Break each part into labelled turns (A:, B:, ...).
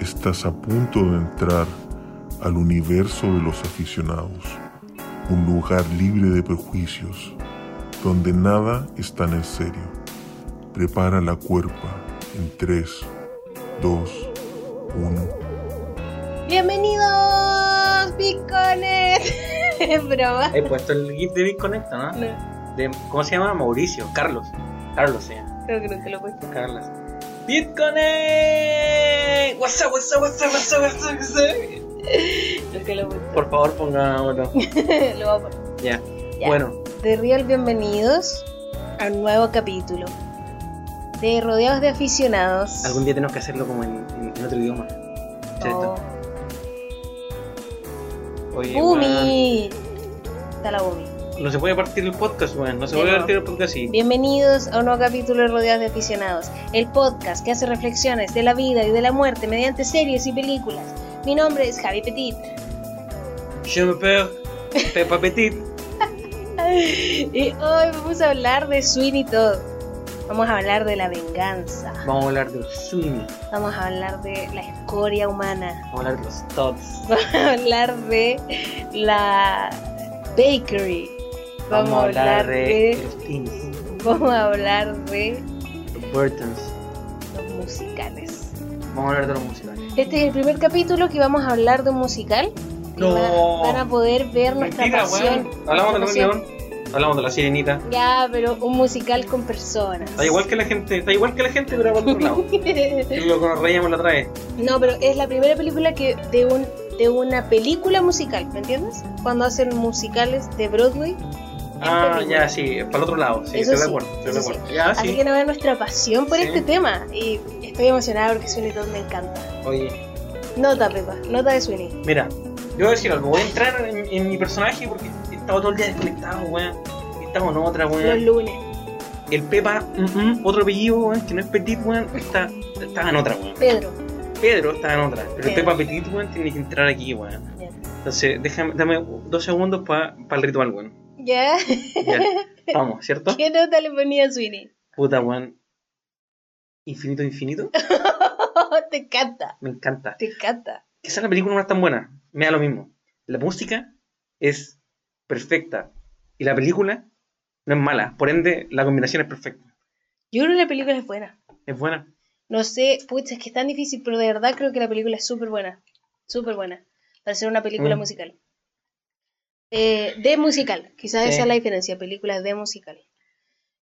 A: estás a punto de entrar al universo de los aficionados, un lugar libre de prejuicios, donde nada es tan en serio. Prepara la cuerpa en 3, 2, 1.
B: ¡Bienvenidos, Bitcones! Es broma.
C: He puesto el gif de Bitconecta, ¿no?
B: No,
C: De, ¿Cómo se llama? Mauricio, Carlos. Carlos, sí.
B: creo que nunca lo puse.
C: Carlos. Bitconnect. What's up, what's up, what's up, what's up, what's up, what's up?
B: Nunca lo puse.
C: Por favor, pongámoslo.
B: Lo voy a poner.
C: Ya.
B: Ya.
C: Bueno,
B: De Real, bienvenidos a un nuevo capítulo de Rodeados de Aficionados.
C: algún día tenemos que hacerlo como en, en- en otro idioma. Escucha
B: Oh.
C: esto. Oye, weón,
B: Bumi. Está la Bumi.
C: no se puede partir el podcast, weón. No se
B: Ya
C: puede
B: no.
C: partir el podcast así.
B: Bienvenidos a un nuevo capítulo de Rodeados de Aficionados, el podcast que hace reflexiones de la vida y de la muerte mediante series y películas. Mi nombre es Javi Petit
C: Je me perds. Peppa Petit.
B: y hoy vamos a hablar de Sweeney Todd. Vamos a hablar de la venganza.
C: Vamos a hablar de los Sweeney.
B: Vamos a hablar de la escoria humana.
C: Vamos a hablar de los Tots.
B: Vamos a hablar de la bakery. Vamos, a hablar de...
C: los Teens.
B: Vamos a hablar de
C: Los Burtons.
B: los musicales.
C: Vamos a hablar de los musicales.
B: Este es el primer capítulo que vamos a hablar de un musical. Y
C: No.
B: Van, van a poder ver nuestra
C: Mentira,
B: pasión.
C: weón. Hablamos de
B: nuestra
C: Rey León. Hablamos de la sirenita.
B: pasión. Ya, pero un musical con personas.
C: Da igual que la gente, da igual que la gente, pero por otro lado. Lo que nos reíamos la otra vez.
B: no, pero es la primera película que de un de una película musical, ¿me entiendes? Cuando hacen musicales de Broadway. en
C: Ah,
B: película.
C: ya, sí, para el otro lado. Sí,
B: Eso
C: estoy de
B: sí,
C: acuerdo. Estoy de
B: eso
C: acuerdo. Ya,
B: Así
C: Ah, sí.
B: que no vean nuestra pasión por
C: Sí.
B: este tema. Y estoy emocionada porque Sweeney Todd me encanta.
C: Oye,
B: Nota, Pepa, nota de Sweeney.
C: mira, yo voy a decir algo. Voy a entrar en, en mi personaje porque he estado todo el día desconectado, weón. He estado en otra,
B: Los
C: weón.
B: lunes.
C: El Pepa, mm, mm, otro apellido, weón, que no es Petit, weón, está, está en otra, weón.
B: Pedro.
C: Pedro está en otra. Pero
B: Pedro.
C: el Pepa Petit, weón, tiene que entrar aquí, weón.
B: Ya.
C: Entonces, déjame, dame dos segundos para el ritual, weón.
B: ¿Ya?
C: Ya, vamos, ¿cierto?
B: ¿Qué nota le ponía a Sweeney?
C: Puta, weón. Infinito, infinito.
B: Oh, te encanta,
C: Me encanta.
B: te encanta.
C: Quizás la película no es tan buena. Me da lo mismo. La música es perfecta. Y la película no es mala. Por ende, la combinación es perfecta.
B: Yo creo que la película es buena.
C: Es buena.
B: No sé, pucha, es que es tan difícil, pero de verdad creo que la película es súper buena. Súper buena. Para ser una película
C: Mm.
B: musical. Eh, de musical. Quizás
C: Sí.
B: esa es la diferencia, película de musical.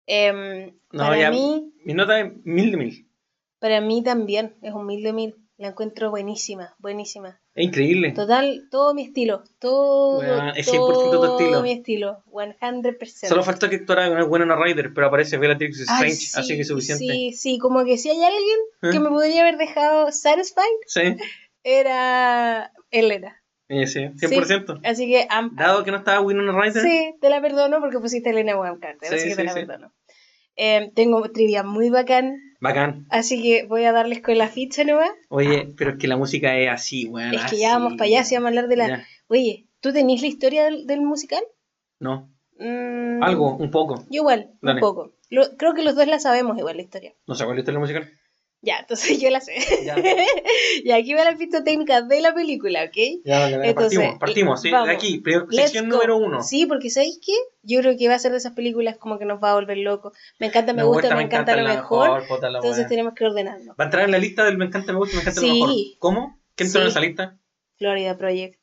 B: Em,
C: No,
B: para,
C: ya-
B: mí,
C: Mi nota es mil de mil.
B: para mí también es un mil de mil. La encuentro buenísima, buenísima.
C: Es increíble.
B: Total, todo mi estilo. Todo,
C: Weón, es 100% tu
B: todo
C: estilo.
B: mi estilo. 100%.
C: Solo faltó que actuara una buena una Rider, pero aparece Bellatrix
B: Ay,
C: Strange,
B: sí,
C: así que es suficiente.
B: Sí, sí, como que si hay alguien
C: ¿Eh?
B: que me podría haber dejado satisfied
C: Sí,
B: era Elena.
C: eh, sí, 100%.
B: Así que, am-
C: Dado que no estaba Winona Ryder,
B: sí, te la perdono porque pusiste a Elena Bonham Carter,
C: Sí,
B: así que
C: sí,
B: te la
C: sí.
B: perdono. Eh, tengo trivia muy bacán,
C: bacán.
B: así que voy a darles con la ficha nueva.
C: Oye, pero es que la música es así, weón.
B: es que
C: así.
B: ya vamos para allá, si vamos a hablar de la...
C: Ya.
B: Oye, ¿tú tenés la historia del, del musical?
C: No,
B: Mm,
C: algo, un poco.
B: Yo igual,
C: Dale.
B: un poco. Lo- creo que los dos la sabemos igual la historia.
C: No sé cuál es la historia musical.
B: Ya, entonces yo la sé.
C: Ya,
B: y aquí va la ficha técnica de la película, ¿ok?
C: ya, ya, ya,
B: Entonces, eh,
C: partimos, partimos, sí,
B: vamos.
C: de aquí, pri-
B: Let's
C: sección
B: go.
C: número uno.
B: Sí, porque ¿sabéis qué? Yo creo que va a ser de esas películas como que nos va a volver locos. Me encanta, me, gusta, me encanta, lo
C: la
B: mejor.
C: puta la
B: Entonces
C: buena.
B: tenemos que ordenarnos.
C: Va a entrar en la lista del me encanta, me gusta, me encanta lo
B: Sí.
C: mejor. ¿Cómo? ¿Quién entró
B: Sí.
C: en esa lista?
B: Florida Project.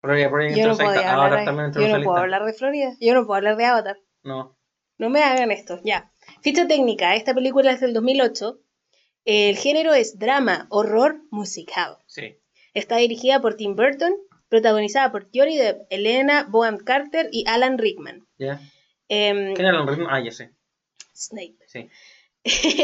C: Florida Project
B: Yo
C: entró
B: no
C: en esa
B: podía
C: lista.
B: hablar
C: Ahora
B: de-
C: también entró
B: Yo
C: en esa
B: no puedo
C: lista.
B: hablar de Florida. Yo no puedo hablar de Avatar.
C: No,
B: No me hagan esto, ya. Ficha técnica. Esta película es del 2008. El género es drama, horror, musical.
C: sí.
B: Está dirigida por Tim Burton, protagonizada por Johnny Depp, Elena Bohan Carter y Alan Rickman.
C: ¿Ya?
B: Em,
C: ¿Quién era el ritmo? Ah, ya sé.
B: Snape.
C: Sí.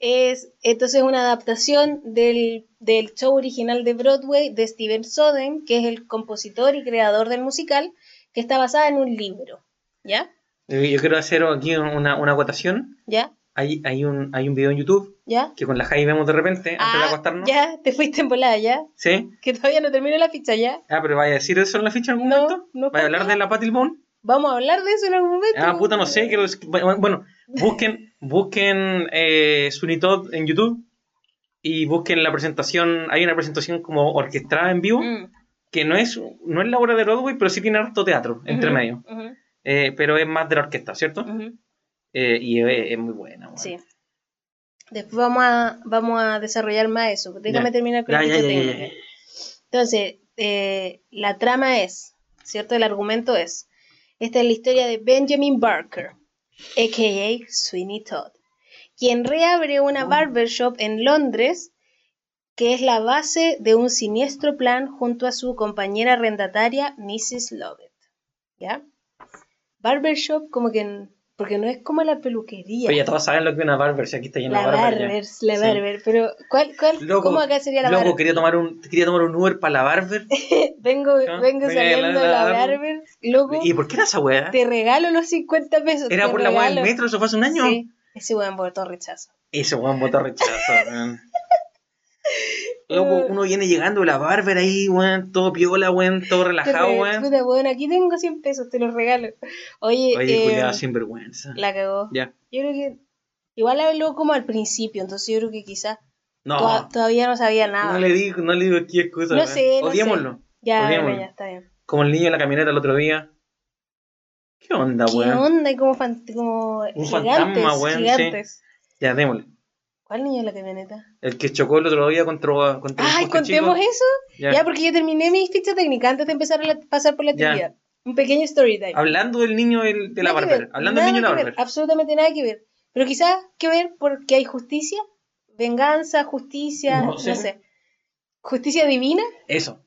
B: es entonces una adaptación del, del show original de Broadway de Steven Soden, que es el compositor y creador del musical, que está basada en un libro. ¿Ya?
C: Yo yo quiero hacer aquí una, una acotación.
B: ¿Ya?
C: Hay, hay, un, hay un video en YouTube
B: ¿ya?
C: que con la Jai vemos de repente antes de
B: Ah,
C: acostarnos.
B: ya, te fuiste en volada, ya.
C: ¿Sí?
B: Que todavía no termino la ficha, ya.
C: Ah, pero vaya a decir eso en la ficha en algún
B: No,
C: momento.
B: no.
C: ¿Vaya a hablar de la Patil Bone?
B: Vamos a hablar de eso en algún momento.
C: Ah, puta, no sé. quiero des- Bueno, bueno, busquen, busquen eh, Sweeney Todd en YouTube y busquen la presentación. Hay una presentación como orquestada en vivo,
B: Mm,
C: que no es, no es la obra de Broadway, pero sí tiene harto teatro entre
B: ujú,
C: medio.
B: ujú,
C: Eh, pero es más de la orquesta, ¿cierto?
B: ujú,
C: Eh, y es, es muy buena. weón.
B: Sí. Después vamos a, vamos a desarrollar más eso. Déjame
C: Ya.
B: terminar con este
C: Ya,
B: el
C: ya,
B: dicho
C: ya, ya,
B: técnico.
C: ya.
B: Entonces, eh, la trama es, ¿cierto? El argumento es, esta es la historia de Benjamin Barker, a.k.a. Sweeney Todd, quien reabre una
C: Oh.
B: barbershop en Londres que es la base de un siniestro plan junto a su compañera arrendataria Mrs. Lovett. ¿Ya? Barbershop como que... n- Porque no es como la peluquería.
C: Pero ya todos saben lo que es una barber, si aquí está lleno
B: La
C: de barber. ya.
B: barber, la
C: Sí.
B: barber. Pero, ¿cuál, cuál,
C: Loco,
B: ¿cómo acá sería la
C: Loco,
B: barber?
C: quería tomar, un, quería tomar un Uber para la barber.
B: Vengo,
C: Ah,
B: vengo
C: mira,
B: saliendo
C: la-
B: de la
C: la-
B: Barber, loco,
C: ¿Y por qué era esa weá?
B: te regalo los 50 pesos.
C: ¿Era
B: te
C: por la weá del
B: regalo.
C: metro? ¿Eso fue hace un año?
B: Sí, ese weón votó rechazo.
C: Ese weón votó rechazo, weón. Loco, uno viene llegando de la barber ahí, weón, todo piola, weón, todo
B: Te
C: relajado,
B: re-
C: weón.
B: puta, weón, aquí tengo 100 pesos, te los regalo. Oye,
C: Oye,
B: eh,
C: culiado, sinvergüenza.
B: la cagó.
C: Ya.
B: Yo creo que igual habló como al principio, entonces yo creo que quizás
C: No,
B: todavía no sabía nada.
C: no le digo, no le digo aquí excusa.
B: No
C: weón.
B: sé, no
C: Odiémoslo.
B: ya, bueno,
C: Odiémoslo.
B: ya, está bien.
C: Como el niño en la camioneta el otro día. ¿Qué onda,
B: ¿Qué
C: weón?
B: onda? Y como, fan- como gigantes,
C: fantasma, weón, sí.
B: gigantes.
C: Ya, démosle.
B: ¿Cuál niño en la camioneta?
C: El que chocó el otro día contra, contra un
B: Ay,
C: poste chico.
B: contemos eso.
C: Ya.
B: Ya, porque yo terminé mi ficha técnica antes de empezar a la- pasar por la
C: Ya.
B: actividad. Un pequeño story time.
C: Hablando del niño del- de la
B: Nada que
C: barber.
B: ver,
C: Hablando del
B: nada
C: niño de la
B: que ver,
C: barber.
B: Absolutamente nada que ver. Pero quizás que ver porque hay justicia, venganza, justicia,
C: No
B: no sé.
C: sé.
B: Justicia divina.
C: Eso,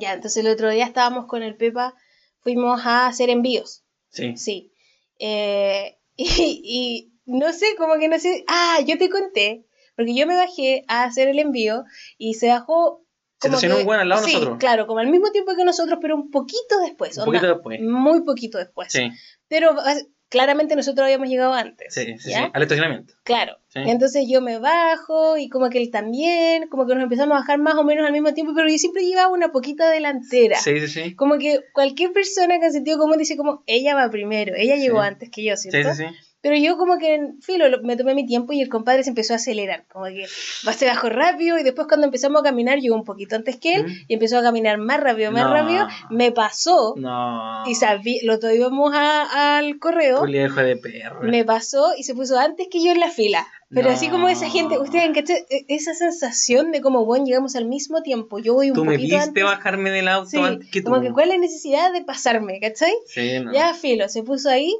B: Ya, entonces el otro día estábamos con el Pepa, fuimos a hacer envíos.
C: sí.
B: Sí. Eh, y, y no sé, como que no sé. Ah, yo te conté. Porque yo me bajé a hacer el envío y se bajó.
C: Se
B: como
C: estacionó
B: que-
C: un weón al lado de
B: sí,
C: nosotros.
B: Claro, como al mismo tiempo que nosotros, pero un poquito después.
C: Un
B: onda,
C: poquito después.
B: Muy poquito después.
C: Sí,
B: Pero ah, claramente nosotros habíamos llegado antes.
C: sí, sí,
B: ¿ya?
C: sí. Al estacionamiento.
B: Claro.
C: Sí.
B: Entonces yo me bajo y como que él también, como que nos empezamos a bajar más o menos al mismo tiempo, pero yo siempre llevaba una poquita delantera.
C: Sí, sí, sí.
B: Como que cualquier persona con sentido común dice como, ella va primero, ella
C: Sí.
B: llegó antes que yo,
C: Sí,
B: ¿cierto?
C: sí, sí.
B: Pero yo como que, filo, lo- me tomé mi tiempo y el compadre se empezó a acelerar, como que va- se bajó rápido y después cuando empezamos a caminar llegó un poquito antes que él
C: Mm.
B: y empezó a caminar más rápido, más
C: No.
B: rápido, me pasó
C: No.
B: y sabí, lo to- íbamos a- al correo,
C: Julia, hijo de perra.
B: me pasó y se puso antes que yo en la fila. Pero así como esa gente,
C: No.
B: ustedes han cachado e- esa sensación de como, bueno, llegamos al mismo tiempo, yo voy un
C: Tú me
B: poquito
C: viste
B: antes.
C: bajarme del auto
B: Sí,
C: antes que tú.
B: como que cuál es la necesidad de pasarme, ¿cachai?
C: Sí, no.
B: Ya, filo, se puso ahí.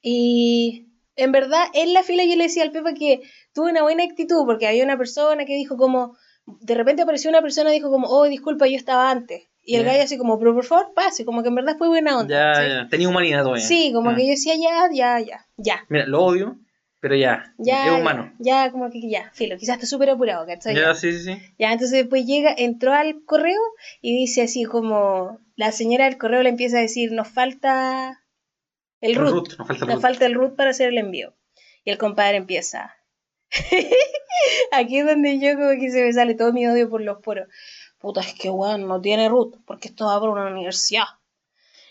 B: Y en verdad, en la fila yo le decía al Pepa que tuve una buena actitud, porque había una persona que dijo como, de repente apareció una persona y dijo como, oh, disculpa, yo estaba antes. Y el
C: Ya.
B: gallo así como, pero por favor, pase, como que en verdad fue buena onda.
C: Ya,
B: ¿cachai?
C: ya. Tenía humanidad todavía.
B: Sí, como
C: Ah.
B: que yo decía, ya, ya, ya, ya.
C: Mira, lo odio, pero ya.
B: Ya,
C: es humano.
B: Ya, como que ya, filo, quizás está súper apurado, ¿cachai?
C: Ya, sí, sí, sí.
B: Ya, entonces después llega, entró al correo y dice así como, la señora del correo le empieza a decir, nos falta el root.
C: Ruth, Nos falta el
B: Nos
C: Ruth.
B: falta el root para hacer el envío. Y el compadre empieza. Aquí es donde yo como que se me sale todo mi odio por los poros. Puta, es que weón, no tiene root, porque esto va por una universidad.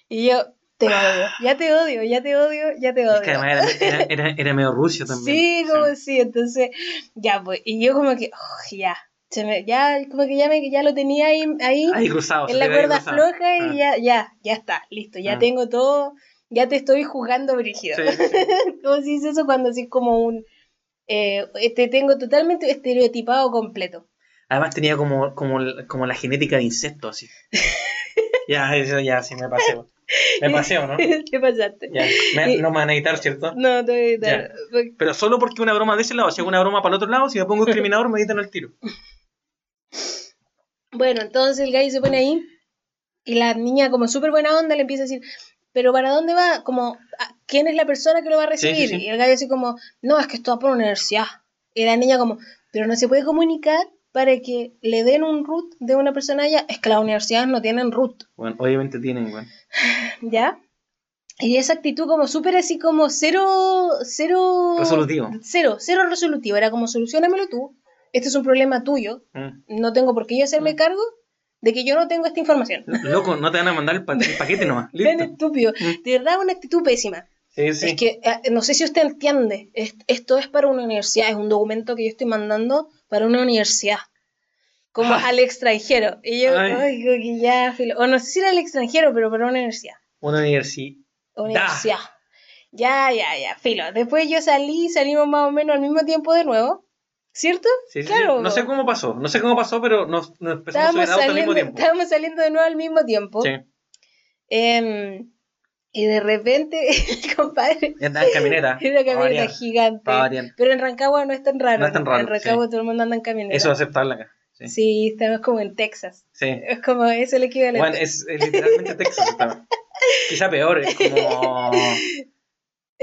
B: Y yo, te odio, ya te odio, ya te odio, ya te odio.
C: Ah. Es que además era, era, era, era medio ruso también.
B: Sí, como sí. entonces, ya pues, y yo como que, oh, ya, se me- ya, como que ya, me, ya lo tenía ahí, ahí
C: Ahí cruzado. se
B: en la
C: te ve ahí
B: cuerda
C: cruzado.
B: floja y
C: Ah.
B: ya, ya, ya está, listo, ya
C: Ah.
B: tengo todo, ya te estoy jugando, Brígido.
C: Sí, sí.
B: ¿Cómo se dice eso cuando así como un... eh, te tengo totalmente estereotipado completo.
C: Además tenía como, como, l- como la genética de insecto, así. ya, eso ya, sí, me paseo. Me paseo, ¿no?
B: ¿Qué pasaste?
C: Ya, me- no me van a editar, ¿cierto?
B: No, te voy a editar. Porque-
C: Pero solo porque una broma de ese lado, si hago una broma para el otro lado, si me pongo discriminador, me editan al tiro.
B: Bueno, entonces el gallo se pone ahí y la niña como súper buena onda le empieza a decir, pero ¿para dónde va? Como, "¿A- ¿quién es la persona que lo va a
C: Sí, sí,
B: recibir?
C: sí.
B: Y el gallo así como, no, es que esto va por la universidad. Y la niña como, pero no se puede comunicar para que le den un root de una persona allá. Es que las universidades no tienen root.
C: Bueno, obviamente tienen, weón.
B: ¿Ya? Y esa actitud como súper así como cero, cero...
C: Resolutivo.
B: Cero, cero resolutivo. Era como solucionamelo tú. Este es un problema tuyo.
C: Mm.
B: No tengo por qué yo hacerme
C: Mm.
B: cargo de que yo no tengo esta información.
C: Loco, no te van a mandar el, pa- el paquete nomás.
B: Tan
C: Listo.
B: estúpido.
C: Mm.
B: De verdad, una actitud pésima.
C: Sí, sí.
B: Es que eh, no sé si usted entiende, es- esto es para una universidad, es un documento que yo estoy mandando para una universidad, como
C: Ah.
B: al extranjero. Y yo,
C: Ay.
B: ay, digo que ya, filo. o no sé si era al extranjero, pero para una universidad.
C: Una universidad.
B: Universidad. Ya, ya, ya, filo. Después yo salí, salimos más o menos al mismo tiempo de nuevo, ¿cierto?
C: Sí, sí,
B: Claro.
C: sí. No sé cómo pasó, no sé cómo pasó, pero nos, nos empezamos a
B: Estábamos
C: subir al auto al
B: saliendo,
C: mismo tiempo.
B: estábamos saliendo de nuevo al mismo tiempo.
C: Sí.
B: Em, y de repente, el compadre,
C: Y andaba en camioneta.
B: era una
C: para
B: camioneta
C: variar,
B: gigante.
C: para variar.
B: Pero en Rancagua no es tan raro.
C: No es tan raro,
B: En Rancagua
C: sí.
B: todo el mundo anda en camioneta.
C: Eso es aceptable acá. Sí. sí.
B: Sí, estamos como en Texas. Es como, es el equivalente.
C: Bueno, es eh, literalmente Texas. está. Quizá peor, es como.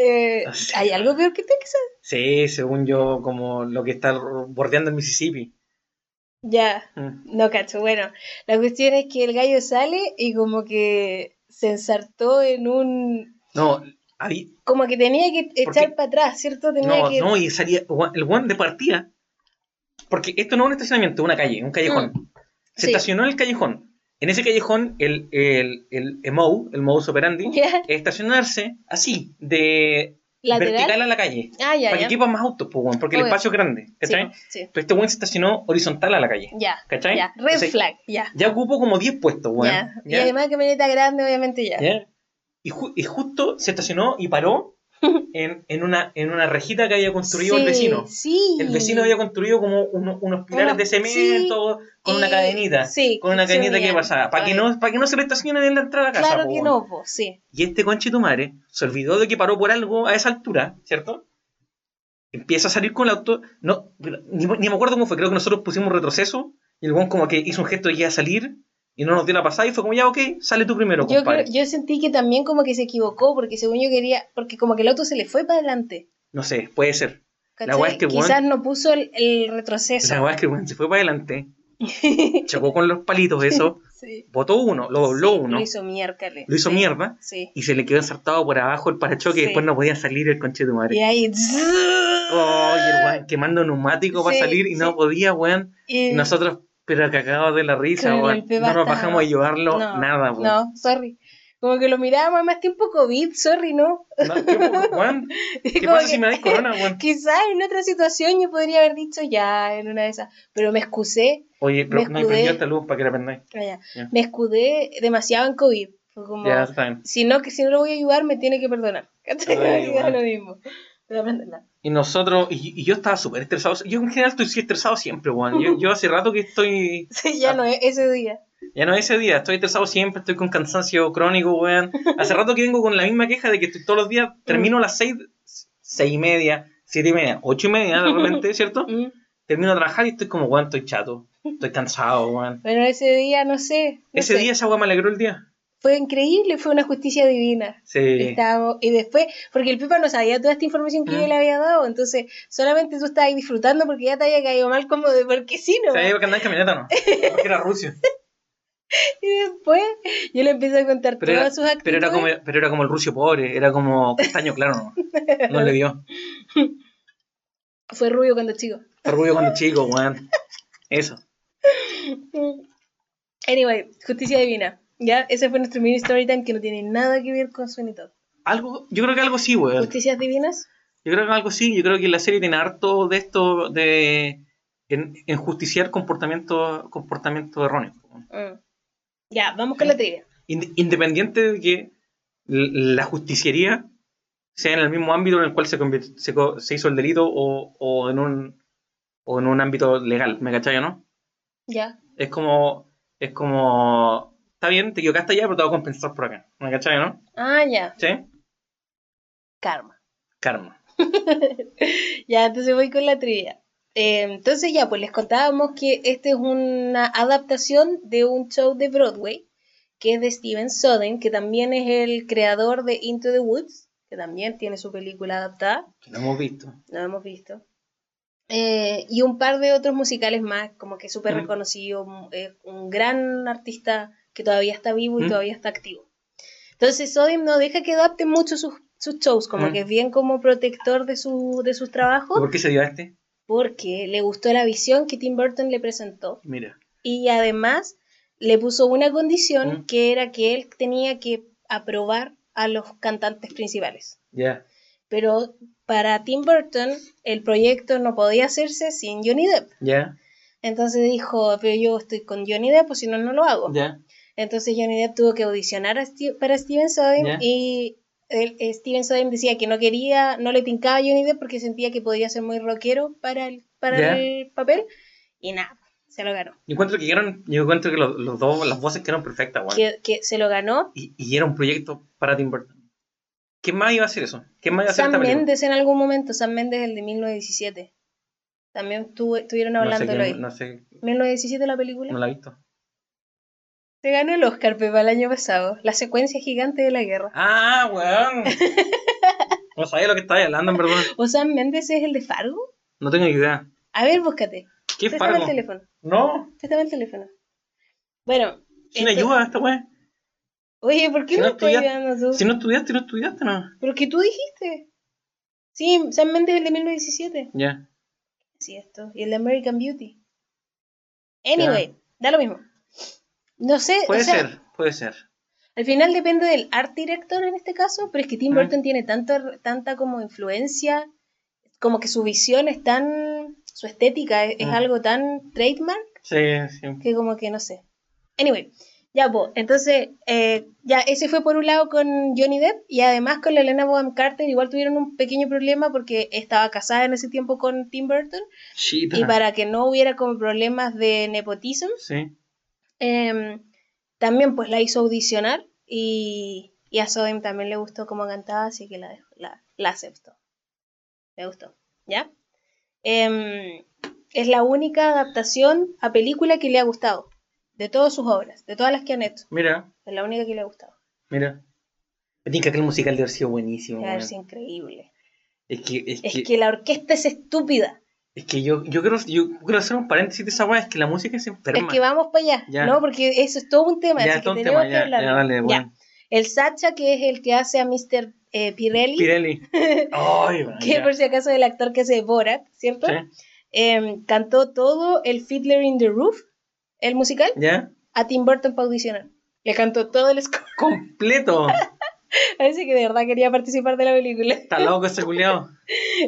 B: Eh,
C: no sé.
B: ¿Hay algo peor que Texas?
C: Sí, según yo, como lo que está bordeando el Mississippi.
B: Ya,
C: Mm.
B: no cacho. Bueno, la cuestión es que el gallo sale y como que se ensartó en un...
C: No, ahí.
B: Como que tenía que echar para atrás, ¿cierto? Tenía
C: No,
B: que...
C: no, y salía. gua- El one de partida. Porque esto no es un estacionamiento, es una calle, un callejón. Se
B: Mm. Sí.
C: estacionó en el callejón. En ese callejón, el, el, el, MO, el modus operandi,
B: Ya,
C: es estacionarse así, de
B: lateral.
C: vertical a la calle.
B: Ah, ya,
C: para
B: ya.
C: que quepan más autos, pues, weón, porque el
B: Obvio.
C: espacio es grande.
B: Sí,
C: ¿Cachai?
B: sí.
C: Pero este weón se estacionó horizontal a la calle.
B: Ya,
C: ¿Cachai?
B: ya. Red
C: Entonces,
B: flag, ya.
C: Ya ocupó como 10 puestos, weón.
B: ya. Y
C: ¿ya?
B: además camioneta grande, obviamente ya.
C: ¿Ya? Y, ju- y justo se estacionó y paró en, en una, en una rejita que había construido el
B: Sí,
C: vecino.
B: Sí.
C: El vecino había construido como uno- unos pilares
B: Unos-
C: de cemento con una
B: Y-
C: cadenita.
B: Sí.
C: Con una
B: se
C: cadenita que
B: unían.
C: pasaba. Para que,
B: Ay.
C: no, para que no se le estacionen en la entrada a la casa.
B: Claro
C: po,
B: que
C: weón.
B: no, po, sí.
C: Y este conchito madre se olvidó de que paró por algo a esa altura, ¿cierto? Empieza a salir con el auto. No, pero ni, ni me acuerdo cómo fue. Creo que nosotros pusimos retroceso. Y el guan como que hizo un gesto de que iba a salir. Y no nos dio la pasada. Y fue como, ya, ok, sale tú primero,
B: Yo,
C: compadre.
B: creo- yo sentí que también como que se equivocó, porque según yo quería, porque como que el auto se le fue para adelante.
C: No sé, puede ser.
B: ¿cachai?
C: La weá es que el weón-
B: Quizás no puso el, el retroceso.
C: La verdad es que el guan se fue para adelante. Chocó con los palitos, eso.
B: Sí.
C: Botó uno, lo dobló
B: Sí,
C: uno.
B: Lo hizo miércoles.
C: Lo hizo
B: sí,
C: mierda.
B: Sí.
C: Y se le quedó ensartado por abajo el parachoque.
B: Sí.
C: Y después no podía salir el conchito madre.
B: Y ahí.
C: Oh, y el guan quemando neumático para
B: Sí,
C: salir. Y no
B: sí.
C: podía, weón.
B: Y-
C: Y nosotros, pero cagados de la risa,
B: Con el
C: weón.
B: golpe
C: No nos
B: basta.
C: bajamos a ayudarlo,
B: No,
C: nada, weón.
B: No, sorry. Como que lo mirábamos, además tiempo COVID, sorry, ¿no?
C: No, ¿qué, weón? ¿Qué
B: Como
C: pasa si
B: que-
C: me dais corona, weón?
B: Quizás en otra situación yo podría haber dicho ya en una de esas, pero me excusé
C: Oye, pero
B: Me
C: no
B: escudé.
C: prendió esta luz para que la prendáis.
B: Ah, ya.
C: Ya.
B: Me escudé demasiado en COVID. Fue como,
C: Ya, está bien.
B: si, no, que si no lo voy a ayudar, me tiene que perdonar. ¿Cachai?
C: Ay,
B: Da
C: igual.
B: lo mismo. Pero aprenden nada.
C: Y nosotros, y, y yo estaba súper estresado. Yo en general estoy sí estresado siempre, weón. Yo, yo hace rato que estoy,
B: Sí, ya
C: Ah.
B: no es ese día.
C: ya no es ese día, estoy estresado siempre, estoy con cansancio crónico, weón. Hace rato que vengo con la misma queja de que estoy todos los días,
B: Mm.
C: termino a las seis, seis y media, siete y media, ocho y media de repente, ¿cierto?
B: Mm.
C: Termino de trabajar y estoy como, weón, estoy chato, estoy cansado, weón.
B: Bueno, ese día, no sé. no
C: Ese
B: sé.
C: día esa weá me alegró el día.
B: Fue increíble, fue una justicia divina.
C: Sí.
B: Estábamos, y después, porque el Pepa no sabía toda esta información que
C: Mm.
B: yo le había dado, entonces solamente tú estabas ahí disfrutando porque ya te había caído mal como de porque sí, ¿no?
C: ¿Sabía que andaba en camioneta no? Porque era rucio.
B: Y después yo le empecé a contar
C: Pero
B: todas
C: era,
B: sus actitudes.
C: pero, era como, pero era como el rucio pobre, era como castaño, claro. No, no le dio.
B: Fue rubio cuando chico.
C: Fue rubio cuando chico, weón. Eso.
B: Mm. Anyway, justicia divina. Ya, ese fue nuestro mini story time que no tiene nada que ver con Sweeney Todd.
C: Algo, yo creo que algo sí, weón.
B: ¿Justicias divinas?
C: Yo creo que algo sí. Yo creo que la serie tiene harto de esto de en, enjusticiar comportamiento, comportamiento erróneo. weón.
B: Mm. Ya, vamos con la trivia.
C: Ind- Independiente de que l- la justiciería sea en el mismo ámbito en el cual se, convirt- se, co- se hizo el delito o, o en un o en un ámbito legal, ¿me cachai o no?
B: Ya,
C: Es como, es como, está bien, te equivocaste allá, pero te voy a compensar por acá, ¿me cachai o no?
B: ah, ya,
C: ¿Sí?
B: karma.
C: Karma.
B: Ya, entonces voy con la trivia. Eh, entonces ya, pues les contábamos que esta es una adaptación de un show de Broadway que es de Steven Soden, que también es el creador de Into the Woods, que también tiene su película adaptada.
C: Que lo hemos visto.
B: no hemos visto. Eh, y un par de otros musicales más, como que súper
C: Mm.
B: reconocido, mm, es un gran artista que todavía está vivo y
C: Mm.
B: todavía está activo. Entonces Sodom no deja que adapte mucho sus, sus shows, como
C: Mm.
B: que es bien como protector de, su, de sus
C: ¿Y
B: trabajos,
C: ¿Por qué se dio a este?
B: porque le gustó la visión que Tim Burton le presentó
C: Mira.
B: y además le puso una condición
C: Mm.
B: que era que él tenía que aprobar a los cantantes principales.
C: Ya.
B: Pero para Tim Burton el proyecto no podía hacerse sin Johnny Depp.
C: Ya.
B: Entonces dijo, pero yo estoy con Johnny Depp, pues si no, no lo hago.
C: Ya.
B: Entonces Johnny Depp tuvo que audicionar a Sti- para Steven Soden
C: Ya.
B: y el- eh, Steven Soden decía que no quería, no le tincaba a Johnny Depp porque sentía que podía ser muy rockero para el, para
C: Ya.
B: el papel y nada, se lo ganó.
C: Yo encuentro que eran, yo encuentro que los, los dos, las voces quedaron perfectas, weón.
B: Que, que se lo ganó
C: Y, y era un proyecto para Tim Burton. ¿Quién más iba a hacer eso? ¿Quién más iba a hacer
B: Sam
C: esta película?
B: Mendes en algún momento, Sam Mendes el de 1917. También tuve- estuvieron
C: No sé,
B: hablándolo
C: quién-
B: ahí.
C: no sé,
B: 1917 la película.
C: no la he visto.
B: Se ganó el Oscar, Pepa, el año pasado. La secuencia gigante de la guerra.
C: Ah, weón. No sabía lo que estaba hablando, en verdad.
B: ¿O Sam Mendes es el de Fargo?
C: No tengo idea.
B: A ver, búscate.
C: ¿Qué
B: Préstame
C: pago?
B: el teléfono.
C: No,
B: Préstame el teléfono. Bueno.
C: sin ayuda a esta weá.
B: Oye, ¿por qué
C: Si
B: me
C: no
B: estás
C: estudia-
B: ayudando tú?
C: Si no estudiaste, no estudiaste, no.
B: ¿Pero que tú dijiste? Sí, Sam Mendes es el de 1917.
C: Ya.
B: Sí, esto. Y el de American Beauty. Anyway, da lo mismo. No sé,
C: Ah. Puede
B: o sea,
C: ser, puede ser.
B: Al final depende del art director en este caso, pero es que Tim
C: Ajá.
B: Burton tiene tanto, tanta como influencia, como que su visión es tan, su estética es, es
C: Mm.
B: algo tan trademark
C: Sí, sí.
B: que como que no sé. Anyway, ya pues, entonces eh, ya ese fue por un lado con Johnny Depp y además con la Elena Bonham Carter igual tuvieron un pequeño problema porque estaba casada en ese tiempo con Tim Burton
C: Chita.
B: y para que no hubiera como problemas de nepotismo
C: Sí.
B: Em, también pues la hizo audicionar y, y a Sodem también le gustó cómo cantaba, así que la, dejó- la, la aceptó. Le gustó, ¿ya? Em, es la única adaptación a película que le ha gustado, de todas sus obras, de todas las que han hecho.
C: Mira,
B: Es la única que le ha gustado.
C: mira. Me tinca que aquel musical debe haber sido buenísimo.
B: Debe haber
C: weón.
B: sido increíble.
C: Es que, es,
B: Es
C: que,
B: que la orquesta es estúpida.
C: es que yo, yo quiero, yo quiero hacer un paréntesis de esa weá, es que la música es enferma.
B: Es que vamos para allá,
C: Ya.
B: ¿no? Porque eso es todo un tema,
C: ya,
B: así que
C: todo un
B: tenemos
C: tema,
B: que
C: ya, ya,
B: hablarlo.
C: dale,
B: Ya.
C: weón.
B: El Sacha, que es el que hace a Mr. eh, Pirelli.
C: Pirelli. Ay, weón,
B: que
C: ya.
B: por si acaso el actor que hace Borat, ¿cierto?
C: Sí,
B: Em, cantó todo el Fiddler in the Roof, el musical,
C: ¿Ya?
B: a Tim Burton para audicionar. Le cantó todo el score.
C: Completo.
B: Parece que de verdad quería participar de la película.
C: Está loco ese culiao.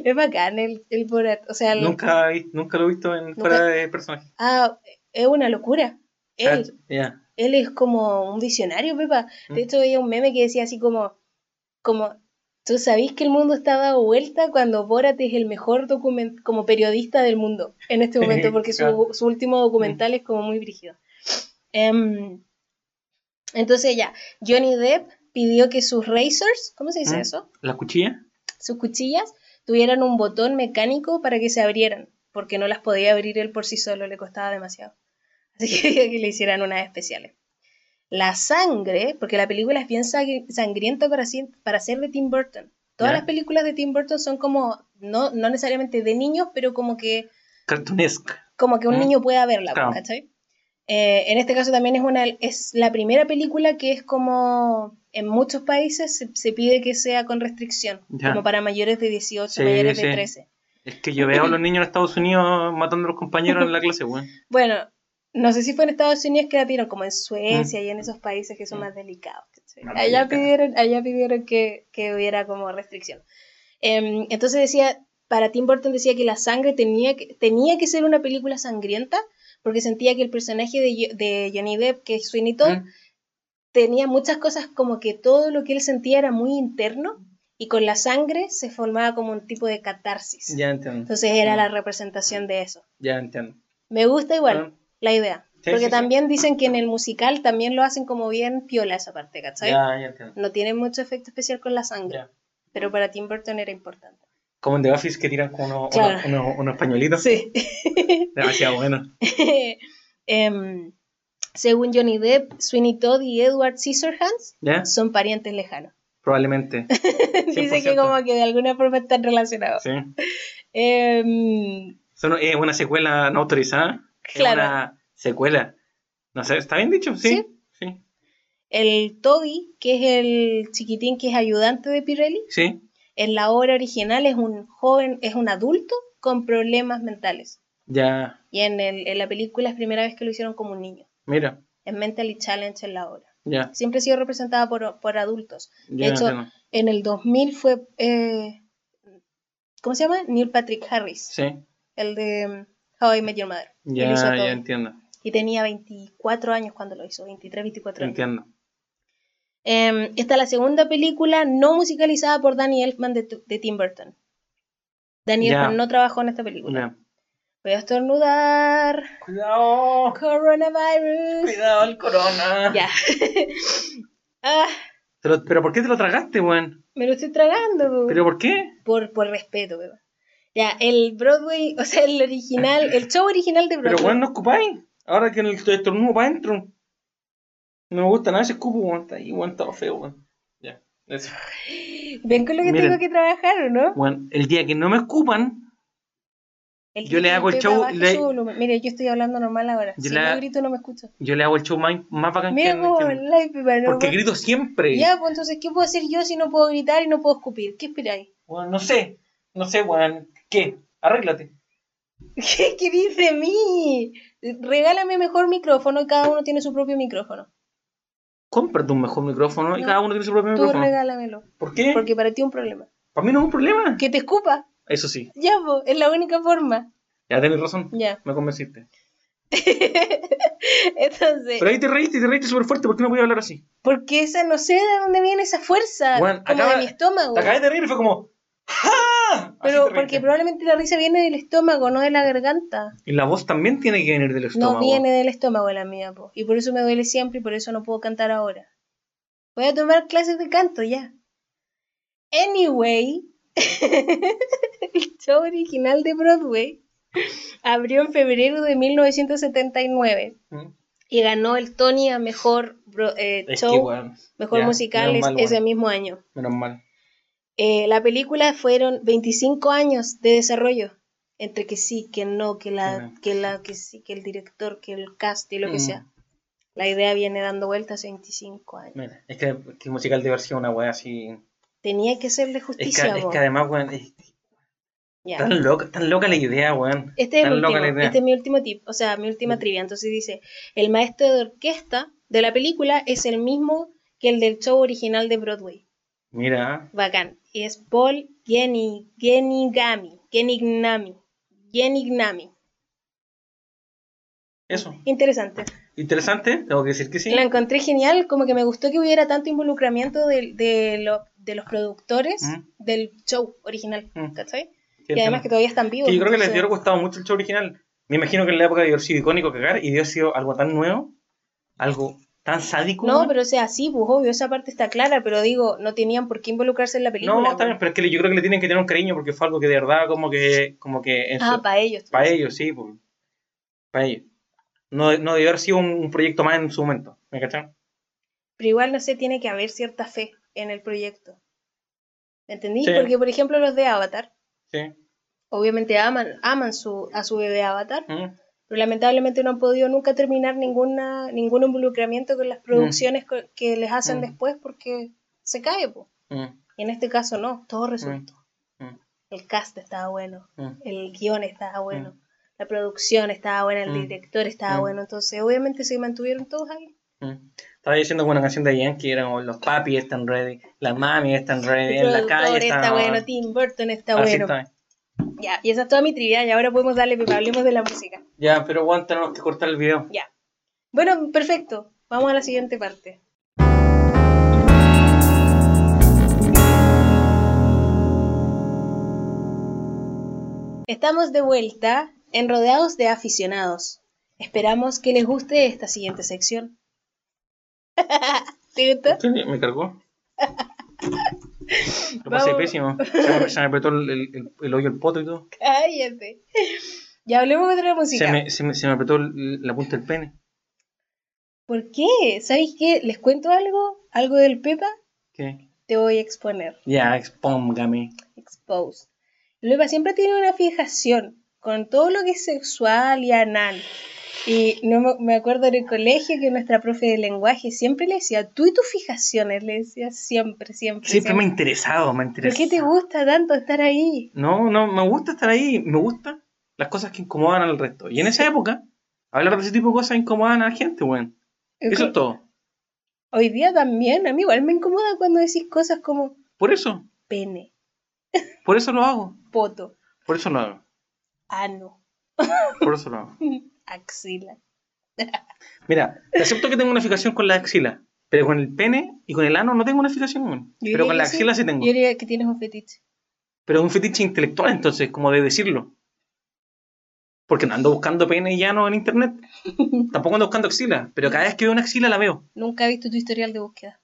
B: Es bacán el, el Borat. O sea, el-
C: Nunca, vi- nunca lo he visto en
B: Nunca.
C: fuera de personaje.
B: ah, es una locura. Él,
C: Cacha, Ya.
B: él es como un visionario, Pepa.
C: Mm.
B: De hecho, veía un meme que decía así como, como, tú sabés que el mundo está dado vuelta cuando Borat es el mejor document como periodista del mundo en este momento, porque su,
C: Claro. Mm.
B: su último documental es como muy brígido. Em, entonces ya, Johnny Depp pidió que sus razors, ¿cómo se dice
C: Mm.
B: eso?
C: ¿La cuchilla?
B: Sus cuchillas tuvieran un botón mecánico para que se abrieran, porque no las podía abrir él por sí solo, le costaba demasiado. Así que quería que le hicieran unas especiales. La sangre, porque la película es bien sangri- sangrienta para, si- para ser de Tim Burton. Todas
C: Ya.
B: las películas de Tim Burton son como, no, no necesariamente de niños, pero como que,
C: Cartunesca.
B: como que un
C: Mm.
B: niño pueda verla, pues,
C: Claro.
B: ¿cachai? Eh, en este caso también es, una, es la primera película que es como, en muchos países se, se pide que sea con restricción,
C: Ya.
B: como para mayores de 18,
C: Sí,
B: mayores de
C: sí.
B: 13.
C: Es que yo veo a los niños en Estados Unidos matando a los compañeros en la clase, weón.
B: Bueno, no sé si fue en Estados Unidos que la pidieron, como en Suecia y en esos países que son
C: Mm.
B: más delicados. ¿cachai?
C: Más
B: Allá
C: delicados.
B: pidieron, allá pidieron que, que hubiera como restricción. Em, entonces decía, para Tim Burton decía que la sangre tenía que, tenía que ser una película sangrienta porque sentía que el personaje de, Jo- de Johnny Depp, que es Sweeney Todd,
C: Mm.
B: tenía muchas cosas como que todo lo que él sentía era muy interno y con la sangre se formaba como un tipo de catarsis.
C: Ya entiendo.
B: Entonces era
C: Mm.
B: la representación de eso.
C: Ya entiendo.
B: Me gusta igual
C: Mm.
B: la idea.
C: Sí,
B: Porque
C: sí, sí.
B: también dicen que en el musical también lo hacen como bien piola esa parte, ¿cachai?
C: Ya, ya entiendo.
B: No tiene mucho efecto especial con la sangre,
C: Ya.
B: pero para Tim Burton era importante.
C: Como en The Office que tiran con unos
B: Claro.
C: uno, uno- unos pañuelitos.
B: Sí.
C: Demasiado bueno.
B: Em, según Johnny Depp, Sweeney Todd y Edward Scissorhands
C: ¿Ya?
B: son parientes lejanos.
C: Probablemente.
B: Dice que como que de alguna forma están relacionados.
C: Sí.
B: Em,
C: Son- es una secuela no autorizada. Es
B: Claro.
C: una secuela. No sé, ¿está bien dicho? Sí. Sí.
B: el Toddy, que es el chiquitín que es ayudante de Pirelli,
C: Sí.
B: en la obra original es un joven, es un adulto con problemas mentales.
C: Ya.
B: Y en, el- en la película es primera vez que lo hicieron como un niño.
C: Mira.
B: Es Mentally Challenge en la obra.
C: Ya.
B: Siempre ha sido representada por, por adultos.
C: ya
B: hecho,
C: entiendo.
B: En el 2000 fue, eh, ¿cómo se llama? Neil Patrick Harris,
C: Sí.
B: el de mm, How I Met Your Mother. Él
C: Ya,
B: hizo a Toby.
C: ya entiendo.
B: Y tenía 24 años cuando lo hizo, 23, 24 años.
C: Entiendo.
B: Eh, está la segunda película no musicalizada por Danny Elfman de, de Tim Burton. Danny
C: Ya.
B: Elfman no trabajó en esta película.
C: Ya.
B: Voy a estornudar.
C: Cuidado.
B: Coronavirus.
C: Cuidado el corona.
B: Ya. ah,
C: Te lo- pero ¿por qué te lo tragaste, weón?
B: me lo estoy tragando. po.
C: ¿Pero por qué?
B: Por, por respeto, weón. Ya, el Broadway, o sea, el original, el show original de
C: Pero
B: Broadway.
C: weón, no escupáis. Ahora que en el estornudo para adentro. No me gusta nada ese escupo, weón. Está ahí, weón, todo feo, weón. Ya. Eso.
B: Ven con lo que
C: Miren.
B: tengo que trabajar, ¿o no?
C: Weón, el día que no me escupan,
B: El
C: Yo le
B: que
C: hago el
B: usted
C: show,
B: baje
C: le-
B: su volumen. Mire, yo estoy hablando normal ahora.
C: Yo
B: si
C: le-
B: no grito, no me escucho.
C: yo le hago el show más, más bacán que,
B: Mira cómo
C: que-
B: habláis, Pepa, no,
C: Porque
B: weón.
C: grito siempre.
B: Ya, pues entonces, ¿qué puedo hacer yo si no puedo gritar y no puedo escupir? ¿Qué esperáis?
C: Weón, no sé. No sé, weón. ¿Qué? Arréglate.
B: ¿Qué querís de mí? Regálame mejor micrófono y cada uno tiene su propio micrófono.
C: Cómprate un mejor micrófono y
B: No.
C: cada uno tiene su propio
B: Tú
C: micrófono.
B: regálamelo.
C: ¿Por qué?
B: Porque para ti es un problema.
C: Para mí no es un problema.
B: Que te escupa.
C: Eso sí,
B: Ya, pues, es la única forma.
C: ya tenés razón.
B: Ya.
C: Me
B: Eh.
C: convenciste.
B: Entonces,
C: Pero ahí te reíste y te reíste súper fuerte. ¿Por qué no podía hablar así?
B: porque esa no sé de dónde viene esa fuerza.
C: Bueno,
B: como
C: acaba-
B: de mi estómago.
C: Te acabas de reír y fue como. ¡Ja! Así
B: Ah, Pero
C: te reíste.
B: porque probablemente la risa viene del estómago, no de la garganta.
C: Y la voz también tiene que venir del estómago.
B: No viene del estómago la mía, po. Y por eso me duele siempre y por eso no puedo cantar ahora. Voy a tomar clases de canto ya. Anyway, el show original de Broadway abrió en febrero de 1979
C: ¿Mm?
B: y ganó el Tony a mejor bro- eh,
C: Es
B: show,
C: que, weón.
B: mejor
C: ya,
B: musical
C: menos
B: es-
C: mal,
B: ese
C: weón.
B: mismo año.
C: Menos mal.
B: Eh, la película fueron 25 años de desarrollo. Entre que sí, que no, que la,
C: Ujú.
B: que la, que sí, que el director, que el cast y lo que
C: Mm.
B: sea. La idea viene dando vueltas 25 años.
C: Mira, es que, que el musical debe haber sido una weá así.
B: Tenía que serle
C: Es que,
B: justicia,
C: es
B: po.
C: que además, weón. es
B: Ya.
C: tan, loca, tan loca la idea, weón.
B: Este es,
C: tan
B: el
C: loca
B: último,
C: la idea. Mm.
B: este es mi último tip, o sea, mi última trivia. Entonces dice, el maestro de orquesta de la película es el mismo que el del show original de Broadway.
C: Mira,
B: Bacán. Y es Paul Geni, Genigami, Genignami, Genignami.
C: eso.
B: Interesante.
C: Interesante, tengo que decir que sí.
B: La encontré genial, como que me gustó que hubiera tanto involucramiento de, de, lo- de los productores
C: Mm.
B: del show original,
C: Mm.
B: ¿cachai?
C: Sí,
B: y además que
C: entiendo.
B: todavía están vivos.
C: Que yo creo que les
B: entonces-
C: hubiera gustado mucho el show original. Me imagino que en la época debió haber sido icónico cagar y debió haber sido algo tan nuevo, algo tan sádico.
B: No,
C: weón.
B: pero o sea, sí, pues obvio, esa parte está clara, pero digo, no tenían por qué involucrarse en la película.
C: No, no, está
B: pues.
C: bien, pero es que yo creo que le tienen que tener un cariño porque fue algo que de verdad como que, como que en su-
B: Ah, para ellos.
C: para ellos, sí, para ellos. No, no debió haber sido un, un proyecto más en su momento, ¿me cachan?
B: Pero igual, no sé, tiene que haber cierta fe en el proyecto. ¿Entendí?
C: Sí.
B: Porque, por ejemplo, los de Avatar,
C: Sí.
B: obviamente aman, aman su, a su bebé Avatar,
C: Mm.
B: pero lamentablemente no han podido nunca terminar ninguna, ningún involucramiento con las producciones co- que les hacen
C: Mm.
B: después porque se cae. po.
C: Mm.
B: Y en este caso no, todo resultó.
C: Mm.
B: El cast estaba bueno,
C: Mm.
B: el guión estaba bueno, la producción estaba buena, el
C: Mm.
B: director estaba
C: Mm.
B: bueno, entonces obviamente se mantuvieron todos ahí.
C: Mm. Estaba diciendo con una canción de Yankee, eran como, los papis están ready, las mami están ready,
B: El
C: en la
B: productor
C: calle
B: está,
C: están...
B: bueno, Tim Burton está
C: Así
B: bueno.
C: está.
B: Ya, y esa es toda mi trivia y ahora podemos darle, Pepa, hablemos de la música.
C: Ya, pero bueno, tenemos que cortar el video.
B: Ya. Bueno, perfecto. Vamos a la siguiente parte. Estamos de vuelta en Rodeados de Aficionados. Esperamos que les guste esta siguiente sección. ¿Te gustó?
C: Sí, me cargó. Lo pasé
B: Vamos.
C: pésimo. Se me, se me apretó el, el- el- el hoyo, el poto y todo.
B: Cállate. Ya hablemos de otra música.
C: Se me, se me- se me apretó el- la punta del pene.
B: ¿Por qué? ¿Sabéis qué? ¿Les cuento algo? ¿Algo del Pepa?
C: ¿Qué?
B: Te voy a exponer.
C: Ya, expóngame.
B: exposed. Luego siempre tiene una fijación con todo lo que es sexual y anal. Y no me, me acuerdo en el colegio que nuestra profe de lenguaje siempre le decía, tú y tus fijaciones, le decía siempre, siempre.
C: Siempre me ha interesado, me ha
B: ¿Por
C: interesado.
B: qué te gusta tanto estar ahí?
C: No, no, me gusta estar ahí. Me gustan las cosas que incomodan al resto. Y en esa época, hablar de ese tipo de cosas incomodan a la gente, weón. Eso es todo.
B: Hoy día también, a mí igual me incomoda cuando decís cosas como
C: Por eso,
B: pene,
C: por eso lo hago,
B: poto,
C: por eso lo hago,
B: ano,
C: por eso lo hago.
B: axila.
C: Mira, te acepto que tengo una fijación con la axila, pero con el pene y con el ano no tengo una fijación, weón.
B: Yo
C: pero
B: diría
C: con la
B: que sí.
C: axila sí tengo.
B: Yo diría que tienes un fetiche.
C: Pero es un fetiche intelectual, entonces, como de decirlo. Porque no ando buscando pene y ano en internet. Tampoco ando buscando axila, pero cada vez que veo una axila la veo.
B: Nunca he visto tu historial de búsqueda.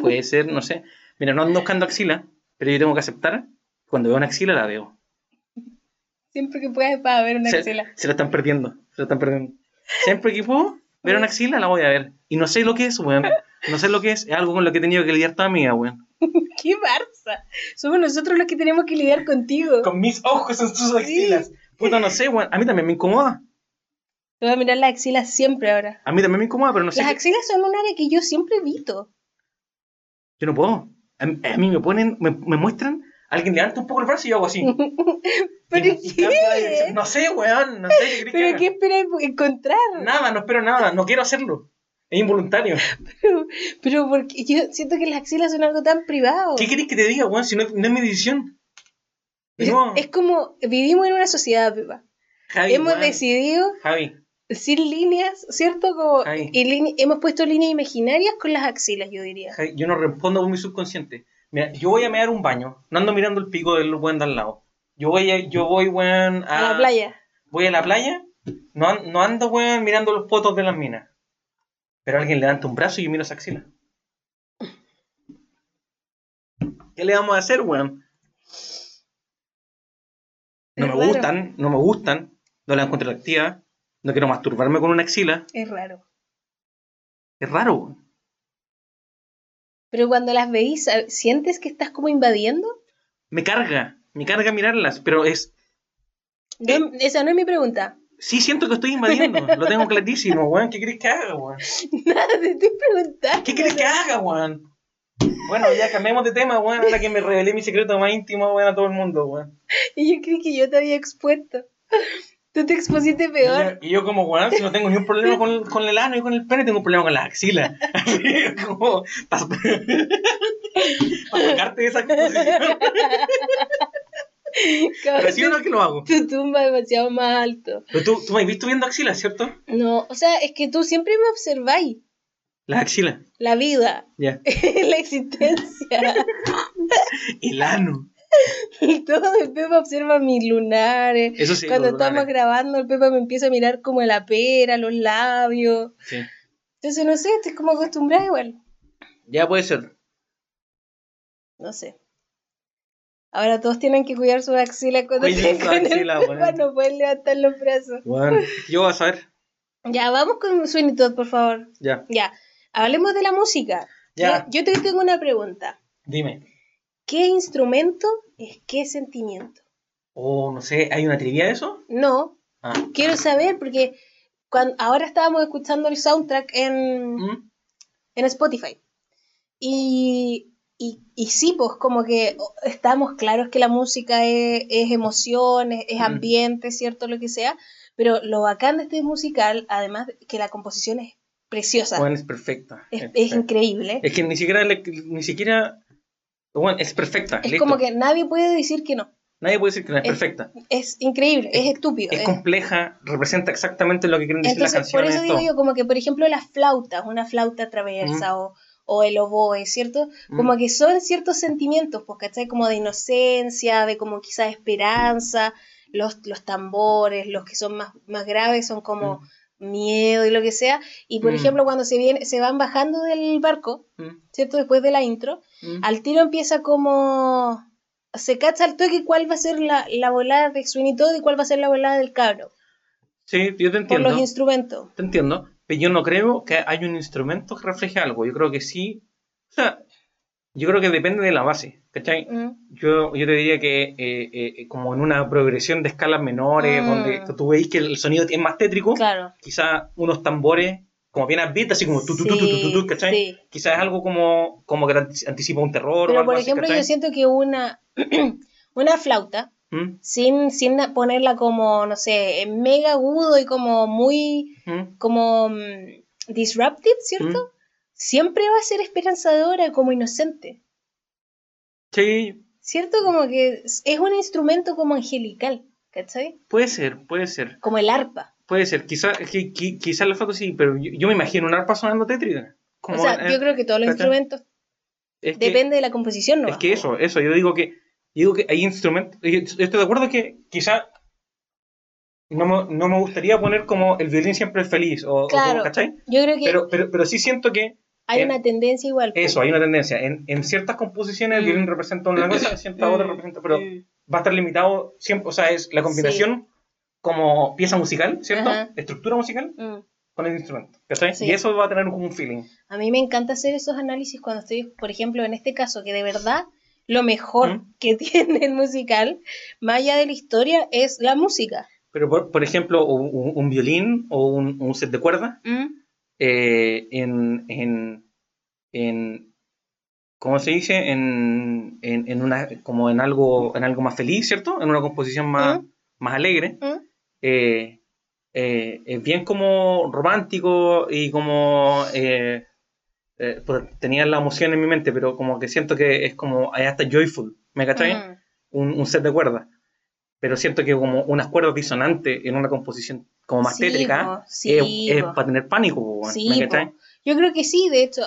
C: Puede ser, no sé. Mira, no ando buscando axila, pero yo tengo que aceptar. Cuando veo una axila la veo.
B: Siempre que puedas para ver una
C: se,
B: axila.
C: se la están perdiendo. Se la están perdiendo. Siempre que puedo ver una axila la voy a ver. Y no sé lo que es, weón. No sé lo que es. Es algo con lo que he tenido que lidiar toda mi vida, weón.
B: ¡Qué barza! Somos nosotros los que tenemos que lidiar contigo.
C: Con mis ojos en sus
B: axilas.
C: Puta, no sé, weón. A mí también me incomoda.
B: Te voy a mirar las axilas siempre ahora.
C: A mí también me incomoda, pero no sé.
B: Las
C: qué-
B: axilas son un área que yo siempre evito.
C: Yo no puedo. A, mí- a mí me ponen, me, me muestran, alguien levanta un poco el brazo y yo hago así.
B: ¿Pero
C: Y- y cambio la
B: qué?
C: dirección. no sé, weón, no sé qué crees que
B: ¿Pero
C: haga.
B: qué esperas encontrar?
C: Nada, no espero nada, no quiero hacerlo. Es involuntario.
B: Pero, pero porque yo siento que las axilas son algo tan privado.
C: ¿Qué querés que te diga, weón? Si no, no es mi decisión. De
B: Es-
C: nuevo,
B: Es como vivimos en una sociedad, Pepa.
C: Javi,
B: Hemos
C: weón.
B: decidido
C: Javi,
B: sin líneas, ¿cierto? Como,
C: Ahí.
B: y line- hemos puesto líneas imaginarias con las axilas, yo diría.
C: Javi, yo no respondo con mi subconsciente. Mira, yo voy a mear un baño, no ando mirando el pico del weón de al lado. Yo voy, a, yo voy, weón,
B: A la playa.
C: voy a la playa, no, an- no ando, weón, mirando los potos de las minas. Pero alguien levanta un brazo y yo miro esa axila. ¿Qué le vamos a hacer, weón?
B: Es
C: No me
B: raro.
C: gustan, no me gustan, no la encuentro activa, no quiero masturbarme con una axila.
B: Es raro.
C: Es raro, weón.
B: Pero cuando las veis, ¿sab- ¿sientes que estás como invadiendo?
C: Me carga, me carga mirarlas, pero es. Eh.
B: No, esa no es mi pregunta.
C: Sí, siento que estoy invadiendo, lo tengo clarísimo, weón. ¿Qué crees que haga, weón?
B: Nada, te estoy preguntando.
C: ¿Qué crees que haga, weón? Bueno, ya cambiemos de tema, weón. Ahora que me revelé mi secreto más íntimo, weón, a todo el mundo, weón.
B: Y yo creí que yo te había expuesto. Tú te expusiste
C: Y
B: peor.
C: yo, y yo como, weón, si no tengo ningún problema con, con el ano y con el pene, tengo un problema con las axilas. Así, como, para sacarte de esa posición. Pero sí o no que lo hago.
B: Tu tumba demasiado más alto.
C: Pero tú, tú me has visto viendo axilas, ¿cierto?
B: No, o sea, es que tú siempre me observáis.
C: Las axilas,
B: La vida,
C: ya.
B: la existencia.
C: El ano.
B: Todo el Pepa observa mis lunares.
C: Eso sí.
B: Cuando
C: los
B: estamos
C: lunares.
B: grabando, el Pepa me empieza a mirar como la pera, los labios.
C: Sí.
B: Entonces, no sé, estoy como acostumbrada igual.
C: Ya puede ser.
B: No sé. Ahora todos tienen que cuidar sus axilas cuando
C: Cuiden
B: estén
C: sus
B: con el
C: axilas,
B: Pepa,
C: weón.
B: no pueden levantar los brazos.
C: Bueno, yo voy a saber.
B: Ya, vamos con Sweeney Todd, por favor.
C: Ya,
B: Ya, hablemos de la música.
C: Ya.
B: Yo, yo te tengo una pregunta.
C: dime.
B: ¿Qué instrumento es qué sentimiento?
C: Oh, no sé, ¿hay una trivia de eso?
B: No,
C: Ah.
B: quiero saber porque cuando, ahora estábamos escuchando el soundtrack en,
C: ¿Mm?
B: en Spotify. Y, y, y sí, pues como que o- estamos claros que la música es, es emoción, es, es
C: Ujú.
B: ambiente, ¿cierto? Lo que sea. Pero lo bacán de este musical, además de que la composición es preciosa,
C: Bueno, eh, es perfecta.
B: Ah. es, es
C: perfecta.
B: increíble.
C: Es que ni siquiera, le- ni siquiera, bueno, es perfecta.
B: Es
C: listo.
B: como que nadie puede decir que no.
C: Nadie puede decir que no es,
B: es-
C: perfecta.
B: Es increíble, es, estúpido.
C: Es
B: es-
C: compleja, representa exactamente lo que quieren decir las
B: Entonces, por eso
C: canciones.
B: digo
C: todo.
B: yo, como que, por ejemplo, las flautas, una flauta traversa o, o el oboe, ¿cierto? Como
C: Mm.
B: que son ciertos sentimientos, pues, ¿cachai? Como de inocencia, de como quizás esperanza, los, los tambores, los que son más, más graves son como miedo y lo que sea. Y, por
C: Mm.
B: ejemplo, cuando se, viene, se van bajando del barco,
C: Mm, mm,
B: ¿cierto? Después de la intro,
C: mm.
B: al tiro empieza como... Se cacha al toque cuál va a ser la, la volada de Sweeney Todd y cuál va a ser la volada del cabro,
C: Sí, yo te
B: por
C: entiendo.
B: los instrumentos.
C: Te entiendo. Pero yo no creo que hay un instrumento que refleje algo. Yo creo que sí. O sea, yo creo que depende de la base. ¿Cachai?
B: Mm.
C: Yo, yo te diría que eh, eh, eh, como en una progresión de escalas menores,
B: Mm.
C: donde tú- tú veis que el sonido es más tétrico,
B: Claro.
C: quizá unos tambores como bien ambientas, así como tu, tu, tu, tu, tu, tu, ¿cachai?
B: sí.
C: Quizás es algo como, como que te anti- anticipa un terror o
B: Pero
C: algo
B: por
C: así,
B: ejemplo, yo
C: ¿cachai?
B: siento que una, una flauta,
C: ¿Mm?
B: sin, sin ponerla como, no sé, mega agudo y como muy,
C: ¿Mm?
B: como mm, Disruptive, ¿cierto? Siempre va a ser esperanzadora como inocente,
C: Sí,
B: ¿cierto? Como que es es un instrumento como angelical, ¿cachai?
C: puede ser, puede ser.
B: Como el arpa.
C: Puede ser. Quizás quizá la foto sí, pero yo, yo me imagino un arpa sonando tétrica.
B: O
C: Como,
B: sea,
C: eh,
B: yo creo que todos los
C: ¿cachai?
B: instrumentos,
C: es que-
B: depende de la composición, ¿no?
C: Es que eso, eso, yo digo que, yo digo que hay instrumentos, yo estoy de acuerdo que quizá no me, no me gustaría poner como el violín siempre es feliz, o, o como,
B: Claro.
C: ¿cachai?
B: Yo creo que
C: Pero, pero, pero sí siento que
B: hay
C: eh,
B: una tendencia igual. pues.
C: eso, hay una tendencia, en, en ciertas composiciones el
B: Mm.
C: violín representa una cosa, en ciertas otras representa, pero va a estar limitado siempre, o sea, es la combinación como pieza musical, ¿cierto?
B: Ajá.
C: Estructura musical
B: Mm.
C: con el instrumento, ¿cachai?
B: Sí.
C: Y eso va a tener como un feeling.
B: A mí me encanta hacer esos análisis cuando estoy, por ejemplo, en este caso, que de verdad lo mejor
C: ¿Mm?
B: que tiene el musical, más allá de la historia, es la música.
C: Pero, por, por ejemplo, un, un- un violín o un, un set de cuerdas,
B: ¿Mm?
C: eh, en, en, en ¿cómo se dice? En, en, en una como en algo en algo más feliz, ¿cierto? En una composición más,
B: Ujú.
C: más alegre.
B: Ujú.
C: Eh, eh, es bien como romántico y como eh, eh, pues, tenía la emoción en mi mente, pero como que siento que es como hay hasta joyful, ¿me cachai?
B: Mm.
C: Un, un set de cuerdas. Pero siento que como unas cuerdas disonantes en una composición como más
B: Sí,
C: tétrica
B: po, sí,
C: es,
B: po.
C: para tener pánico, po, weón,
B: Sí,
C: ¿me
B: po.
C: cachai?
B: Yo creo que sí, de hecho,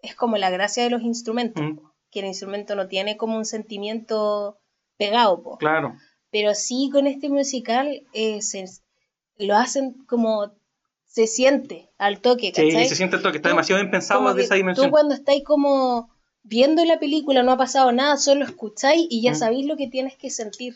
B: es como la gracia de los instrumentos,
C: Mm,
B: que el instrumento no tiene como un sentimiento pegado, po.
C: claro.
B: pero sí con este musical eh, se- lo hacen como se siente al toque,
C: Sí,
B: ¿cachai?
C: se siente el toque, está
B: Tú-
C: demasiado impensado
B: Como
C: desde
B: que
C: esa dimensión.
B: Tú cuando estáis como viendo la película, no ha pasado nada, solo escucháis y ya
C: Mm.
B: sabéis lo que tienes que sentir.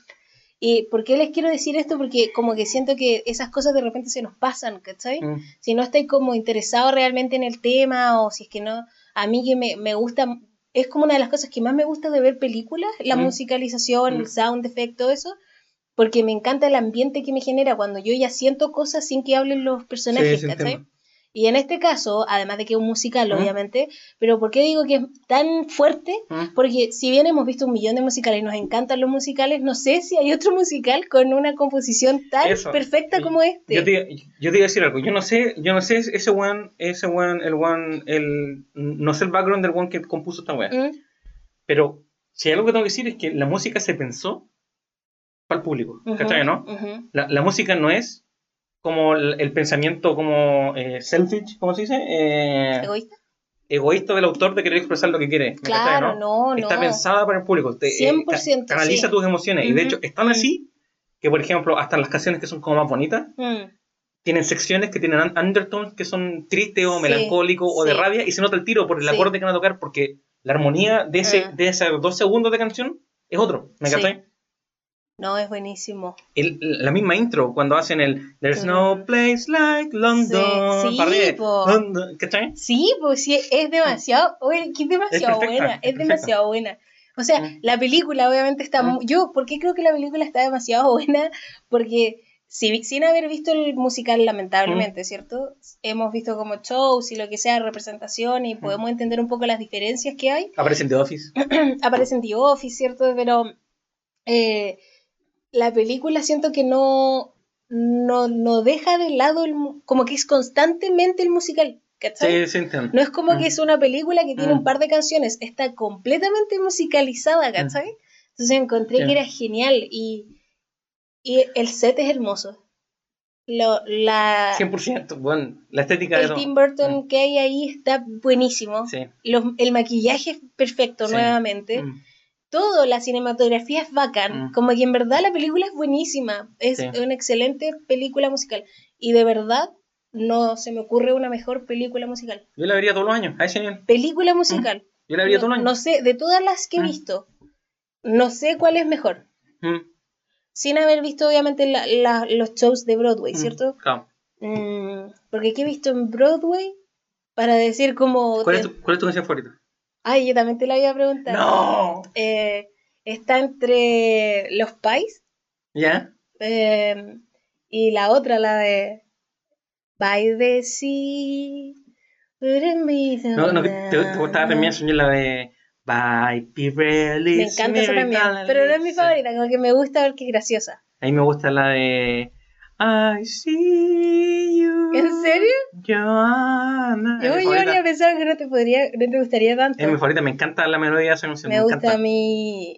B: ¿Y por qué les quiero decir esto? Porque como que siento que esas cosas de repente se nos pasan, ¿cachai?
C: Mm,
B: Si no estáis como interesados realmente en el tema o si es que no, a mí que me, me gusta, es como una de las cosas que más me gusta de ver películas, la
C: Mm.
B: musicalización,
C: Mm.
B: el sound effect, todo eso, porque me encanta el ambiente que me genera cuando yo ya siento cosas sin que hablen los personajes,
C: sí,
B: ¿cachai?
C: entiendo.
B: Y en este caso, además de que es un musical,
C: ¿Mm?
B: obviamente, pero ¿por qué digo que es tan fuerte?
C: Mm.
B: Porque si bien hemos visto un millón de musicales y nos encantan los musicales, no sé si hay otro musical con una composición tan
C: Eso.
B: perfecta
C: Y-
B: como este.
C: Yo, te, yo te iba a decir algo, yo no sé, yo no sé ese one, ese one, el one, el no sé el background del one que compuso esta wea,
B: ¿Mm?
C: pero si hay algo que tengo que decir es que la música se pensó para el público,
B: Mm, Ujú,
C: ¿cachai, no?
B: ujú.
C: La, la música no es como el, el pensamiento como eh, selfish, ¿cómo se dice? Eh,
B: ¿Egoísta?
C: egoísta del autor de querer expresar lo que quiere, ¿me cachai,
B: Claro, no, no.
C: está pensada para el público. Te, eh,
B: 100%,
C: ca- canaliza
B: sí.
C: tus emociones. Y de
B: Ujú.
C: hecho, están así que, por ejemplo, hasta las canciones que son como más bonitas,
B: Mm,
C: tienen secciones que tienen un- undertones que son tristes o
B: Sí,
C: melancólicos o de
B: sí.
C: rabia y se nota el tiro por el
B: Sí.
C: acorde que van a tocar porque la armonía de, ese,
B: Mm.
C: de esos dos segundos de canción es otro. ¿Me
B: Sí.
C: cachai?
B: No, es buenísimo.
C: El- La misma intro cuando hacen el There's no
B: Mm.
C: place like London.
B: Sí, sí,
C: para arriba,
B: po.
C: London, ¿Cachai?
B: Sí, pues sí, es demasiado, oye, que es demasiado
C: perfecta,
B: buena,
C: Mm. es
B: es
C: perfecta.
B: demasiado buena. O sea,
C: Mm.
B: la película obviamente está,
C: Mm.
B: mu- yo, ¿por qué creo que la película está demasiado buena? Porque si, sin haber visto el musical,
C: Mm.
B: lamentablemente, ¿cierto? Hemos visto como shows y lo que sea, representación
C: Mm.
B: y podemos entender un poco las diferencias que hay.
C: Aparece en The Office.
B: Aparece en The Office, ¿cierto? Pero eh, la película siento que no, no, no deja de lado, el, mu- como que es constantemente el musical, ¿cachai?
C: Sí, sí, entiendo.
B: No es como
C: Mm.
B: que es una película que tiene
C: Mm.
B: un par de canciones, está completamente musicalizada, ¿cachai? Entonces encontré
C: Sí.
B: que era genial y, y el set es hermoso. Lo, la,
C: 100%. Bueno, la estética de
B: el
C: todo.
B: Tim Burton que hay ahí está buenísimo.
C: Mm. Sí.
B: Los- el maquillaje es perfecto
C: Sí.
B: nuevamente.
C: Mm.
B: Todo, la cinematografía es bacán.
C: Mm.
B: Como que en verdad la película es buenísima. Es
C: Sí.
B: una excelente película musical. Y de verdad no se me ocurre una mejor película musical.
C: Yo la vería todos los años. A ese nivel.
B: Película musical.
C: Yo la vería
B: no,
C: todos los años.
B: no sé, de todas las que he
C: Mm.
B: visto, no sé cuál es mejor.
C: Mm,
B: Sin haber visto, obviamente, la- la- los shows de Broadway,
C: mm,
B: ¿cierto?
C: claro.
B: Mm, porque ¿qué he visto en Broadway? Para decir como...
C: ¿Cuál es,
B: te-
C: tu, cuál es tu canción favorita?
B: Ay, yo también te la iba a preguntar.
C: ¡No!
B: Eh, está entre Los Pais
C: ¿Ya?
B: eh, y la otra, la de... By the sea... wouldn't be the
C: No, no, que te, te gustaba también soñar la de Bye, Pirelli.
B: Ah. Me encanta esa también, pero no es mi favorita, como que me gusta ver que es graciosa.
C: A mí me gusta la de I see you
B: ¿En serio?
C: Johanna.
B: Yo,
C: Es mi
B: yo
C: favorita.
B: habría pensado que no te, podría, no te gustaría tanto.
C: Es mi favorita, me encanta la melodía de esa canción.
B: Me gusta a
C: encanta.
B: mí.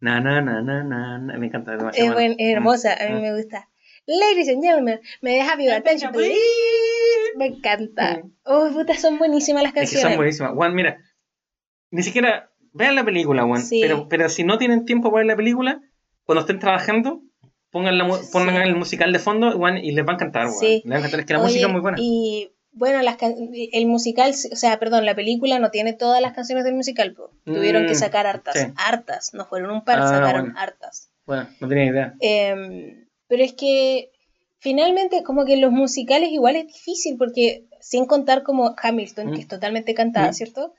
C: Na, na, na, na, na, na, Me encanta demasiado.
B: Es, buen- es hermosa, a mí
C: Mm.
B: me gusta. Ladies and gentlemen, me deja viva attention, please.
C: pues.
B: Me encanta. Oh, puta, son buenísimas las
C: Es que son
B: canciones.
C: buenísimas. Juan, mira, ni siquiera vean la película, Juan.
B: Sí.
C: Pero, pero si no tienen tiempo para ver la película, cuando estén trabajando, pongan, la, mu-
B: Sí.
C: pongan el musical de fondo, Juan, y les va a encantar, Juan.
B: Sí.
C: Les va a encantar, es que la
B: Oye,
C: música es muy buena.
B: Y bueno, las can- el musical, o sea, perdón, la película no tiene todas las canciones del musical. po. Tuvieron que
C: Mm,
B: sacar hartas,
C: sí.
B: hartas. No fueron un par,
C: Ah,
B: sacaron
C: bueno.
B: hartas.
C: Bueno, no tenía idea.
B: Em, pero es que finalmente como que los musicales igual es difícil porque sin contar como Hamilton,
C: Mm.
B: que es totalmente cantada,
C: Mm.
B: ¿cierto?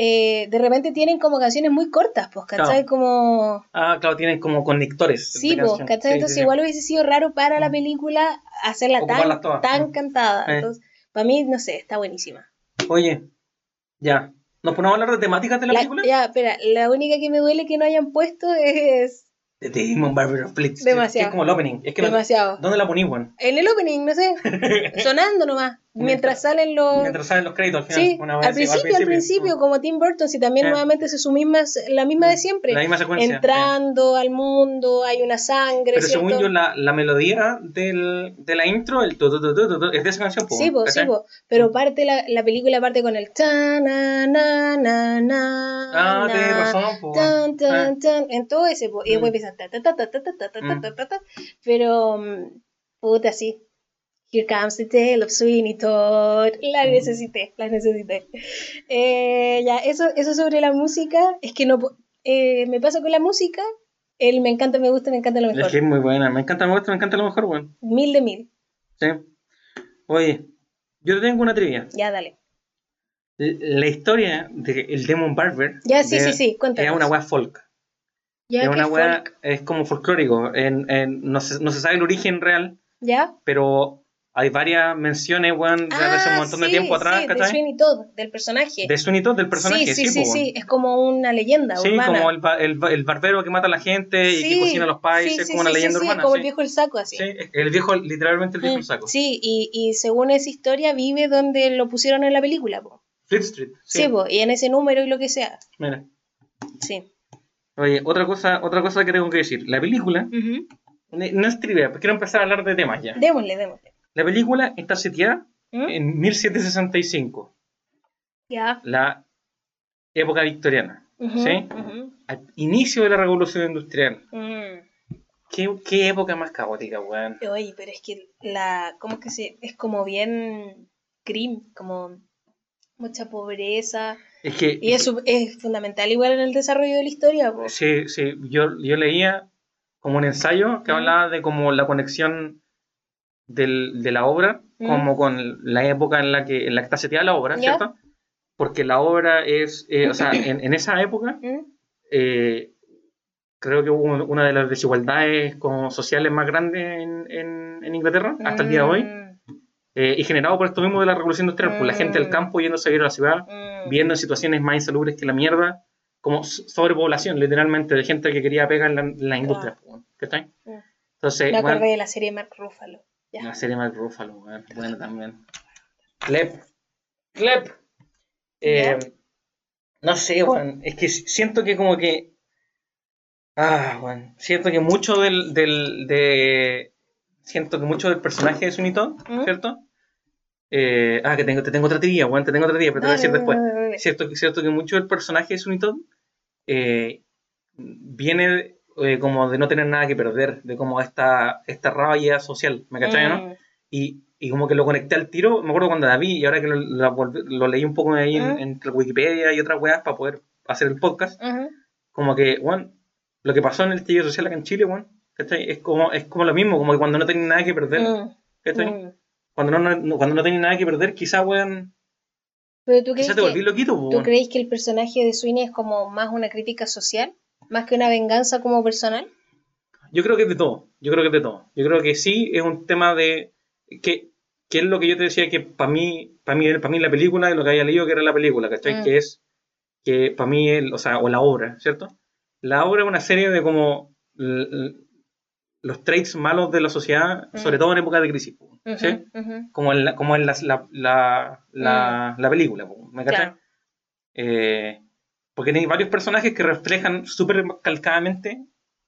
B: Eh, de repente tienen como canciones muy cortas, pues, ¿cachai?
C: Claro.
B: Como...
C: Ah, claro, tienen como conectores. de
B: Sí, pues,
C: canción.
B: ¿cachai?
C: Sí,
B: Entonces
C: sí, sí.
B: igual hubiese sido raro para la
C: Mm.
B: película hacerla
C: Ocuparlas
B: tan,
C: todas.
B: tan
C: Mm.
B: cantada.
C: Eh.
B: Entonces, para mí, no sé, está buenísima.
C: Oye, ya. ¿Nos ponemos a hablar de temáticas de la,
B: La-
C: película?
B: ya, espera, la única que me duele que no hayan puesto es
C: De Demon Barber of Blitz.
B: Demasiado.
C: Que es como el opening. Es que no-
B: demasiado.
C: ¿Dónde la poní, Juan?
B: En el opening, no sé, sonando nomás, mientras salen los...
C: Mientras salen los créditos al uh. Mm. final.
B: Oh. Sí,
C: una
B: al,
C: vez, sí,
B: principio, al principio, como Tim Burton, si también
C: Eh.
B: nuevamente es su misma, la misma de siempre.
C: Mm, La misma secuencia. sí.
B: Entrando al mundo, hay una sangre,
C: Pero
B: ¿cierto?
C: según yo, la, la melodía del, de la intro, el tu, tu, tu, tu, tu, tu, es de esa canción. po,
B: Sí, po, sí,
C: ¿cachai? Mm.
B: po. pero parte la, la película parte con el tan na na na na
C: Ah,
B: na,
C: tienes razón. po.
B: tan
C: Ah,
B: tan tan en todo ese po. y después
C: Mm.
B: empieza ta ta ta ta ta ta ta ta ta
C: Mm.
B: ta ta ta pero mm, puta sí Here comes the tale of Sweeney Todd. La
C: Mm.
B: necesité, la necesité. Eh, ya, eso, eso sobre la música. Es que no. po- eh, me pasa con la música. El me encanta, me gusta, me encanta lo
C: Ah, Es que
B: mejor.
C: es muy buena. Me encanta, me gusta, me encanta a lo mejor, Juan.
B: Mil de mil.
C: Sí. Oye, yo te tengo una trivia.
B: Ya, dale.
C: L- La historia del el Demon Barber
B: Ya, sí,
C: de-
B: sí, sí. Cuéntanos.
C: es una wea folk.
B: Ya,
C: es
B: qué
C: una wea,
B: folk.
C: es como folclórico. En, en- no, se, no se sabe el origen real,
B: ¿Ya?
C: pero hay varias menciones, weón, de hace un montón de
B: Ah, sí,
C: tiempo atrás,
B: sí, de
C: ¿cachai?
B: Sweeney Todd, del personaje.
C: De Sweeney Todd, del personaje,
B: sí, sí, sí,
C: po,
B: sí,
C: weón.
B: es como una leyenda
C: Sí,
B: urbana.
C: como el, ba- el ba- el barbero que mata a la gente y que
B: Sí,
C: cocina a los pais,
B: sí,
C: es
B: sí,
C: como una
B: sí, sí,
C: leyenda
B: sí,
C: urbana.
B: como
C: sí.
B: el viejo el saco, así.
C: Sí, el viejo, literalmente el viejo
B: Mm,
C: del saco.
B: sí, y, y según esa historia vive donde lo pusieron en la película, po.
C: Flip Street. Sí,
B: Sí, po, y en ese número y lo que sea.
C: mira.
B: Sí.
C: Oye, otra cosa, otra cosa que tengo que decir. La película,
B: Ujú.
C: ne- no es trivia, pero quiero empezar a hablar de temas ya.
B: Démosle, démosle.
C: La película está seteada
B: ¿Mm?
C: en 1765,
B: Ya.
C: la época victoriana,
B: Ujú,
C: sí.
B: ujú.
C: al inicio de la revolución industrial.
B: Mm.
C: ¿Qué, qué época más caótica, weón?
B: Oye, pero es que la. ¿Cómo que se.? Es como bien. Grim, como. Mucha pobreza.
C: Es que
B: Y eso es fundamental igual en el desarrollo de la historia. po.
C: Sí, sí, yo, yo leía como un ensayo que
B: Mm.
C: hablaba de como la conexión del, de la obra,
B: Mm.
C: como con la época en la que, en la que está seteada la obra,
B: Ya.
C: ¿cierto? Porque la obra es, eh, o sea, en, en esa época
B: ¿Mm?
C: eh, creo que hubo un- una de las desigualdades como sociales más grandes en, en- en Inglaterra hasta el día de hoy,
B: Mm,
C: eh, y generado por esto mismo de la revolución industrial, por la gente del
B: Mm.
C: campo yéndose a vivir a la ciudad,
B: mm.
C: viendo en situaciones más insalubres que la mierda, como s- sobrepoblación, literalmente, de gente que quería pegar en la, en la industria. po, ¿cachai?
B: Mm.
C: Entonces,
B: Me acordé
C: bueno,
B: de la serie Mark Ruffalo. ya.
C: la serie Mark Ruffalo, weón, bueno, también. Clep. Clep. Eh, no sé, weón, es que s- siento que como que... Ah, weón, siento que mucho del... del de, siento que mucho del personaje de Sunito,
B: ¿Mm?
C: ¿cierto? Eh, ah, que tengo, te tengo otra teoría, weón, te tengo otra teoría, pero te voy a decir
B: Dale,
C: después
B: dale, dale.
C: cierto, cierto que mucho del personaje de Sunny Todd eh, viene eh, como de no tener nada que perder, de como esta, esta rabia social, ¿me cachai, no?
B: Mm,
C: Y, y como que lo conecté al tiro, me acuerdo cuando la vi y ahora que lo, la volv- lo leí un poco ahí en,
B: Mm.
C: entre Wikipedia y otras weas para poder hacer el podcast,
B: ujú.
C: como que, bueno, lo que pasó en el estallido social acá en Chile, bueno, ¿cachai? Es como, es como lo mismo, como que cuando no tenés nada que perder,
B: Mm,
C: ¿cachai?
B: mm.
C: Cuando no, no- cuando no tenés nada que perder, quizás, weón,
B: Pero tú crees,
C: quizás te volví
B: que,
C: loquito,
B: ¿tú
C: weón.
B: crees que el personaje de Sweeney es como más una crítica social? ¿Más que una venganza como personal?
C: Yo creo que es de todo. Yo creo que es de todo. Yo creo que sí es un tema de. que, que es lo que yo te decía que para mí, para mí, para mí la película, lo que había leído que era la película, ¿cachai?
B: Mm.
C: Que es. que para mí, el, o sea, o la obra, ¿cierto? La obra es una serie de como. l- l- los traits malos de la sociedad,
B: Mm.
C: sobre todo en épocas de crisis, po,
B: Ujú,
C: ¿sí?
B: ujú,
C: Como en la, como en las- la, la, la- la película, po, ¿me
B: Mm.
C: cachai?
B: Claro.
C: Eh, porque tenéis varios personajes que reflejan súper calcadamente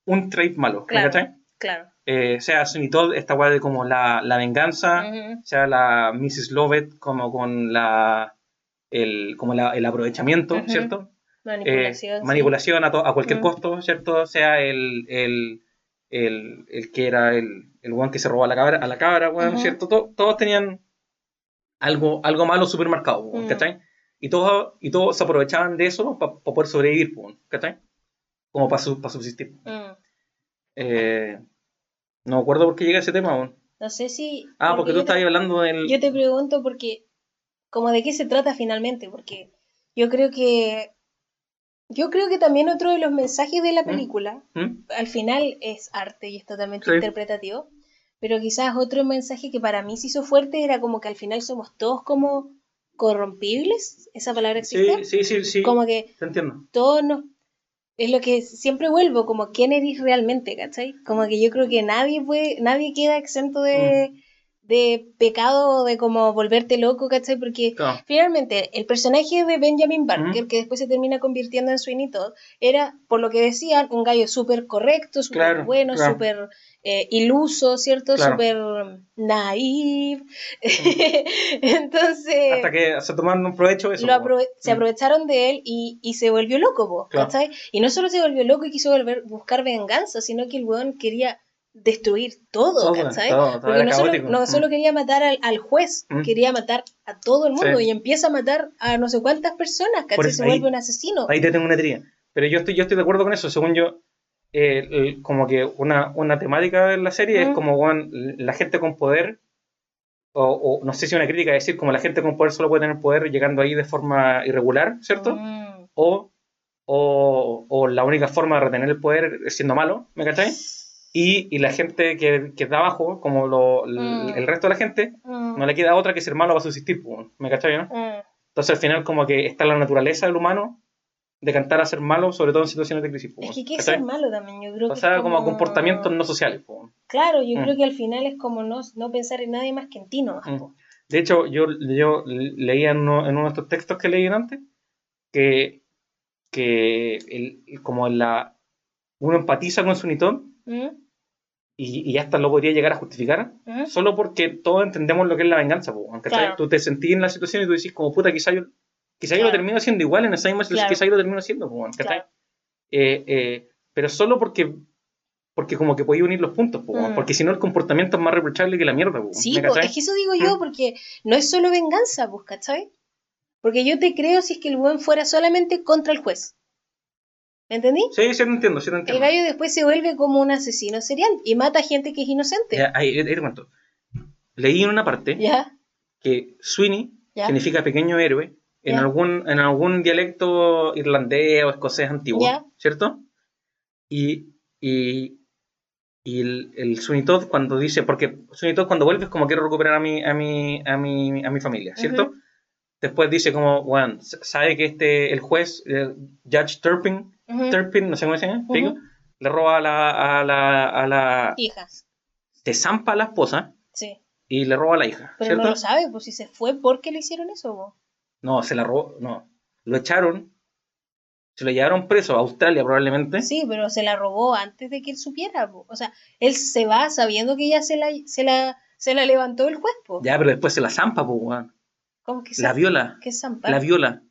C: un trait malo, ¿me
B: Claro.
C: cachai?
B: Claro.
C: Eh, sea Sunny Todd, esta weá de como la, la venganza,
B: Ujú,
C: sea la Mrs. Lovett como con la el, como la- el aprovechamiento,
B: Ujú.
C: ¿cierto? Eh,
B: Manipulación. sí.
C: manipulación a, to- a cualquier
B: Mm.
C: costo, ¿cierto? Sea el, el, el, el que era el, el weón que se robó a la cabra, a la cabra weón,
B: Ujú.
C: ¿cierto? To- todos tenían algo, algo malo súper marcado, weón,
B: Mm.
C: ¿cachai? Y todos, y todos se aprovechaban de eso para poder sobrevivir, weón, ¿cachai? Como para subsistir.
B: Mm.
C: Eh, no me acuerdo por qué llega ese tema, weón.
B: No sé si.
C: Ah, porque tú
B: yo te-
C: estabas hablando del...
B: Yo te pregunto porque, como de qué se trata finalmente, porque yo creo que, yo creo que también otro de los mensajes de la
C: ¿Mm?
B: película,
C: ¿Mm?
B: al final es arte y es totalmente
C: Sí.
B: interpretativo, pero quizás otro mensaje que para mí se hizo fuerte era como que al final somos todos como corrompibles, esa palabra existe,
C: Sí, sí, sí, sí.
B: como que
C: Te entiendo.
B: todos nos... Es lo que siempre vuelvo, como quién eres realmente, ¿cachai? Como que yo creo que nadie puede, nadie queda exento
C: Mm.
B: de, de pecado o de como volverte loco, ¿cachai? Porque
C: Claro.
B: Finalmente, el personaje de Benjamin Barker,
C: Ujú.
B: que después se termina convirtiendo en Sweeney Todd, era, por lo que decían, un gallo súper correcto, súper
C: Claro,
B: bueno,
C: claro.
B: súper eh, iluso, ¿cierto?
C: Claro.
B: Súper naive. Entonces,
C: Hasta que se tomaron un provecho eso.
B: lo
C: weón.
B: aprove- se
C: Mm.
B: aprovecharon de él y, y se volvió loco, po,
C: Claro.
B: ¿cachai? Y no solo se volvió loco y quiso volver buscar venganza, sino que el weón quería destruir todo,
C: Todo,
B: ¿cachai?
C: todo, todo
B: Porque
C: era
B: no solo,
C: caótico.
B: no
C: Mm.
B: solo quería matar al, al juez,
C: Mm.
B: quería matar a todo el mundo
C: Sí.
B: y empieza a matar a no sé cuántas personas,
C: Por
B: ¿cachai?
C: eso
B: Se
C: ahí-
B: vuelve un asesino.
C: Ahí te tengo una teoría. Pero yo estoy, yo estoy de acuerdo con eso. Según yo, eh, el- como que una, una temática de la serie es
B: Ujú.
C: como weón, la gente con poder, o, o no sé si una crítica, es decir, como la gente con poder solo puede tener poder llegando ahí de forma irregular, ¿cierto?
B: Mm.
C: O, o, o la única forma de retener el poder es siendo malo, ¿me cachai? Y, y la gente que, que está abajo, como lo-
B: Mm.
C: el, el resto de la gente,
B: Mm.
C: no le queda otra que ser malo para subsistir, weón, ¿me cachai? no?
B: Mm.
C: Entonces al final como que está la naturaleza del humano de cantar a ser malo, sobre todo en situaciones de crisis. po,
B: Es que qué es
C: ¿cachai?
B: ser malo también, yo creo
C: O
B: que
C: sea,
B: es
C: como comportamientos no sociales. po.
B: Claro, yo
C: Mm.
B: creo que al final es como no, no pensar en nadie más que en ti nomás,
C: Mm.
B: po.
C: De hecho, yo, yo leía en uno, en uno de estos textos que leí antes que, que el- como la, uno empatiza con su nitón
B: Mm,
C: y, y hasta lo podría llegar a justificar
B: mm.
C: solo porque todos entendemos lo que es la venganza. po, ¿cachai?
B: Claro.
C: Tú te sentís en la situación y tú decís como puta, quizá yo, quizá yo
B: Claro.
C: lo termino haciendo igual en esa misma situación,
B: Claro.
C: quizá yo lo termino haciendo. po, ¿cachai?
B: Claro.
C: Eh, eh, pero solo porque porque como que podía unir los puntos, po,
B: Mm.
C: porque si no el comportamiento es más reprochable que la mierda, po,
B: Sí,
C: ¿me
B: po,
C: cachai?
B: es que eso digo yo,
C: Mm.
B: porque no es solo venganza, pues, ¿cachai? Porque yo te creo si es que el buen fuera solamente contra el juez. ¿Me entendí?
C: Sí, sí, te entiendo, sí, te
B: El
C: entiendo.
B: gallo después se vuelve como un asesino serial y mata gente que es inocente.
C: Ya, Eh, ahí, ahí te cuento. Leí en una parte
B: Ya,
C: que Sweeney
B: ya.
C: significa pequeño héroe en,
B: Ya.
C: algún, en algún dialecto irlandés o escocés antiguo,
B: Ya.
C: ¿cierto? Y, y, y el, el Sweeney Todd cuando dice, porque Sweeney Todd cuando vuelve es como quiero recuperar a mi, a mi, a mi, a mi familia, ¿cierto?
B: Ujú.
C: Después dice como, bueno, sabe que este, el juez, eh, Judge Turpin,
B: Ujú.
C: Turpin, no sé cómo se llama,
B: Ujú.
C: pico, le roba a la, a la, a la,
B: Hija,
C: te zampa a la esposa
B: sí.
C: y le roba a la hija,
B: Pero
C: ¿cierto?
B: no lo sabe, pues si se fue, ¿por qué le hicieron eso? po?
C: No, se la robó, no. Lo echaron, se lo llevaron preso a Australia probablemente.
B: Sí, pero se la robó antes de que él supiera. po. O sea, él se va sabiendo que ya se la, se la, se la levantó el juez. po.
C: Ya, pero después se la zampa, pues, weón.
B: ¿Cómo que
C: La
B: se-
C: viola,
B: que zampar?
C: la viola.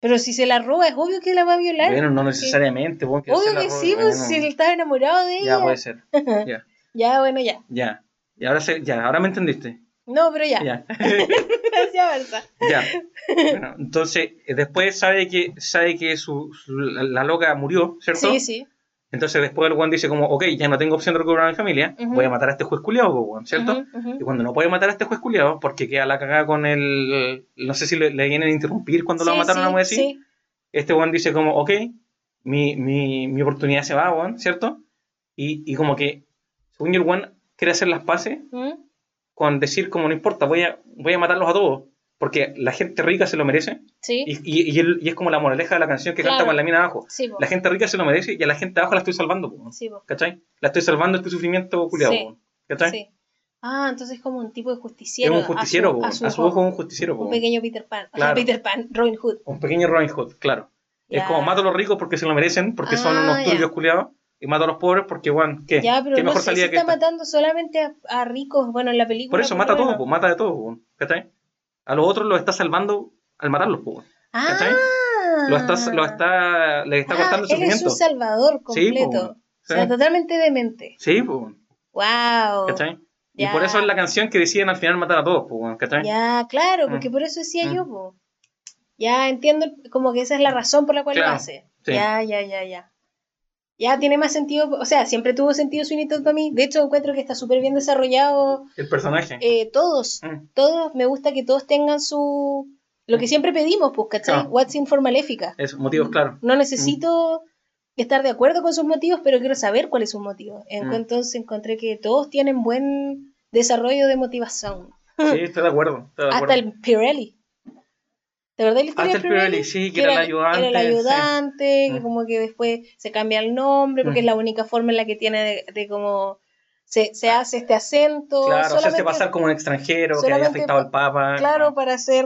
B: Pero si se la roba, es obvio que la va a violar.
C: Bueno, no necesariamente, weón. que se
B: Obvio
C: la
B: que
C: robe,
B: sí, pues
C: bueno.
B: si él estaba enamorado de ella.
C: Ya pues. puede ser,
B: Ya, bueno, ya.
C: ya. Y ahora, se, ya, ahora me entendiste.
B: No, pero ya.
C: Ya.
B: Gracias, Balsa.
C: Ya. Bueno, entonces, eh, después sabe que, sabe que su, su- la, la loca murió, ¿cierto?
B: Sí, sí.
C: Entonces, después el Juan dice como, ok, ya no tengo opción de recuperar a mi familia,
B: Ujú.
C: voy a matar a este juez culiado, po, weón, ¿cierto?
B: Ujú, ujú.
C: Y cuando no puede matar a este juez culiado, porque queda la cagada con el... No sé si le, le vienen a interrumpir cuando lo
B: Sí,
C: mataron a
B: sí,
C: una así.
B: sí.
C: Este Juan dice como, ok, mi, mi, mi oportunidad se va, Juan, ¿cierto? Y, y como que, según yo, el Juan quiere hacer las paces
B: Ujú.
C: con decir como, no importa, voy a, voy a matarlos a todos. porque la gente rica se lo merece.
B: Sí.
C: Y, y- y él- y es como la moraleja de la canción que canta
B: Claro.
C: con la mina abajo.
B: Sí, po.
C: La gente rica se lo merece y a la gente abajo la estoy salvando, po,
B: Sí, po.
C: ¿cachai? La estoy salvando este sufrimiento culiado,
B: Sí.
C: po, ¿cachai?
B: Sí. Ah, entonces es como un tipo de
C: Es
B: justiciero.
C: un justiciero, po,
B: a su, a su
C: ojo
B: ojo.
C: es un justiciero, po,
B: Un pequeño Peter Pan. O sea,
C: Claro.
B: Peter Pan, Robin Hood.
C: un pequeño Robin Hood, claro. Es
B: Ya.
C: como mato a los ricos porque se lo merecen, porque son
B: Ah,
C: unos
B: ya.
C: turbios culiados, y mato a los pobres porque, bueno, ¿qué?
B: Ya, pero
C: ¿Qué
B: no
C: mejor
B: sé si
C: salida
B: está
C: que esta?
B: matando solamente a, a ricos, bueno, en la película.
C: Por eso mata
B: lo
C: a todos,
B: menos.
C: po, mata de todos, po, ¿cachai? A los otros los está salvando al matarlos, po, ¿cachai?
B: Ah.
C: Lo está, lo está, les está
B: Ah,
C: cortando el
B: él es
C: sufrimiento.
B: un salvador
C: Sí, po,
B: completo. o
C: sí.
B: sea, totalmente demente.
C: Sí, po,
B: Wow.
C: ¿cachai?
B: Ya.
C: Y por eso es la canción que deciden al final matar a todos, po, ¿cachai?
B: Ya, claro,
C: Mm.
B: porque por eso decía
C: Mm.
B: yo, po. Ya entiendo, como que esa es la razón por la cual lo
C: Claro,
B: hace.
C: sí.
B: Ya, ya, ya, ya. Ya tiene más sentido, o sea, siempre tuvo sentido Sweeney Todd para mí. De hecho, encuentro que está súper bien desarrollado.
C: El personaje.
B: Eh, todos,
C: Mm.
B: todos, me gusta que todos tengan su. Lo que siempre pedimos, pues, ¿cachai?
C: Claro.
B: What's in for Maléfica.
C: Es motivos claros.
B: No necesito estar de acuerdo con sus motivos, pero quiero saber cuáles son sus motivos. En-
C: Mm.
B: Entonces encontré que todos tienen buen desarrollo de motivación.
C: Sí, estoy de acuerdo. estoy de acuerdo.
B: Hasta el Pirelli. ¿Te acordás de la historia
C: Hasta
B: del
C: el
B: Pirelli?
C: Pirelli, sí, que era el ayudante,
B: Era el
C: sí.
B: ayudante, que
C: Mm.
B: como que después se cambia el nombre, porque
C: Mm.
B: es la única forma en la que tiene de, de como... Se, se hace este acento.
C: Ah. Claro, se hace
B: solamente-
C: pasar como un extranjero que haya
B: solamente
C: afectado al Papa.
B: Claro, para ser,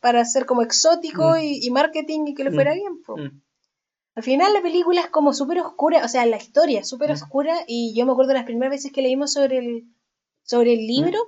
B: para ser como exótico
C: Mm.
B: y, y marketing y que le
C: Mm.
B: fuera bien. po.
C: Mm.
B: Al final la película es como súper oscura, o sea, la historia es súper
C: Mm.
B: oscura y yo me acuerdo las primeras veces que leímos sobre el, sobre
C: Mm.
B: el libro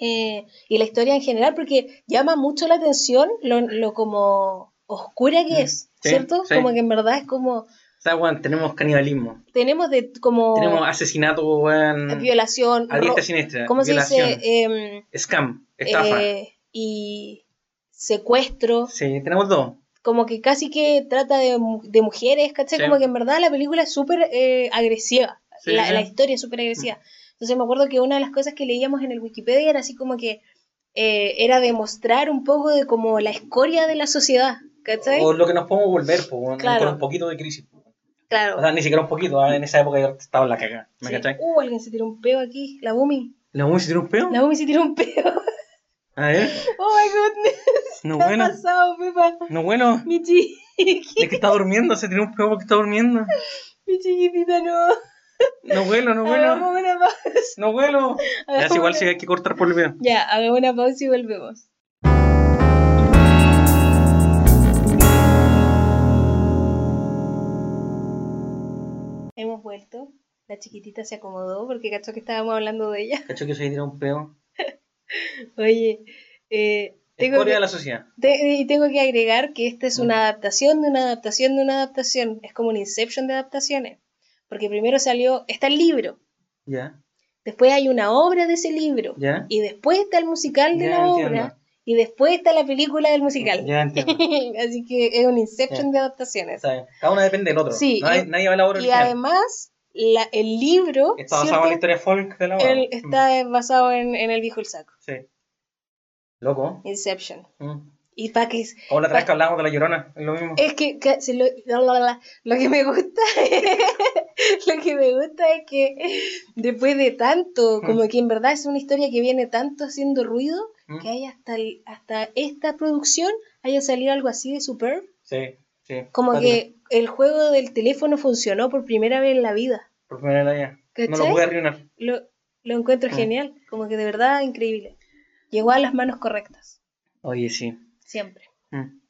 B: eh, y la historia en general porque llama mucho la atención lo, lo como oscura que
C: Mm.
B: es,
C: Sí,
B: ¿cierto?
C: sí.
B: Como que en verdad es como,
C: O sea, weón, tenemos canibalismo.
B: tenemos de como
C: Tenemos asesinato, weón.
B: violación,
C: A diestra y
B: Oh. ro-
C: siniestra.
B: ¿cómo
C: violación,
B: se dice? Em,
C: Scam. Estafa.
B: eh, y secuestro,
C: Sí, tenemos dos.
B: como que casi que trata de, mu- de mujeres, ¿cachai?
C: Sí.
B: Como que en verdad la película es súper eh, agresiva,
C: Sí,
B: la,
C: sí. Mm.
B: la historia es súper agresiva. Entonces me acuerdo que una de las cosas que leíamos en el Wikipedia era así como que eh, era demostrar un poco de como la escoria de la sociedad, ¿cachai?
C: O lo que nos podemos volver, po, weón,
B: Claro.
C: con un poquito de crisis. po.
B: claro.
C: O sea, ni siquiera un poquito. ah, En esa época yo estaba en la cagada. ¿Me
B: Sí.
C: cachai?
B: Uh, alguien se tiró un peo aquí, la Bumi.
C: ¿La música tiene un peo?
B: La Bumi se tiró un peo.
C: A ver.
B: Oh my goodness,
C: No
B: ¿qué ha
C: bueno.
B: pasado, Pepa?
C: No bueno.
B: Mi chiqui,
C: Es que está durmiendo. Se tiró un peo porque está durmiendo.
B: mi chiquitita no.
C: No vuelo, no
B: Hagamos
C: vuelo.
B: una pausa.
C: No vuelo. Ya es
B: hagamos
C: igual
B: una-
C: si hay que cortar por el video.
B: Ya, hagamos una pausa y volvemos. Hemos vuelto. La chiquitita se acomodó porque cachó que estábamos hablando de ella.
C: Cacho que se tiró un peo.
B: Oye, eh, tengo,
C: Escoria
B: que,
C: de la sociedad.
B: te- y tengo que agregar que esta es una adaptación de una adaptación de una adaptación. Es como un Inception de adaptaciones. Porque primero salió, está el libro,
C: Ya,
B: después hay una obra de ese libro,
C: ya.
B: y después está el musical de
C: Ya,
B: la obra,
C: entiendo.
B: y después está la película del musical.
C: Ya entiendo.
B: Así que es un inception
C: Ya.
B: de adaptaciones.
C: Está bien. Cada una depende del otro.
B: Sí,
C: nadie,
B: y-
C: nadie va a la obra
B: Y
C: original.
B: además, la- el libro
C: está basado en la
B: ¿cierto?
C: historia folk de Mm. la obra.
B: El- está eh, basado en, en El viejo el saco,
C: Mm, Sí. Loco.
B: Inception.
C: Mm.
B: Y pa' que es,
C: Como la otra vez que hablamos de la llorona, es lo mismo.
B: es que, ca- si lo, la, la, la, lo que me gusta lo que me gusta es que después de tanto, como que en verdad es una historia que viene tanto haciendo ruido,
C: Mm.
B: que hay hasta, el- hasta esta producción haya salido algo así de superb.
C: Sí, sí.
B: Como
C: Cuático.
B: que el juego del teléfono funcionó por primera vez en la vida.
C: Por primera vez en la vida. No lo
B: ¿Cachai?
C: pude arruinar.
B: Lo, lo encuentro
C: Mm.
B: genial, como que de verdad increíble. Llegó a las manos correctas,
C: Oye, sí.
B: siempre.
C: Mm.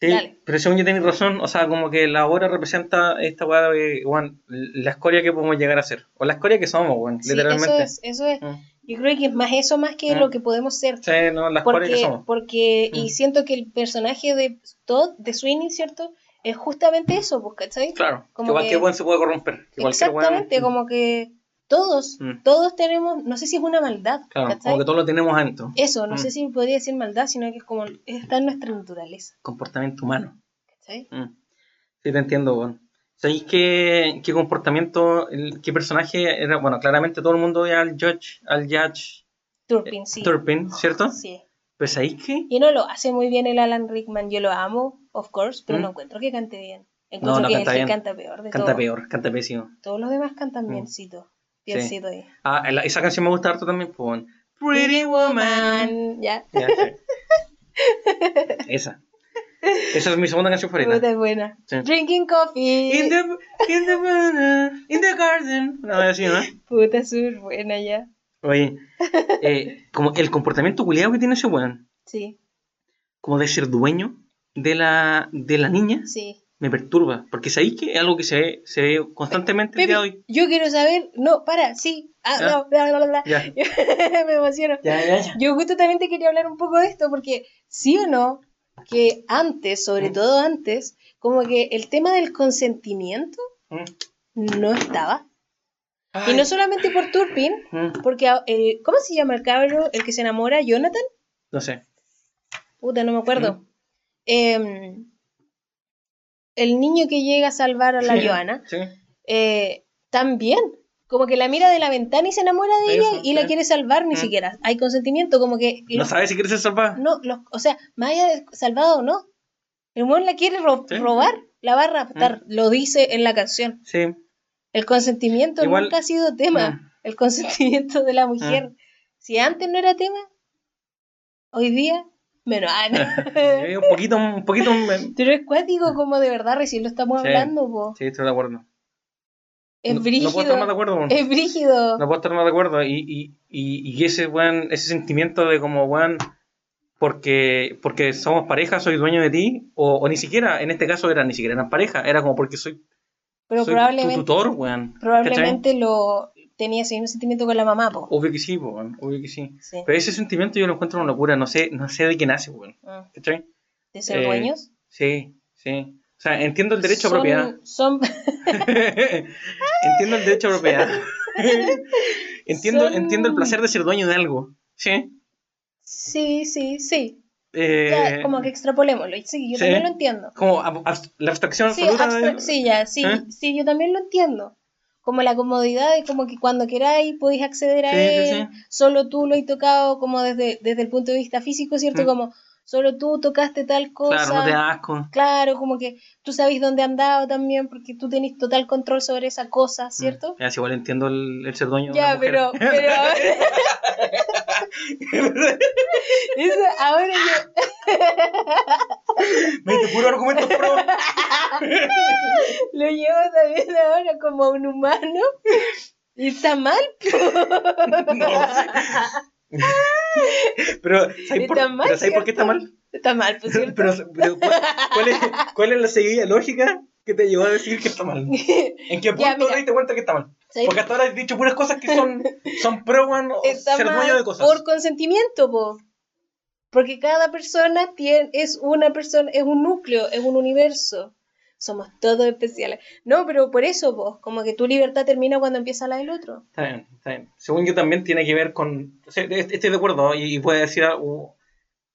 C: Sí,
B: Dale.
C: pero según yo tenéis razón, o sea, como que la obra representa esta weá de, weón, la escoria que podemos llegar a ser. O la escoria que somos, weón,
B: Sí,
C: literalmente.
B: Eso es, eso es.
C: Mm.
B: Yo creo que es más eso más que
C: Mm.
B: lo que podemos ser.
C: Sí, no, la escoria que
B: Porque,
C: somos.
B: porque y
C: Mm.
B: siento que el personaje de Todd, de Sweeney, ¿cierto? Es justamente eso, pues, ¿cachai?
C: Claro,
B: Como
C: que igual
B: que-
C: que, weón se puede corromper. que cualquier weón-
B: Exactamente, como que todos,
C: Mm.
B: todos tenemos, no sé si es una maldad,
C: Claro,
B: ¿cachai?
C: como que todos lo tenemos adentro.
B: Eso, no
C: Mm.
B: sé si podría decir maldad, sino que es como, está en nuestra naturaleza,
C: Comportamiento humano.
B: ¿cachai?
C: Mm. Sí, te entiendo, weón. ¿Sabéis qué, qué comportamiento, el- qué personaje era? Bueno, claramente todo el mundo odia al Judge, al Judge
B: Turpin, sí.
C: Turpin, ¿cierto?
B: Sí.
C: Pero ¿sabéis qué?
B: Y no lo hace muy bien el Alan Rickman, yo lo amo, of course, pero
C: Mm.
B: no encuentro que cante bien. Encuentro
C: no
B: que
C: canta
B: es el
C: bien.
B: que canta peor de
C: Canta
B: todos.
C: peor, canta pésimo.
B: Todos los demás cantan
C: Mm.
B: biencito. Biencito ahí.
C: Ah, la- esa canción me gusta harto también, pues, weón. Pretty Woman.
B: Ya.
C: Ya, sí. Esa. Esa es mi segunda canción
B: Puta,
C: favorita.
B: es buena.
C: Sí.
B: Drinking coffee.
C: In the, in the, banana, in the garden. No, así, ¿no?
B: Puta, es súper buena ya.
C: Oye, eh, como el comportamiento culiado que tiene ese weón,
B: Sí,
C: como de ser dueño de la, de la niña,
B: sí.
C: me perturba. Porque sabéis que es algo que se ve, se ve constantemente el día de hoy.
B: Pepe, yo quiero saber. No, para, sí. Ah,
C: Ya.
B: no, bla, bla, bla, bla.
C: Ya,
B: Me emociono.
C: ya, ya. ya.
B: Yo justo también te quería hablar un poco de esto, porque sí o no, que antes, sobre
C: Mm.
B: todo antes, como que el tema del consentimiento
C: Mm.
B: no estaba. Y
C: Ay,
B: no solamente por Turpin,
C: mm,
B: porque a- el, ¿cómo se llama el cabro, el que se enamora? ¿Jonathan?
C: No sé.
B: Puta, no me acuerdo. Em, el niño que llega a salvar a la
C: Sí.
B: Joana,
C: Sí.
B: eh, también. Como que la mira de la ventana y se enamora de
C: Eso,
B: ella y la
C: sí.
B: quiere salvar ni
C: Mm.
B: siquiera. Hay consentimiento, como que
C: No
B: los-
C: sabes si quieres ser salvada.
B: No, los- o sea, más allá de salvado o no, el humor la quiere ro-
C: Sí. Mm.
B: robar, la va a raptar, lo dice en la canción.
C: Sí.
B: El consentimiento
C: Igual-
B: nunca ha sido tema,
C: Mm.
B: el consentimiento de la mujer. Si antes no era tema, hoy día, menos. Ah, no.
C: Eh, Un poquito, un poquito. mm,
B: Pero es cuático como de verdad recién lo estamos
C: Sí.
B: hablando, po.
C: Sí, estoy de acuerdo.
B: es
C: no, no
B: brígido.
C: puedo estar más de acuerdo. weón.
B: es brígido.
C: No puedo estar más de acuerdo. Y, y, y, y ese weón, ese sentimiento de como weón, porque, porque somos pareja, soy dueño de ti, o, o ni siquiera, en este caso era ni siquiera eran pareja, era como porque soy,
B: Pero
C: soy
B: probablemente,
C: tu tutor, weón. ¿cachai?
B: probablemente lo tenía ese mismo sentimiento con la mamá, po.
C: Obvio que sí, weón, obvio que sí.
B: Sí.
C: Pero ese sentimiento yo lo encuentro una locura, no sé, no sé de qué nace, weón.
B: Ah,
C: ¿Cachai?
B: De ser
C: Eh,
B: dueños.
C: Sí, sí. O sea, entiendo el derecho
B: Son-
C: a propiedad.
B: Son
C: entiendo el derecho a propiedad. entiendo,
B: Son-
C: entiendo el placer de ser dueño de algo. Sí.
B: Sí, sí, sí.
C: Eh,
B: Ya, como que extrapolémoslo. Sí, yo
C: sí.
B: también lo entiendo.
C: como ab- abs- la abstracción
B: Sí,
C: absoluta
B: abstra-
C: de-
B: sí, ya, sí,
C: ¿Eh?
B: sí, yo también lo entiendo. Como la comodidad de como que cuando queráis podéis acceder a
C: Sí, sí,
B: él, solo tú lo has tocado como desde, desde el punto de vista físico, ¿cierto?
C: Mm.
B: Como solo tú tocaste tal cosa.
C: Claro, no te da asco.
B: Claro, como que tú sabes dónde han dado también porque tú tenés total control sobre esa cosa, ¿cierto?
C: Ya, si igual entiendo el, el ser dueño de
B: Ya,
C: Mm. una mujer.
B: pero, pero ahora, eso, ahora yo,
C: Me diste puro argumento pro.
B: lo llevo también ahora como un humano y está mal,
C: No. pero, ¿sabes
B: Está
C: por,
B: mal,
C: pero ¿sabes por qué está
B: ¿cierto?
C: mal?
B: está mal, pues
C: Pero,
B: cierto.
C: pero ¿cuál, cuál es, cuál es la seguida lógica que te llevó a decir que está mal? ¿En qué punto
B: mira.
C: te diste cuenta que está mal?
B: ¿Sabes?
C: Porque hasta ahora has dicho puras cosas que son, son pro weón, o
B: Está
C: ser dueño
B: mal
C: de cosas.
B: por consentimiento, po. porque cada persona tiene, es una persona, es un núcleo, es un universo. Somos todos especiales. No, pero por eso, vos, como que tu libertad termina cuando empieza la del otro.
C: Está bien, está bien. Según yo también tiene que ver con... o sea, est- Estoy de acuerdo y, y voy a decir... algo-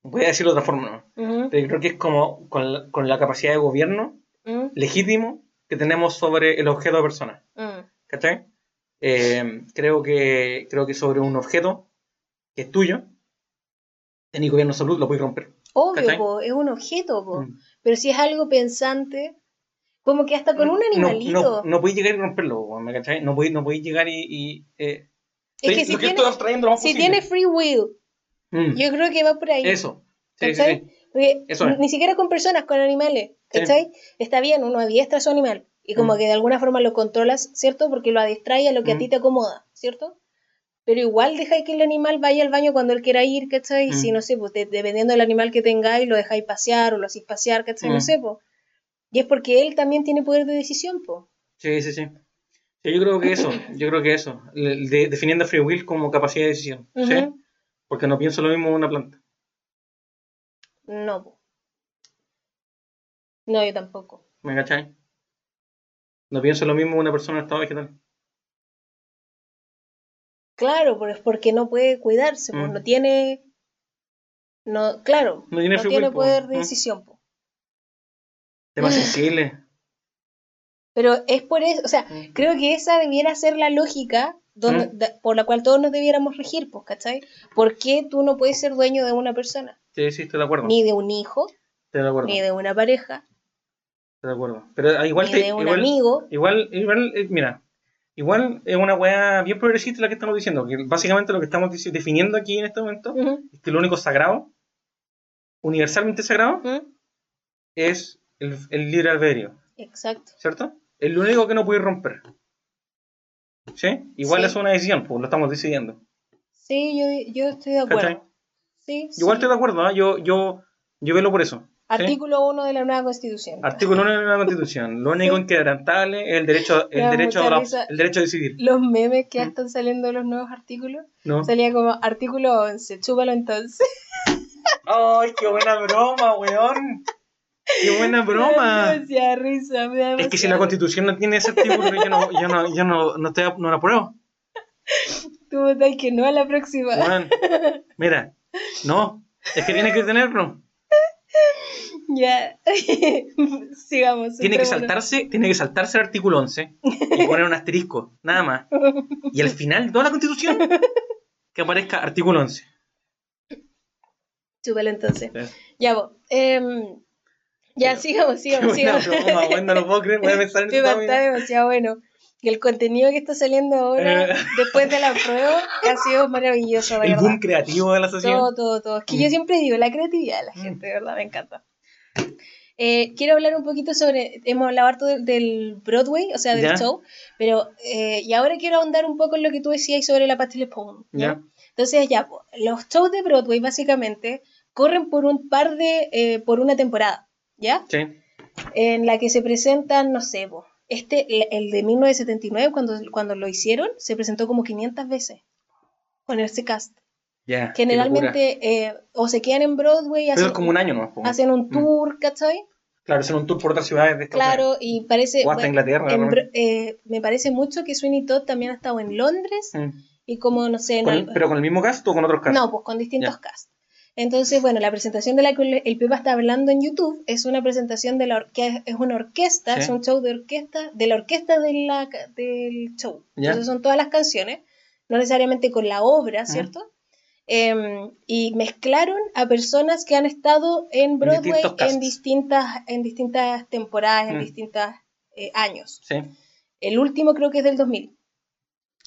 C: Voy a decirlo de otra forma. ¿no?
B: Ujú,
C: Pero yo creo que es como con la, con la capacidad de gobierno
B: ujú,
C: legítimo que tenemos sobre el objeto de persona.
B: ujú.
C: ¿Cachai? Eh, creo, que, creo que sobre un objeto que es tuyo, tenés gobierno absoluto, lo puedes romper.
B: Obvio,
C: ¿Cachai?
B: po, es un objeto, po.
C: Mm.
B: pero si es algo pensante, como que hasta con un
C: Mm, No-
B: animalito.
C: No, no, puedes llegar y romperlo, weón, ¿me cachai? No podéis no podéis llegar y... y, eh,
B: es
C: estoy-
B: que si
C: lo que
B: tiene,
C: estoy abstrayendo lo más
B: si
C: posible.
B: tiene free will,
C: Mm,
B: yo creo que va por ahí.
C: Eso. Sí, sí, sí.
B: ¿Cachai? Porque
C: Eso es.
B: ni siquiera con personas, con animales,
C: Sí.
B: ¿cachai? Está bien, uno adiestra a su animal y como
C: Mm.
B: que de alguna forma lo controlas, ¿cierto? Porque lo adiestras a lo que a
C: Mm.
B: ti te acomoda, ¿cierto? Pero igual dejáis que el animal vaya al baño cuando él quiera ir, ¿cachai?
C: Mm.
B: Si no sé, pues de- dependiendo del animal que tengáis, lo dejáis pasear o lo hacéis pasear, ¿cachai? No
C: Mm.
B: sé, pues. Y es porque él también tiene poder de decisión, pues.
C: Sí, sí, sí. Sí, yo creo que eso, yo creo que eso. Le- de- definiendo free will como capacidad de decisión. ¿sí? Porque no pienso lo mismo en una planta.
B: No, po. No, yo tampoco.
C: ¿Me cachai? No pienso lo mismo en una persona en estado vegetal.
B: Claro, pero es porque no puede cuidarse, pues
C: Mm.
B: no tiene. No, claro,
C: No tiene
B: no
C: free
B: tiene
C: will, po.
B: poder de
C: Mm.
B: decisión. pues. po.
C: Tema sensible.
B: Pero es por eso, o sea,
C: Mm.
B: creo que esa debiera ser la lógica donde, da- por la cual todos nos debiéramos regir, pues, ¿cachai? ¿Por qué tú no puedes ser dueño de una persona?
C: Sí, sí, estoy de acuerdo.
B: Ni de un hijo,
C: Estoy de acuerdo.
B: ni
C: Estoy
B: de una pareja,
C: de acuerdo. Pero ah, igual
B: ni
C: te-
B: de un
C: igual,
B: amigo.
C: igual, igual, eh, mira, Igual es una weá bien progresista la que estamos diciendo, que básicamente lo que estamos dici- definiendo aquí en este momento
B: Ujú,
C: es que lo único sagrado, universalmente sagrado,
B: ujú,
C: es el, el libre albedrío,
B: Exacto.
C: ¿cierto? Es lo único que no puede romper. ¿Sí? Igual
B: Sí.
C: es una decisión, pues lo estamos decidiendo.
B: Sí, yo, yo estoy de
C: ¿Cachai?
B: acuerdo. Sí, sí.
C: Igual estoy de acuerdo, ¿ah? yo, yo, yo velo por eso.
B: Artículo 1 de la nueva constitución.
C: Artículo 1 de la Constitución. Lo único
B: Sí.
C: inquebrantable es el derecho,
B: Me da
C: el derecho,
B: mucha
C: a la-
B: risa.
C: el derecho a decidir.
B: Los memes que ya
C: Mm.
B: están saliendo de los nuevos artículos.
C: ¿no?
B: Salía como artículo 11, chúpalo entonces.
C: ¡Ay, qué buena broma, weón! ¡Qué buena
B: Me da
C: broma!
B: demasiada risa, me da
C: Es que si
B: demasiada
C: la constitución no tiene ese artículo, yo no, yo no, yo no, no, te, no la apruebo.
B: Tú votas que no a la próxima.
C: Weón, mira, no, es que tiene que tenerlo.
B: Ya. Sigamos.
C: Tiene que
B: centrémonos.
C: saltarse, tiene que saltarse el artículo 11 y poner un asterisco, nada más. Y al final, toda la constitución, que aparezca artículo 11.
B: Chúpalo entonces.
C: Sí.
B: Ya, vos. em, ya,
C: Pero-
B: sigamos,
C: Qué
B: sigamos,
C: buena
B: sigamos.
C: broma, weón, no lo puedo creer, voy a pensar en
B: Sí,
C: esa
B: va,
C: mina.
B: está demasiado bueno. Y el contenido que está saliendo ahora,
C: Eh.
B: después de la prueba, ha sido maravilloso, de
C: El
B: verdad.
C: boom creativo de la sociedad.
B: Todo, todo, todo. Es que yo
C: Mm.
B: siempre digo, la creatividad de la
C: Mm.
B: gente, de verdad, me encanta. Eh, quiero hablar un poquito sobre, hemos hablado harto del, del Broadway, o sea, del
C: Ya.
B: show, pero, eh, y ahora quiero ahondar un poco en lo que tú decías sobre la pastel Spawn. ¿ya?
C: Ya.
B: Entonces, ya, po, los shows de Broadway, básicamente, corren por un par de, eh, por una temporada, ¿ya?
C: Sí.
B: en la que se presentan, no sé, po, este, el- el de 1979, cuando, cuando lo hicieron, se presentó como 500 veces con ese cast.
C: Ya, qué locura.
B: Generalmente, eh, o se quedan en Broadway y
C: Pero
B: hacen,
C: es como un año, ¿no? Como-
B: hacen un
C: Mm.
B: tour, ¿cachai?
C: Claro, hacen un tour por otras ciudades de Estados Unidos.
B: Claro, y parece.
C: O hasta
B: bueno,
C: Inglaterra.
B: en
C: ¿no?
B: Bro- eh, me parece mucho que Sweeney Todd también ha estado en Londres
C: Mm.
B: y, como no sé, en
C: Con el-
B: al-
C: pero con el mismo cast o con otros cast.
B: No, pues con distintos casts. Entonces, bueno, la presentación de la que le- el Pepa está hablando en YouTube es una presentación de la or- que es una orquesta,
C: Sí.
B: es un show de orquesta, de la orquesta de la ca- del show.
C: Ya.
B: Entonces son todas las canciones, no necesariamente con la obra, ¿cierto? Em, y mezclaron a personas que han estado en Broadway
C: distintos casts.
B: en distintas, en distintas temporadas, en
C: Mm.
B: distintos años.
C: Sí.
B: El último creo que es del 2000.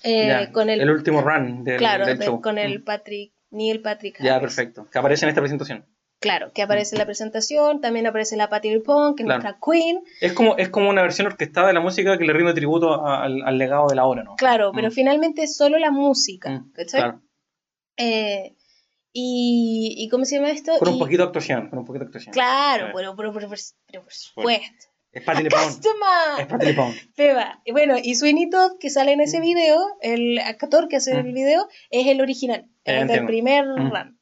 B: Eh,
C: ya.
B: con el,
C: último run del,
B: claro,
C: del
B: de-
C: show.
B: con el
C: Mm.
B: Patrick, Neil Patrick
C: Ya,
B: Harris.
C: perfecto. Que aparece en esta presentación.
B: Claro, que aparece en la presentación, también aparece la Patti LuPone, que es
C: Claro.
B: nuestra queen.
C: Es como, es como una versión orquestada de la música que le rinde tributo a- al, al legado de la obra, ¿no?
B: Claro, pero
C: Mm.
B: finalmente es solo la música,
C: Mm,
B: ¿cachai?
C: Claro.
B: Eh, y, ¿y cómo se llama esto?
C: Con un
B: Y-
C: poquito de actuación. Con un poquito de actuación.
B: Claro,
C: Sí.
B: pero, pero- pero- pero- pero por supuesto.
C: Es Patty LuPone. Es
B: ¡Castoma!
C: Patty LuPone.
B: Beba. Y Bueno, y Sweeney Todd, que sale en ese
C: Mm.
B: video, el actor que hace
C: Mm.
B: el video, es el original,
C: Ya,
B: el del
C: entiendo.
B: primer
C: Mm.
B: run.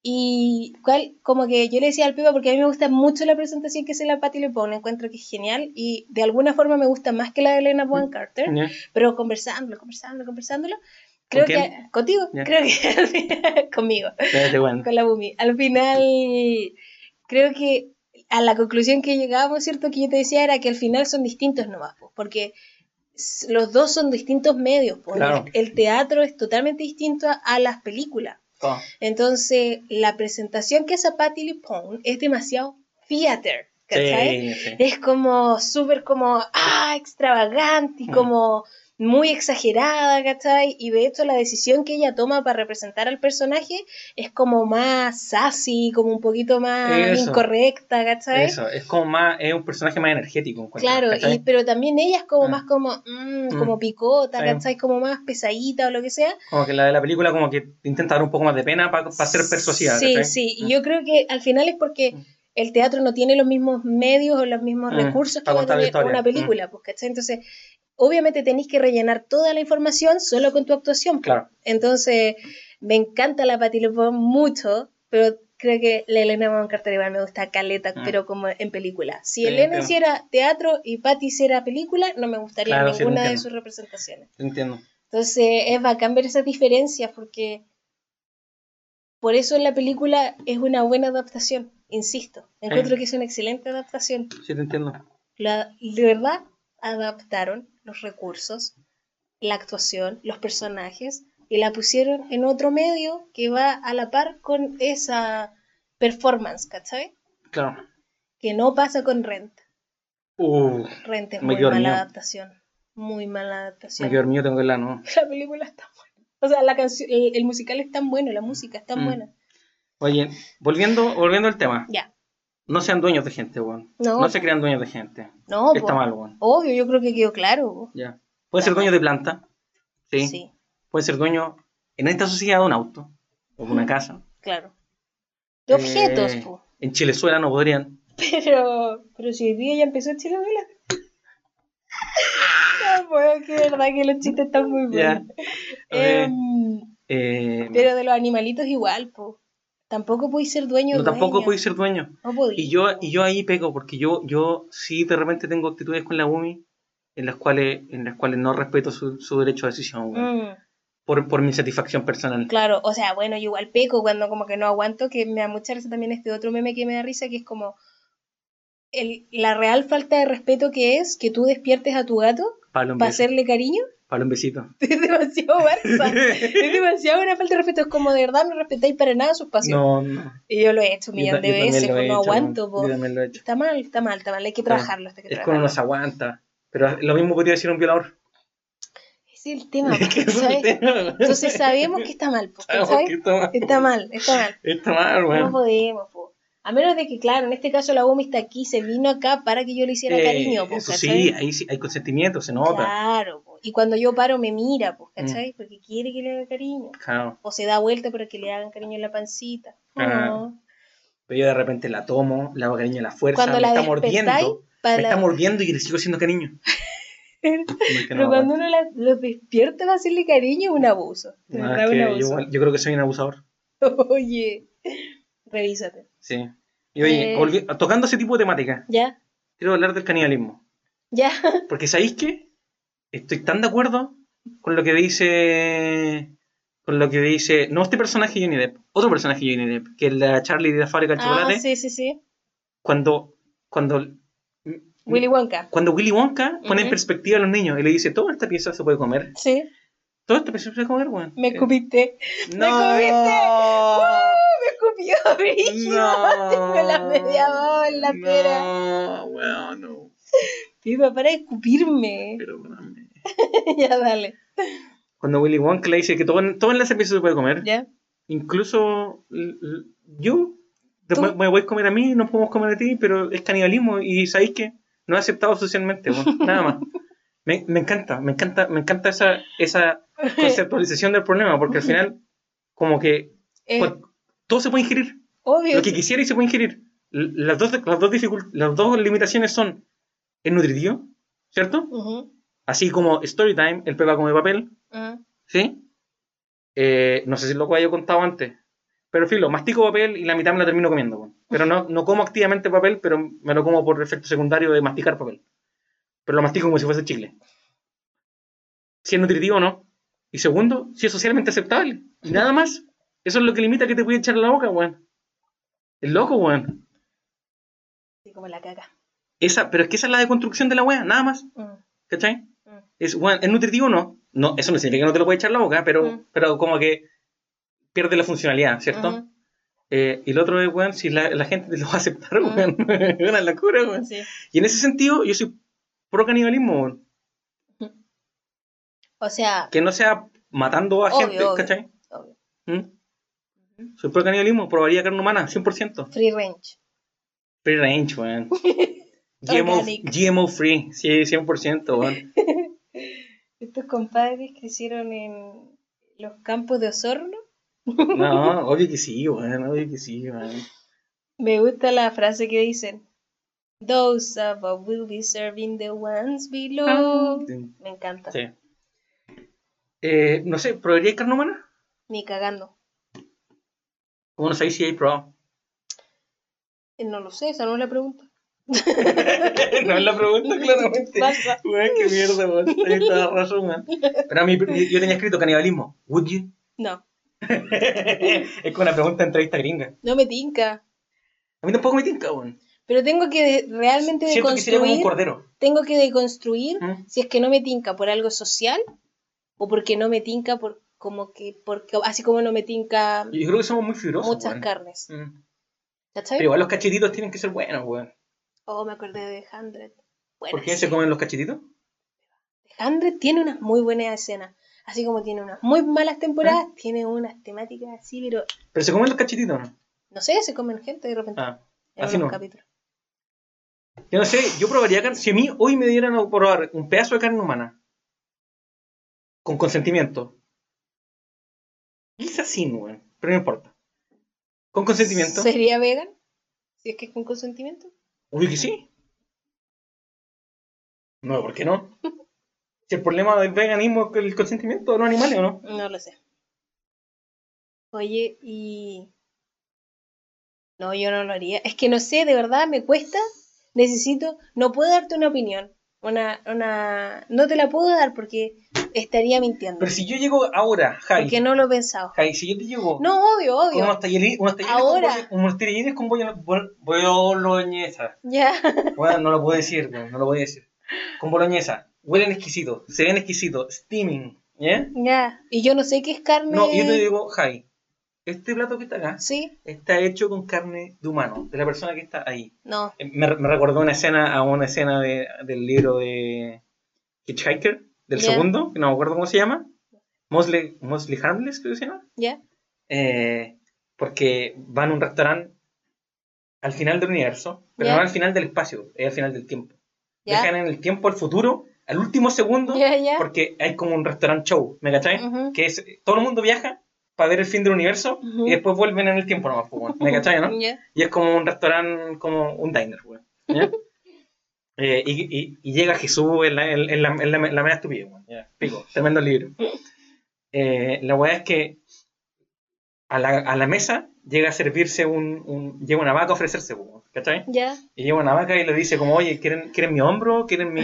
B: Y cuál, como que yo le decía al Pepa, porque a mí me gusta mucho la presentación que hace la Patti LuPone, encuentro que es genial, y de alguna forma me gusta más que la de Elena Bonham
C: Mm.
B: Carter,
C: Ya.
B: pero conversándolo, conversándolo, conversándolo, creo
C: quién?
B: que... Contigo,
C: Ya.
B: creo que al final- conmigo,
C: Espérate, bueno.
B: con la Bumi. Al final, creo que a la conclusión que llegábamos, ¿cierto? Que yo te decía era que al final son distintos nomás, po, porque s- los dos son distintos medios. po.
C: Claro.
B: El, el teatro es totalmente distinto a, a las películas.
C: Todo.
B: Entonces, la presentación que hace Patti LuPone es demasiado theater, ¿cachai?
C: Sí, sí.
B: Es como súper como, ah, extravagante y
C: Mm.
B: como muy exagerada, ¿cachai? Y de hecho la decisión que ella toma para representar al personaje es como más sassy, como un poquito más
C: Eso.
B: incorrecta, ¿cachai?
C: Eso, es como más, es un personaje más energético. encuentro,
B: Claro,
C: ¿cachai?
B: y, pero también ella es como
C: Ah.
B: más como, mm,
C: Mm.
B: como picota,
C: Sí.
B: ¿cachai? Como más pesadita o lo que sea.
C: Como que la de la película como que intenta dar un poco más de pena para ser persuasiva.
B: Sí,
C: ¿cachai?
B: sí, y
C: Mm.
B: yo creo que al final es porque
C: Mm.
B: el teatro no tiene los mismos medios o los mismos
C: Mm,
B: recursos que
C: para
B: va a
C: contar la
B: tener
C: historia. Mm.
B: una película, pues, ¿cachai? Entonces, obviamente tenéis que rellenar toda la información solo con tu actuación. pues.
C: Claro.
B: Entonces, me encanta la Patti LuPone mucho, pero creo que la Elena Bonham Carter igual me gusta caleta,
C: Mm.
B: pero como en película. Si
C: Sí,
B: Elena
C: entiendo.
B: hiciera teatro y Patti hiciera película, no me gustaría
C: Claro, sí, te
B: ninguna de
C: entiendo.
B: sus representaciones.
C: Te entiendo.
B: Entonces es bacán ver esas diferencias porque por eso la película es una buena adaptación, insisto. Encuentro
C: Eh.
B: que es una excelente adaptación.
C: Sí, te entiendo.
B: La, de verdad adaptaron los recursos, la actuación, los personajes y la pusieron en otro medio que va a la par con esa performance, ¿cachai?
C: Claro.
B: Que no pasa con Rent.
C: Uh,
B: Rent es
C: Me
B: muy
C: quedo
B: mala
C: dormido.
B: adaptación. Muy mala
C: Me
B: adaptación.
C: quedo dormido, tengo que la no.
B: La película está buena. O sea, la canción, el, el musical es tan bueno, la música es tan
C: Mm.
B: buena.
C: Oye, volviendo, volviendo al tema.
B: Ya.
C: No sean dueños de gente, weón.
B: No,
C: No se crean dueños de gente.
B: no,
C: Está
B: po.
C: mal, weón.
B: obvio, yo creo que quedó claro. po.
C: Ya. Pueden ser dueños de planta. Sí.
B: Sí.
C: Pueden ser dueños en esta sociedad de un auto o de una
B: Mm.
C: casa.
B: claro. De
C: Eh,
B: objetos, po.
C: En Chilezuela no podrían.
B: Pero, pero si hoy día ya empezó Chilavela. no, pues, que verdad que los chistes están muy
C: Ya.
B: buenos.
C: Eh,
B: Em,
C: eh,
B: pero de los animalitos igual, po. Tampoco podéis ser dueño
C: no, tampoco
B: dueña.
C: podéis ser dueño.
B: No podéis.
C: Y yo, y yo ahí pego, porque yo, yo sí de repente tengo actitudes con la UMI en las cuales, en las cuales no respeto su, su derecho a decisión, weón,
B: Mm.
C: por, por mi satisfacción personal.
B: Claro, o sea, bueno, yo igual peco cuando como que no aguanto, que me da mucha risa también este otro meme que me da risa, que es como el, la real falta de respeto que es que tú despiertes a tu gato
C: Pablo, un
B: para
C: beso.
B: hacerle cariño,
C: Pablo, un besito.
B: es demasiado barza, es demasiado una falta de respeto, es como de verdad no respetáis para nada sus pasiones.
C: no, no.
B: Y yo lo he hecho un millón
C: ta-
B: de
C: también
B: veces,
C: lo he
B: pues, no
C: hecho,
B: aguanto,
C: weón.
B: po.
C: Yo también lo he hecho.
B: está mal, está mal, está mal, hay que trabajarlo hasta que
C: Es como uno se
B: trabajarlo.
C: aguanta. Pero lo mismo podría decir un violador.
B: Es el tema,
C: Es que es un
B: ¿sabes?
C: tema.
B: Entonces sabemos que está mal, po,
C: Sabemos
B: ¿sabes?
C: que está mal.
B: Está mal, está mal.
C: Está mal,
B: No
C: weón.
B: podemos, po. A menos de que, claro, en este caso la UMI está aquí, se vino acá para que yo le hiciera
C: Eh,
B: cariño, po,
C: eso
B: ¿cachai?
C: sí, ahí sí hay consentimiento, se nota. Mm.
B: Claro, po. Y cuando yo paro me mira, pues, ¿cachai? Porque quiere que le haga cariño.
C: Claro.
B: O se da vuelta para que le hagan cariño en la pancita.
C: Claro.
B: No.
C: Pero yo de repente la tomo, la hago cariño a la fuerza,
B: Cuando
C: me
B: la
C: está
B: despertáis,
C: mordiendo.
B: para
C: Me
B: la-
C: está mordiendo y le sigo haciendo cariño. Es que no
B: Pero cuando
C: aguanto.
B: uno la, los despierta para hacerle cariño es un abuso. De
C: No,
B: verdad,
C: es
B: un
C: que yo,
B: abuso.
C: yo creo que soy un abusador.
B: Oye, revísate.
C: Sí. Y oye,
B: Eh.
C: volvi- tocando ese tipo de temática,
B: ¿Ya?
C: quiero hablar del canibalismo.
B: ¿Ya?
C: Porque ¿sabéis qué? Estoy tan de acuerdo con lo que dice... Con lo que dice... No este personaje Johnny Depp, otro personaje Johnny Depp, que es la Charlie de la fábrica de
B: Ah,
C: chocolate.
B: sí, sí, sí.
C: Cuando... Cuando...
B: Willy Wonka.
C: Cuando Willy Wonka pone en
B: Ujú.
C: perspectiva a los niños y le dice, toda esta pieza se puede comer.
B: Sí,
C: Toda esta pieza se puede comer, weón.
B: me
C: Eh,
B: escupiste.
C: ¡No!
B: este. Me escupió, brígido. Tengo la media baba en la
C: no,
B: pera.
C: weón, no.
B: Pipa, para de escupirme.
C: Perdóname.
B: ya, dale.
C: Cuando Willy Wonka le dice que todo en, todo en la cerveza se puede comer,
B: ¿Ya?
C: incluso l- l- yo
B: ¿Tú?
C: me, me voy a comer a mí, no podemos comer a ti, pero es canibalismo y sabéis que no es aceptado socialmente, weón, nada más. Me, me encanta, me encanta, me encanta esa, esa conceptualización del problema, porque al final, como que
B: Eh,
C: cual- todo se puede ingerir.
B: obvio.
C: lo que quisiera y se puede ingerir. L- Las dos, las dos, dificult- las dos limitaciones son el nutritivo, ¿cierto?
B: Ujú,
C: Así como Storytime, el Pepa come papel,
B: ujú.
C: ¿sí? Eh, no sé si lo haya contado antes, pero filo, mastico papel y la mitad me la termino comiendo. weón. Pero no, no como activamente papel, pero me lo como por efecto secundario de masticar papel. Pero lo mastico como si fuese chicle. Si es nutritivo o no. Y segundo, si es socialmente aceptable. Y nada más. Eso es lo que limita que te puede echar a la boca, weón. Es loco, weón.
B: Así como la caca.
C: Esa, pero es que esa es la deconstrucción de la wea, nada más.
B: Mm,
C: ¿Cachai?
B: Mm.
C: Es, weón, ¿Es nutritivo o no? no? Eso no significa que no te lo puedes echar la boca, pero,
B: Mm.
C: pero como que pierde la funcionalidad, ¿cierto?
B: ujú,
C: Eh, y el otro es, weón, si la, la gente te lo va a aceptar,
B: Mm.
C: weón. es una locura, weón.
B: sí.
C: Y en ese sentido, yo soy pro canibalismo, weón.
B: O sea,
C: Que no sea matando a
B: Obvio,
C: gente,
B: obvio,
C: ¿cachai?
B: obvio.
C: ¿Mm? Soy pro canibalismo, probaría carne humana, 100%.
B: free range.
C: Free range, weón. GMO,
B: Organic.
C: GMO free, sí, 100%, weón.
B: Estos compadres que hicieron en los campos de Osorno.
C: No, obvio que sí, weón, obvio que sí, weón.
B: Me gusta la frase que dicen. Those above will be serving the ones below.
C: Oh. Sí.
B: Me encanta.
C: Eh, no sé, ¿probaría carne humana?
B: Ni cagando.
C: ¿Cómo no sabéis si hay probado?
B: Eh, No lo sé, esa no es la pregunta.
C: no es la pregunta, claramente.
B: Pasa.
C: Weón, qué mierda, weón. Tenés toda la razón, ah. weón. Pero a mí, yo tenía escrito canibalismo. ¿Would you?
B: No,
C: es con una pregunta de entrevista gringa.
B: no me tinca.
C: A mí tampoco me tinca, weón.
B: Pero tengo que de- realmente
C: Siento que sería como un
B: deconstruir.
C: cordero.
B: tengo que deconstruir
C: ¿Mm?
B: si es que no me tinca por algo social o porque no me tinca por como que porque así como no me tinca
C: Yo creo que somos muy fibrosos,
B: muchas
C: weón.
B: carnes.
C: Mm.
B: ¿Cachai?
C: Pero igual los cachetitos tienen que ser buenos, weón.
B: Oh, me acordé de Hundred. Bueno,
C: ¿Por qué
B: sí.
C: se comen los cachetitos?
B: Hambre tiene unas muy buenas escenas. Así como tiene unas muy malas
C: ¿Eh?
B: temporadas, tiene unas temáticas así, pero
C: Pero se comen los cachetitos, ¿no?
B: no sé, se comen gente de repente
C: Ah.
B: en
C: así
B: algunos
C: no.
B: capítulos.
C: Yo no sé, yo probaría carne. Si a mí hoy me dieran a probar un pedazo de carne humana, con consentimiento, quizás sí, weón, pero no importa. Con consentimiento.
B: ¿Sería vegan? Si es que es con consentimiento.
C: Obvio que sí. No, ¿por qué no? Si el problema del veganismo es el consentimiento de los animales, ¿o no?
B: No lo sé. Oye, y... No, yo no lo haría. Es que no sé, de verdad, me cuesta. Necesito... No puedo darte una opinión. Una... una... No te la puedo dar porque estaría mintiendo.
C: Pero si yo llego ahora, Jai,
B: Porque no lo he pensado.
C: Jai, si yo te llego
B: No, obvio,
C: con unos
B: obvio.
C: tallerines, unos tallerines
B: Ahora.
C: con, bolo- unos tallerines con bolo- bol- boloñesa.
B: Ya.
C: Bueno, no lo puedo decir, no, no lo voy a decir. Con boloñesa. Huelen exquisito, se ven exquisitos, steaming, ¿eh?
B: Ya. Y yo no sé qué es carne.
C: No, yo te digo, Jai, este plato que está acá
B: ¿Sí?
C: está hecho con carne de humano, de la persona que está ahí.
B: No.
C: Eh, Me, me recordó una escena a una escena de- del libro de Hitchhiker, del
B: Ya.
C: segundo, que no me acuerdo cómo se llama. Mosley, Mosley Harmless, creo que se llama.
B: ¿Ya?
C: Eh, porque van a un restaurante al final del universo, pero
B: Ya.
C: no al final del espacio, es al final del tiempo.
B: ¿Ya?
C: Dejan en el tiempo al futuro, al último segundo,
B: ¿Ya? ¿Ya?
C: porque hay como un restaurante show, ¿me cachai?
B: Ujú.
C: Que es, todo el mundo viaja para ver el fin del universo
B: Ujú.
C: y después vuelven en el tiempo nomás, pues, weón, ¿me cachai, no?
B: ¿Ya?
C: Y es como un restaurante, como un diner, weón. ¿ya? Eh, y, y- y llega Jesús en la, en, en la, en la, en la mera estupidez, weón, ya, pico, tremendo libro. Eh, la weá es que a la, a la mesa llega a servirse un, un- llega una vaca a ofrecerse, pues, weón, ¿cachai?
B: ¿Ya?
C: Y llega una vaca y le dice como, oye, ¿quieren, quieren mi hombro? ¿Quieren mi,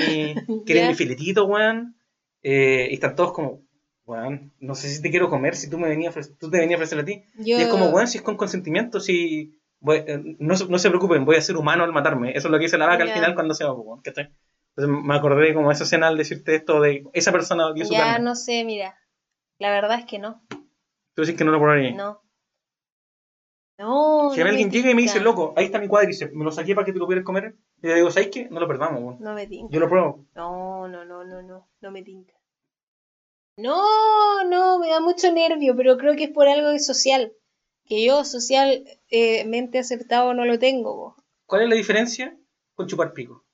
C: quieren
B: Ya.
C: mi filetito, weón? Eh, y están todos como, weón, no sé si te quiero comer, si tú me venías a ofrecer- tú te venías a ofrecer a ti.
B: Yo...
C: Y es como, weón, si es con consentimiento, si. voy- eh, no, se- no se preocupen, voy a ser humano al matarme. Eso es lo que dice la vaca
B: Ya.
C: al final cuando se va, pues, weón, ¿cachai? Entonces me acordé como esa escena al decirte esto de esa persona dio su
B: Ya,
C: carne.
B: no sé, mira. La verdad es que no.
C: Tú dices que no lo probaría.
B: No. No.
C: si
B: no me
C: alguien llega y me dice,
B: tinca.
C: loco, ahí está mi cuádriceps, me lo saqué para que tú lo pudieras comer, y le digo, ¿sabes qué? No lo perdamos, weón.
B: No me tinca.
C: Yo lo pruebo.
B: No, no, no, no, no. No me tinca. No, no, me da mucho nervio, pero creo que es por algo que es social. Que yo socialmente aceptado no lo tengo. po.
C: ¿Cuál es la diferencia con chupar pico?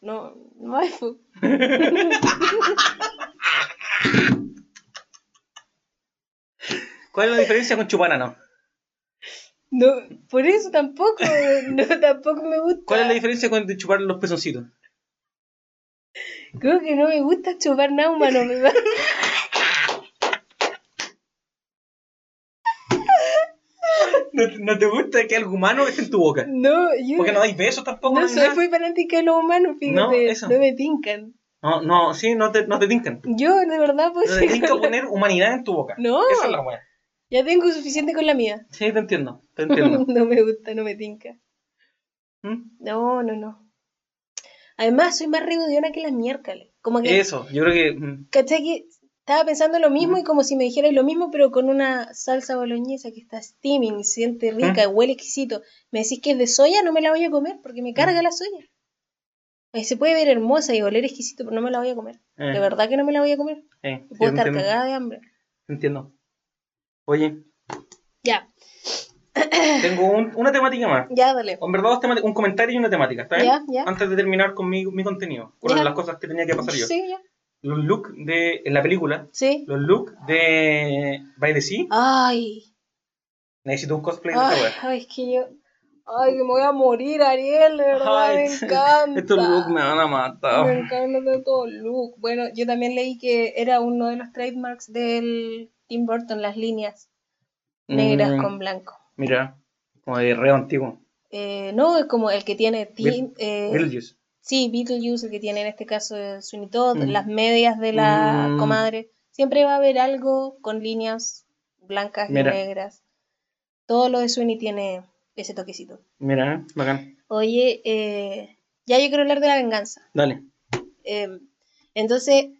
B: No, no hay. po.
C: ¿Cuál es la diferencia con chupar ano?
B: No, por eso tampoco. No, tampoco me gusta.
C: ¿Cuál es la diferencia con de chupar los pezoncitos?
B: Creo que no me gusta chupar nada humano. Me va-
C: ¿No, no te gusta que algo humano esté en tu boca?
B: No, yo.
C: Porque no dais besos tampoco.
B: No
C: ni
B: soy
C: nada.
B: muy fanática de los humanos, fíjate.
C: eso.
B: no me tincan.
C: No, no, sí, no te, no te tincan.
B: Yo, de verdad, pues.
C: No te tinca poner humanidad en tu boca.
B: No,
C: Esa es la weá.
B: ya tengo suficiente con la mía.
C: Sí, te entiendo, te entiendo.
B: no me gusta, no me tinca.
C: ¿Mm?
B: No, no, no. Además, soy más regodiona que las miércoles. Como que,
C: Eso, yo creo que. mm,
B: ¿cachai? Que estaba pensando lo mismo y como si me dijerais lo mismo, pero con una salsa boloñesa que está steaming y se siente rica y huele exquisito. Me decís que es de soya, no me la voy a comer porque me carga la soya. Ay, se puede ver hermosa y oler exquisito, pero no me la voy a comer.
C: eh,
B: De verdad que no me la voy a comer.
C: eh, sí,
B: Puedo
C: te
B: estar
C: entiendo,
B: cagada de hambre.
C: te entiendo. Oye,
B: Ya,
C: tengo un- una temática más.
B: ya, dale.
C: En verdad, dos temáticas, un comentario y una temática, ¿está bien? Ah,
B: Ya, ya.
C: Antes de terminar con mi, mi contenido, con
B: Ya.
C: las cosas que tenía que pasar yo.
B: Sí, ya.
C: Los looks de. En la película,
B: Sí.
C: los looks de. By the Sea.
B: Ay.
C: Necesito un cosplay de
B: Ay,
C: esa weá.
B: ay, es que yo. Ay, que me voy a morir, Ariel, de verdad,
C: Ay,
B: me encanta.
C: Estos looks me van a
B: Me
C: matar.
B: encanta todo look. Bueno, yo también leí que era uno de los trademarks del Tim Burton, las líneas negras
C: Mm,
B: con blanco.
C: Mira, como de reo antiguo.
B: Eh, no, es como el que tiene Tim. eh,
C: Beetlejuice.
B: sí, Beetlejuice, el que tiene en este caso eh, Sweeney Todd,
C: Mm.
B: las medias de la
C: Mm.
B: comadre. Siempre va a haber algo con líneas blancas
C: Mira.
B: y negras. Todo lo de Sweeney tiene ese toquecito.
C: Mira, eh, bacán.
B: Oye, eh, ya yo quiero hablar de la venganza.
C: Dale.
B: Eh, entonces,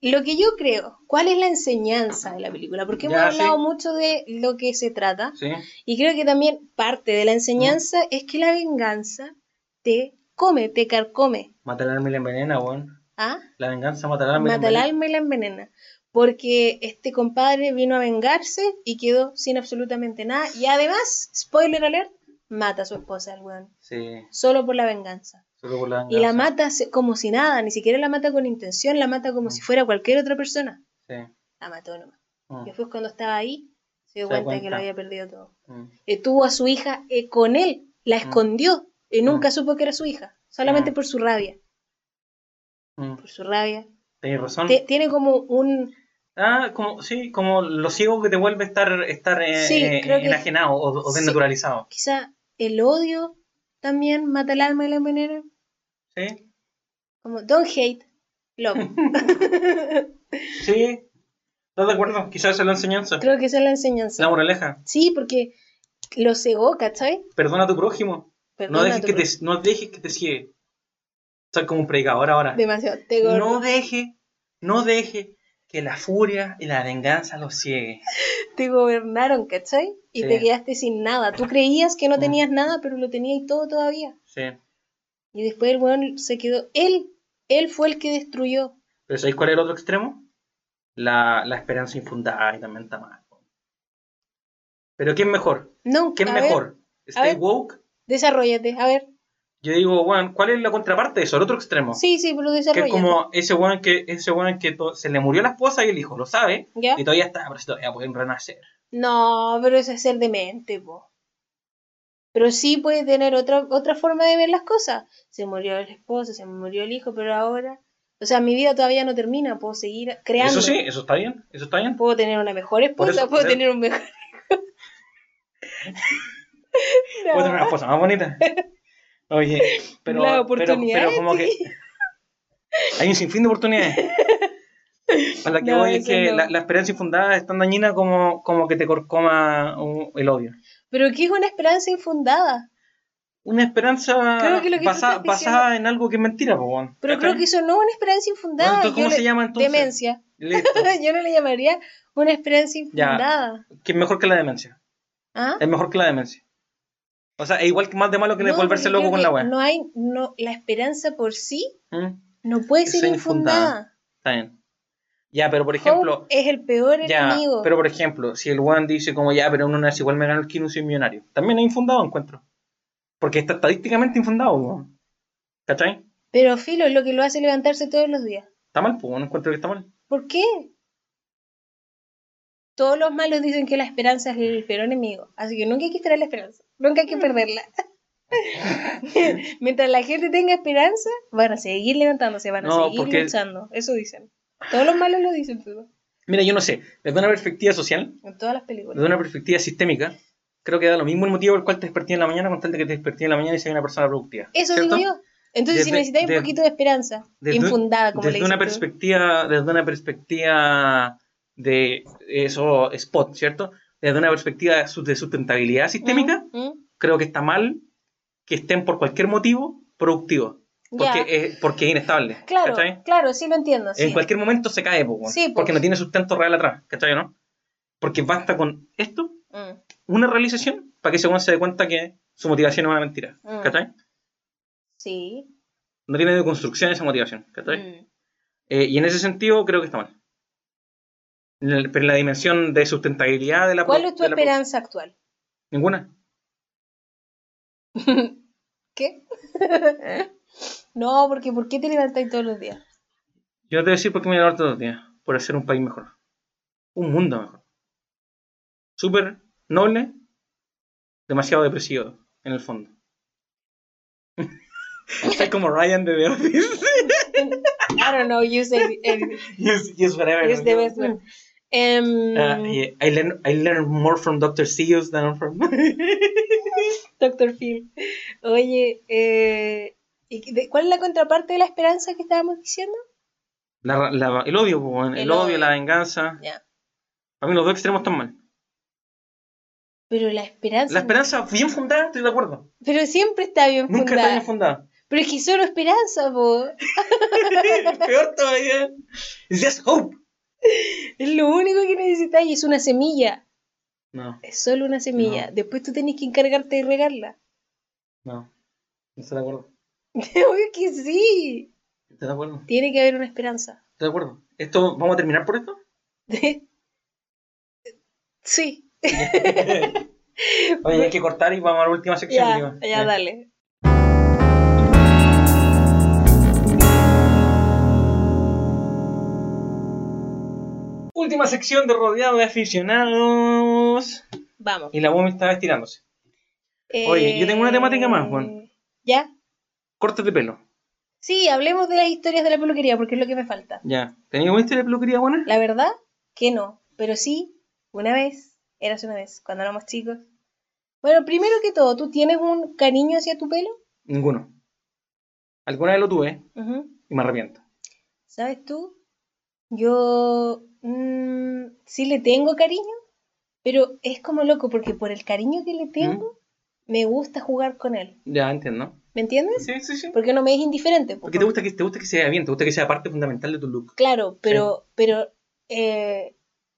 B: lo que yo creo, ¿cuál es la enseñanza de la película? Porque hemos
C: Ya,
B: hablado
C: sí.
B: mucho de lo que se trata
C: Sí.
B: y creo que también parte de la enseñanza es que la venganza te come, te carcome.
C: Matar al Mil envenena, weón.
B: ¿Ah?
C: La venganza matará al
B: Mata el alma y la envenena. Porque este compadre vino a vengarse y quedó sin absolutamente nada. Y además, spoiler alert, mata a su esposa, el weón.
C: Sí,
B: Solo por la venganza.
C: solo por la venganza.
B: Y la mata se- como si nada, ni siquiera la mata con intención, la mata
C: Mm.
B: como si fuera cualquier otra persona.
C: Sí.
B: La mató nomás.
C: Mm,
B: Y después cuando estaba ahí, se dio
C: Se da
B: cuenta, que lo
C: cuenta.
B: había perdido todo.
C: mm.
B: Eh, tuvo a su hija eh, con él, la escondió y nunca
C: Mm.
B: supo que era su hija, solamente
C: Mm.
B: por su rabia.
C: Mm,
B: Por su rabia.
C: Tenés razón.
B: Te- tiene como un...
C: Ah, como, sí, como lo ciego que te vuelve estar, estar eh,
B: Sí,
C: eh,
B: creo que-
C: enajenado o, o
B: Sí.
C: desnaturalizado.
B: Quizá el odio también mata el alma y la envenena.
C: Sí,
B: Como, don't hate, love.
C: sí. ¿Estás de acuerdo? Quizás esa es la enseñanza.
B: Creo que esa es la enseñanza.
C: La moraleja.
B: Sí, porque lo cegó, ¿cachai?
C: Perdona a tu prójimo. no,
B: Perdona
C: dejes
B: tu
C: que te,
B: pro-
C: no dejes que te ciegue. Soy como un predicador ahora.
B: Demasiado, te gordo.
C: No deje, no deje que la furia y la venganza los ciegue.
B: te gobernaron, ¿cachai? Y
C: Sí.
B: te quedaste sin nada. Tú creías que no
C: Mm.
B: tenías nada, pero lo tenías todo todavía.
C: Sí.
B: Y después el weón se quedó. Él, él fue el que destruyó.
C: ¿Pero sabéis cuál es el otro extremo? La, la esperanza infundada y también está mal. Pero ¿qué es mejor?
B: No,
C: ¿Qué es
B: a ver,
C: mejor? ¿Stay
B: ver.
C: woke?
B: desarrollate, a ver.
C: Yo digo, weón, ¿cuál es la contraparte de eso? El otro extremo.
B: Sí, sí, pero
C: que es
B: desarrollate.
C: como ese weón que, ese weón que to- se le murió la esposa y el hijo, lo sabe,
B: ¿Ya?
C: y todavía está, pero si todavía pueden renacer.
B: No, pero ese es ser demente, po. Pero sí puede tener otra, otra forma de ver las cosas. Se murió el esposo, se murió el hijo, pero ahora. O sea, mi vida todavía no termina, puedo seguir creando.
C: Eso sí, eso está bien, eso está bien.
B: Puedo tener una mejor esposa,
C: eso,
B: puedo
C: por eso.
B: tener un mejor hijo.
C: Puedo tener una esposa más bonita. Oye, pero,
B: Las
C: pero-
B: oportunidades,
C: pero como que
B: sí.
C: hay un sinfín de oportunidades. A la que
B: No,
C: voy es
B: eso
C: que
B: no.
C: la, la esperanza infundada es tan dañina como, como que te corcoma un- el odio.
B: Pero que es una esperanza infundada.
C: Una esperanza
B: Creo que lo que tú
C: basa-
B: estás
C: basada en algo que es mentira, po, weón.
B: Pero creo que
C: ¿Cachai?
B: eso no es una esperanza infundada.
C: Bueno, entonces,
B: yo
C: ¿Cómo
B: le-
C: se llama entonces?
B: Demencia.
C: Listo.
B: Yo no le llamaría una esperanza infundada.
C: Que es mejor que la demencia.
B: ¿Ah?
C: Es mejor que la demencia. O sea, es igual que más de malo que
B: No,
C: volverse
B: porque
C: loco con
B: creo
C: la
B: que
C: weá.
B: No hay, no, la esperanza por sí
C: ¿Mm?
B: no puede
C: Eso
B: ser
C: es infundada.
B: infundada.
C: Está bien. Ya, pero por ejemplo,
B: Hope es el peor
C: ya,
B: enemigo.
C: pero por ejemplo, si el one dice como ya, pero en una vez igual me ganó el kino soy millonario. También es infundado encuentro. Porque está estadísticamente infundado, weón. ¿Cachai?
B: Pero Filo es lo que lo hace levantarse todos los días.
C: Está mal, pues, no encuentro que está mal.
B: ¿Por qué? Todos los malos dicen que la esperanza es el peor enemigo. Así que nunca hay que traer la esperanza. Nunca
C: Mm.
B: hay que perderla. Mientras la gente tenga esperanza, van a seguir levantándose, van a
C: No,
B: seguir
C: porque-
B: luchando. Eso dicen. Todos los malos lo dicen, pero
C: Mira, yo no sé, desde una perspectiva social,
B: en todas las películas.
C: desde una perspectiva sistémica, creo que da lo mismo el motivo por el cual te desperté en la mañana con tal de que te desperté en la mañana y seas una persona productiva.
B: Eso
C: ¿cierto?
B: digo yo. Entonces, si
C: Desde-
B: necesitáis
C: desde-
B: un poquito de esperanza,
C: desde un-
B: infundada, como le
C: desde
B: dicen.
C: una
B: tú.
C: perspectiva desde una perspectiva de eso spot cierto desde una perspectiva de su- de sustentabilidad sistémica
B: Mm, mm,
C: creo que está mal que estén por cualquier motivo productivos
B: ya.
C: porque es, porque es inestable
B: claro,
C: ¿cachai?
B: claro, sí lo entiendo. sí.
C: en cualquier momento se cae po, weón,
B: Sí, po.
C: porque no tiene sustento real atrás ¿cachai, no porque basta con esto
B: Mm,
C: una realización para que ese weón se dé cuenta que su motivación es una mentira
B: Mm.
C: ¿cachai?
B: sí.
C: no tiene de construcción esa motivación ¿cachai?
B: Mm.
C: Eh, y en ese sentido creo que está mal. En el- pero en la dimensión de sustentabilidad de la
B: ¿Cuál
C: pro-
B: es tu
C: de la pro-
B: esperanza actual?
C: Ninguna.
B: ¿Qué? no, porque ¿por qué te levantáis todos los días?
C: Yo te voy a decir por qué me levanto todos los días. Por hacer un país mejor. Un mundo mejor. Súper noble. Demasiado depresivo, en el fondo. Soy como Ryan de The Office.
B: I don't know, you said it.
C: yes, yes, whatever.
B: It's the best one. Em,
C: Ah, yeah, I, learn, I learn more from Dr. Seuss than from...
B: Doctor Phil. Oye, eh, ¿y de- ¿cuál es la contraparte de la esperanza que estábamos diciendo?
C: La- la- el odio, po, el,
B: El
C: odio,
B: odio.
C: la venganza.
B: Ya.
C: Para mí los dos extremos están mal.
B: Pero la esperanza.
C: La esperanza bien fundada, estoy de acuerdo.
B: Pero siempre está bien
C: Nunca
B: fundada.
C: está bien fundada.
B: Pero es que solo esperanza, po.
C: Peor todavía. It's just hope.
B: Es lo único que necesitáis, es una semilla.
C: No,
B: Es solo una semilla.
C: No.
B: Después tú tenés que encargarte de regarla.
C: no. No estoy de acuerdo.
B: Obvio que sí.
C: ¿Estás de acuerdo?
B: Tiene que haber una esperanza.
C: ¿Estás de acuerdo? ¿Esto, ¿Vamos a terminar por esto?
B: sí.
C: Oye, hay que cortar y vamos a la última sección.
B: Ya,
C: digo.
B: ya, dale.
C: Última sección de rodeado de aficionados.
B: Vamos.
C: Y la bomba estaba estirándose. Oye, yo tengo una temática más, Juan.
B: Eh, ¿Ya?
C: Cortes de pelo.
B: Sí, hablemos de las historias de la peluquería, porque es lo que me falta.
C: Ya. ¿Tenías una historia de peluquería buena?
B: La verdad que no, pero sí, una vez, eras una vez, cuando éramos chicos. Bueno, primero que todo, ¿tú tienes un cariño hacia tu pelo?
C: Ninguno. Alguna vez lo tuve
B: Ujú.
C: y me arrepiento.
B: ¿Sabes tú? Yo mm, sí le tengo cariño, pero es como loco, porque por el cariño que le tengo, me gusta jugar con él.
C: Ya, entiendo.
B: ¿Me entiendes?
C: Sí, sí, sí.
B: Porque no me es indiferente. po,
C: Porque te gusta que te gusta que sea bien, te gusta que sea parte fundamental de tu look.
B: Claro, pero, pero eh,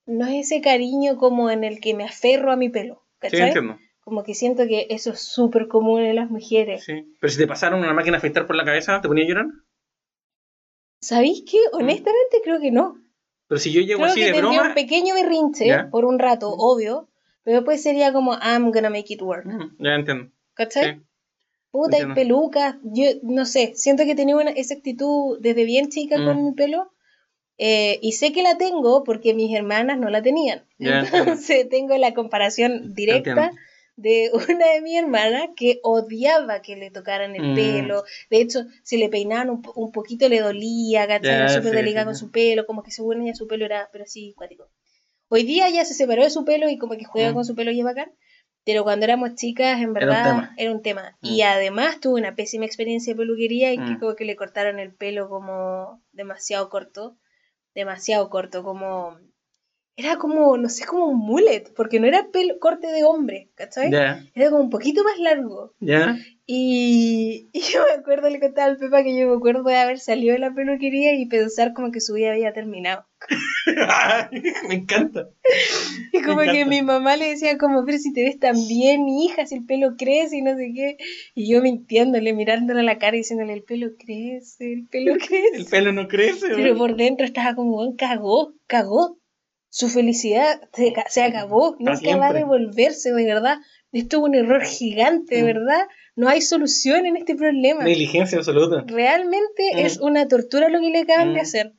B: no es ese cariño como en el que me aferro a mi pelo,
C: Sí,
B: ¿cachai?
C: entiendo.
B: como que siento que eso es súper común en las mujeres.
C: Sí. Pero si te pasaron una máquina a afeitar por la cabeza, ¿te ponía a llorar?
B: ¿Sabéis qué? Honestamente creo que no.
C: Pero si yo llego
B: Creo
C: Mm. así
B: que
C: de
B: tendría
C: broma.
B: un pequeño berrinche
C: Ya.
B: por un rato, obvio, pero después sería como I'm gonna make it work.
C: Mm, Ya entiendo.
B: ¿Cachai?
C: Sí.
B: Puta, y
C: entiendo.
B: pelucas, yo no sé, siento que tenía una, esa actitud desde bien chica con
C: Mm.
B: mi pelo eh, y sé que la tengo porque mis hermanas no la tenían.
C: Ya entiendo.
B: Entonces tengo la comparación directa
C: Entiendo.
B: de una de mis hermanas que odiaba que le tocaran el
C: Mm.
B: pelo. De hecho, si le peinaban un, po- un poquito le dolía, ¿cachai?
C: Ya,
B: Era súper
C: sí,
B: delicada
C: sí,
B: con
C: sí.
B: su pelo, como que según ella su pelo era, pero así, cuático. Hoy día ya se separó de su pelo y como que juega
C: Mm.
B: con su pelo y es bacán. Pero cuando éramos chicas, en
C: Era un
B: verdad, era un tema.
C: tema.
B: Y
C: Mm.
B: además tuve una pésima experiencia de peluquería y que
C: Mm.
B: como que le cortaron el pelo como demasiado corto. Demasiado corto, como... Era como, no sé, como un mullet, porque no era pelo, corte de hombre, ¿cachai?
C: Ya,
B: Era como un poquito más largo.
C: ya.
B: Y, y yo me acuerdo, le contaba al Pepa que yo me acuerdo de haber salido de la peluquería y pensar como que su vida había terminado.
C: Me encanta.
B: Y como que
C: encanta.
B: mi mamá le decía como, pero si te ves tan bien, mi hija, si el pelo crece y no sé qué. Y yo mintiéndole, mirándole a la cara y diciéndole, el pelo crece, el pelo
C: El
B: crece.
C: pelo no crece.
B: Pero
C: güey.
B: por dentro estaba como, "Weón, cagó, cagó. Su felicidad se, ca- se acabó, nunca va a
C: siempre.
B: devolverse, de verdad. Esto es un error gigante, de
C: Mm.
B: verdad. No hay solución en este problema.
C: Negligencia absoluta.
B: Realmente
C: Mm.
B: es una tortura lo que le acaban de
C: Mm.
B: hacer.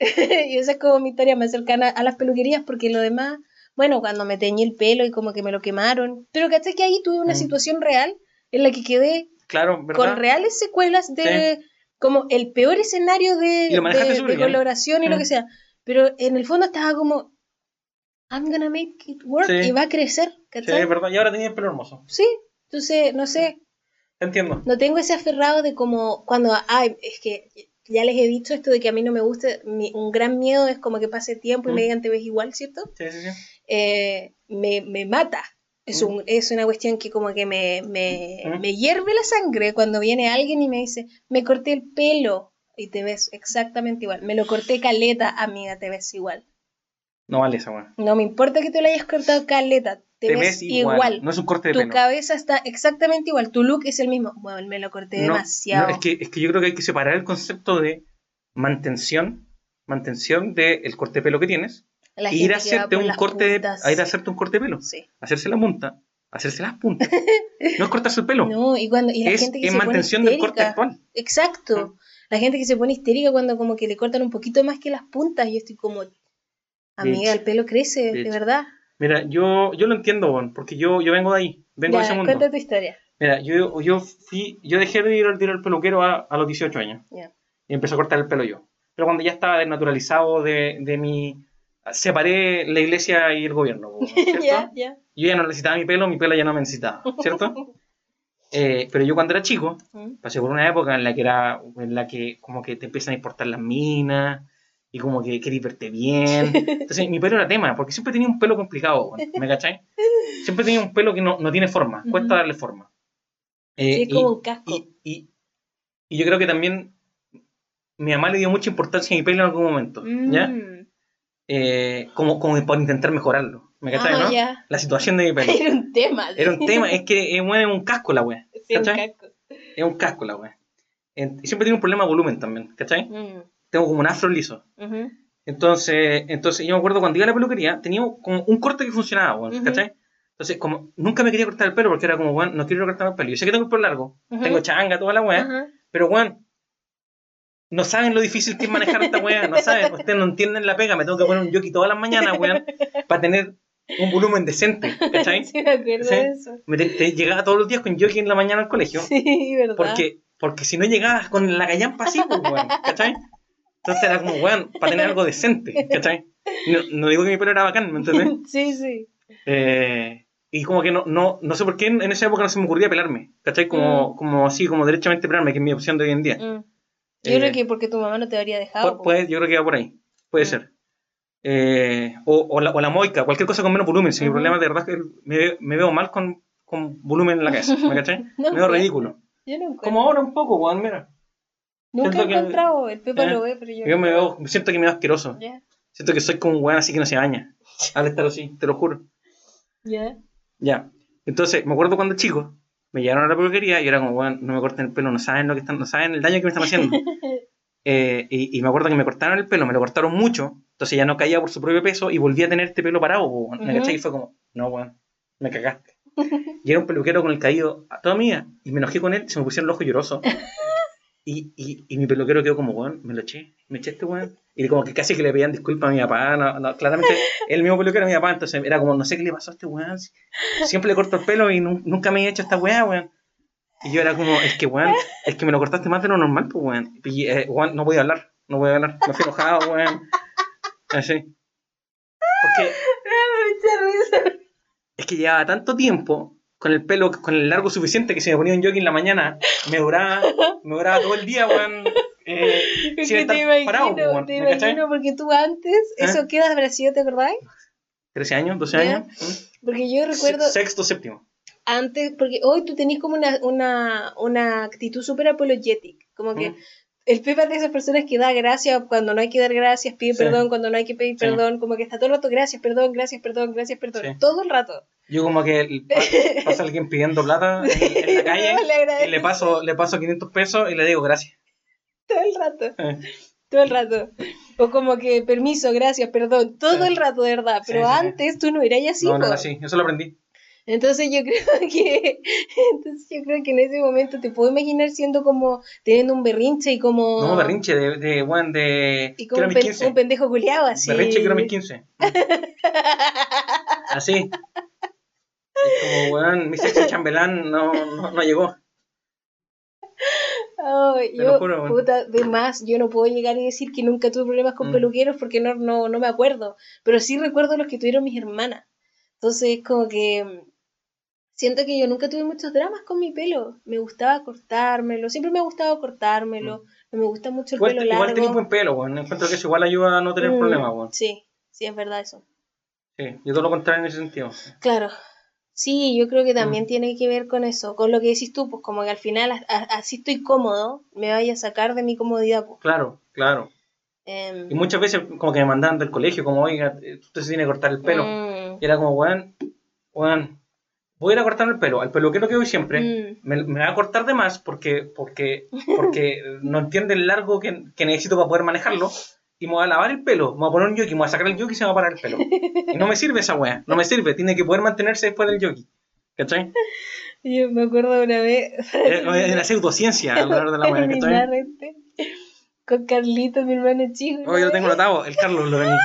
B: y esa es como mi historia más cercana a las peluquerías, porque lo demás, bueno, cuando me teñí el pelo y como que me lo quemaron. Pero caché que ahí tuve una
C: Mm.
B: situación real en la que quedé
C: Claro, ¿verdad?
B: con reales secuelas de como el peor escenario de,
C: Y lo manejaste
B: de-
C: súper
B: de
C: bien.
B: coloración y lo
C: Mm.
B: que sea. Pero en el fondo estaba como, I'm gonna make it work
C: Sí.
B: y va a crecer,
C: Sí,
B: ¿cachai?
C: es verdad. Y ahora tenía el pelo hermoso.
B: Sí, entonces, no sé,
C: Te entiendo.
B: no tengo ese aferrado de como cuando, ay, es que ya les he dicho esto de que a mí no me gusta, mi- un gran miedo es como que pase tiempo y me
C: Mm.
B: digan te ves igual, ¿cierto?
C: Sí, sí, sí.
B: Eh, me, me mata. Es, un- es una cuestión que como que me, me,
C: Mm.
B: me hierve la sangre cuando viene alguien y me dice, me corté el pelo y te ves exactamente igual. Me lo corté caleta, amiga, te ves igual.
C: No vale esa, weón.
B: No me importa que tú lo hayas cortado caleta, te, ves, igual.
C: No es un corte de
B: Tu
C: pelo.
B: cabeza está exactamente igual, tu look es el mismo. Bueno, me lo corté
C: No,
B: demasiado.
C: no, es, que, es que yo creo que hay que separar el concepto de mantención, mantención del corte de pelo que tienes,
B: La
C: e ir
B: gente que va
C: a hacerte
B: por
C: un
B: las
C: corte de,
B: puntas.
C: a ir a hacerte un corte de pelo,
B: Sí.
C: hacerse la punta, hacerse las puntas. no es cortarse el pelo.
B: No, y cuando y la
C: es
B: gente que
C: en
B: se pone
C: mantención del corte
B: histérica.
C: actual.
B: Exacto. La gente que se pone histérica cuando como que le cortan un poquito más que las puntas, yo estoy como amiga, el pelo crece, de
C: Bitch.
B: verdad.
C: Mira, yo, yo lo entiendo, Bon, porque yo, yo vengo de ahí, vengo
B: Ya,
C: de ese mundo.
B: cuenta tu historia.
C: Mira, yo, yo, fui- yo dejé de ir al, de ir al peluquero a, a los 18 años.
B: Ya.
C: Y empecé a cortar el pelo yo. Pero cuando ya estaba desnaturalizado de, de mi... Separé la iglesia y el gobierno. ¿no? ¿cierto?
B: ya, ya.
C: Yo ya no necesitaba mi pelo, mi pelo ya no me necesitaba, ¿cierto? Eh, pero yo cuando era chico,
B: Mm.
C: pasé por una época en la que era, en la que como que te empiezan a importar las minas y como que querías verte bien. Entonces mi pelo era tema, porque siempre tenía un pelo complicado, weón, ¿me cachai? Siempre tenía un pelo que no, no tiene forma,
B: Ujú.
C: cuesta darle forma. Eh,
B: Sí, es
C: y-
B: como un casco.
C: y, y, y yo creo que también mi mamá le dio mucha importancia a mi pelo en algún momento, ¿ya?
B: Mm.
C: Eh, como, como por intentar mejorarlo, ¿me cachai,
B: Ah,
C: no?
B: ya.
C: La situación de mi pelo.
B: Era un tema.
C: Era un tema, es que eh, bueno, es un casco la wea.
B: Sí, un
C: ¿cachai?
B: casco.
C: Es un casco la wea. En- y siempre tiene un problema de volumen también, ¿cachai?
B: Mm,
C: Tengo como un afro liso.
B: ujú.
C: Entonces, entonces yo me acuerdo cuando iba a la peluquería, tenía como un corte que funcionaba, weón,
B: Ujú.
C: ¿cachai? Entonces, como nunca me quería cortar el pelo porque era como, weón, no quiero cortarme el pelo. Yo sé que tengo el pelo largo,
B: Ujú.
C: tengo ¿eh? changa, toda la weá,
B: Ajá.
C: pero weón, no saben lo difícil que es manejar esta weá, no saben, ustedes no entienden la pega, me tengo que poner un yoki todas las mañanas, weón, para tener un volumen decente, ¿cachai?
B: Sí, me acuerdo
C: Sí.
B: de eso.
C: Me te- te- llegaba todos los días con yoki en la mañana al colegio,
B: Sí, ¿verdad?
C: porque, porque si no llegabas con la gallampa así, pues, weón, ¿cachai? Entonces era como, weón, para tener algo decente, ¿cachai? No, no digo que mi pelo era bacán, ¿me entendés?
B: Sí, sí.
C: Eh, y como que no, no, no sé por qué en, en esa época no se me ocurría pelarme, ¿cachai? Como, como así, como derechamente pelarme, que es mi opción de hoy en día.
B: Mm. Yo
C: Eh,
B: creo que porque tu mamá no te habría
C: pu-
B: dejado. po.
C: puede- yo creo que va por ahí, puede
B: Mm.
C: ser. Eh, o, o la, o la moica, cualquier cosa con menos volumen. Si mi
B: Ujú.
C: problema de verdad es que me, veo- me veo mal con, con volumen en la cabeza, ¿me cachai?
B: No
C: me veo
B: encuentro.
C: ridículo.
B: Yo no encuentro.
C: Como ahora un poco, weón, mira.
B: Nunca he
C: siento que-
B: encontrado. El Pepa
C: Ya.
B: lo ve, pero yo.
C: Yo
B: no.
C: me veo, siento que me veo asqueroso.
B: Ya,
C: Siento que soy como un weón así que no se baña. Al estar así, te lo juro.
B: ya.
C: Ya. Entonces, me acuerdo cuando chico, me llevaron a la peluquería y era como, weón, no me corten el pelo, no saben lo que están, no saben el daño que me están haciendo. Eh, y, y me acuerdo que me cortaron el pelo, me lo cortaron mucho, entonces ya no caía por su propio peso y volví a tener este pelo parado, po, weón. ¿Me
B: Ujú.
C: cachai? Y fue como, no, weón, me cagaste. Y era un peluquero con el caído a toda mía, y me enojé con él, se me pusieron los ojos llorosos. Y, y, y mi peluquero quedó como, weón, me lo eché, me eché este weón. Y como que casi que le pedían disculpas a mi papá, no, no, claramente el mismo peluquero era mi papá, entonces era como, no sé qué le pasó a este weón, si- siempre le corto el pelo y nu- nunca me he hecho esta weá, weón. Y yo era como, es que weón, es que me lo cortaste más de lo normal, pues weón. Y eh, weón, no voy a hablar, no voy a hablar, me fui enojado, weón. Así. Porque
B: Mucha risa.
C: es que llevaba tanto tiempo con el pelo, con el largo suficiente que si me ponía un jogging en la mañana, me duraba, me duraba todo el día, weón. Eh,
B: Es
C: sin
B: que
C: estar
B: te imagino,
C: parado, po, weón,
B: te
C: ¿me cachai?
B: imagino, porque tú antes,
C: ¿Eh?
B: eso queda Brasil, ¿te acordás?
C: 13 años, 12
B: Ya.
C: años. ¿eh?
B: Porque yo recuerdo
C: Sexto, séptimo.
B: antes, porque hoy tú tenés como una, una, una actitud súper apologetic, como que
C: Mm.
B: el Pepa es de esas personas que da gracias cuando no hay que dar gracias, pide
C: Sí.
B: perdón cuando no hay que pedir
C: Sí.
B: perdón, como que está todo el rato gracias, perdón, gracias, perdón, gracias, perdón,
C: Sí.
B: todo el rato.
C: Yo como que el- pa- pasa alguien pidiendo plata en, en la calle
B: No, le agradezco
C: y le paso, le paso 500 pesos y le digo gracias.
B: todo el rato,
C: Eh,
B: todo el rato. O como que permiso, gracias, perdón, todo
C: Sí.
B: el rato, de verdad,
C: Ah. Sí,
B: pero
C: sí, sí.
B: antes tú no eras así.
C: no, no
B: po.
C: era así, eso lo aprendí.
B: Entonces yo creo que entonces yo creo que en ese momento te puedo imaginar siendo como teniendo un berrinche y como
C: No, berrinche de, de weón, de...
B: y como
C: quiero
B: un,
C: mis
B: pen-
C: 15.
B: un pendejo culiado así.
C: Berrinche quiero mis 15. Así. Es como, weón, mi sexo chambelán no, no, no llegó.
B: Ay,
C: Te
B: yo,
C: lo juro, bueno.
B: puta, de más, yo no puedo llegar y decir que nunca tuve problemas con
C: Mm.
B: peluqueros porque no, no, no me acuerdo, pero sí recuerdo los que tuvieron mis hermanas. Entonces, como que mm, siento que yo nunca tuve muchos dramas con mi pelo. Me gustaba cortármelo, siempre me ha gustado cortármelo. No me gusta mucho el
C: Mm. Igual,
B: pelo
C: igual
B: largo.
C: tenés buen pelo, weón. Encuentro que eso igual ayuda a no tener
B: Mm,
C: problemas, weón.
B: Sí, sí, es verdad eso.
C: Sí, yo todo lo contrario en ese sentido.
B: Claro. Sí, yo creo que también
C: Mm.
B: tiene que ver con eso, con lo que decís tú, pues como que al final a- a- así estoy cómodo, me vaya a sacar de mi comodidad, pues.
C: Claro, claro.
B: Em,
C: Y muchas veces como que me mandaban del colegio, como, oiga, eh, usted se tiene que cortar el pelo.
B: mm,
C: Y era como, weón, weón, voy a ir a cortarme el pelo. Al peluquero que voy siempre,
B: mm,
C: me, me va a cortar de más porque, porque, porque no entiende el largo que, que necesito para poder manejarlo. Y me va a lavar el pelo, me va a poner un yoki, me va a sacar el yoki y se me va a parar el pelo. Y no me sirve esa weá, no me sirve, tiene que poder mantenerse después del yoki. ¿Cachai?
B: Yo me acuerdo una vez,
C: Es es la pseudociencia alrededor de la weá, ¿cachai?
B: terminar este, con Carlito, mi hermano chico.
C: Oh, yo lo
B: ¿no?
C: tengo anotado, el Carlos lo tenía.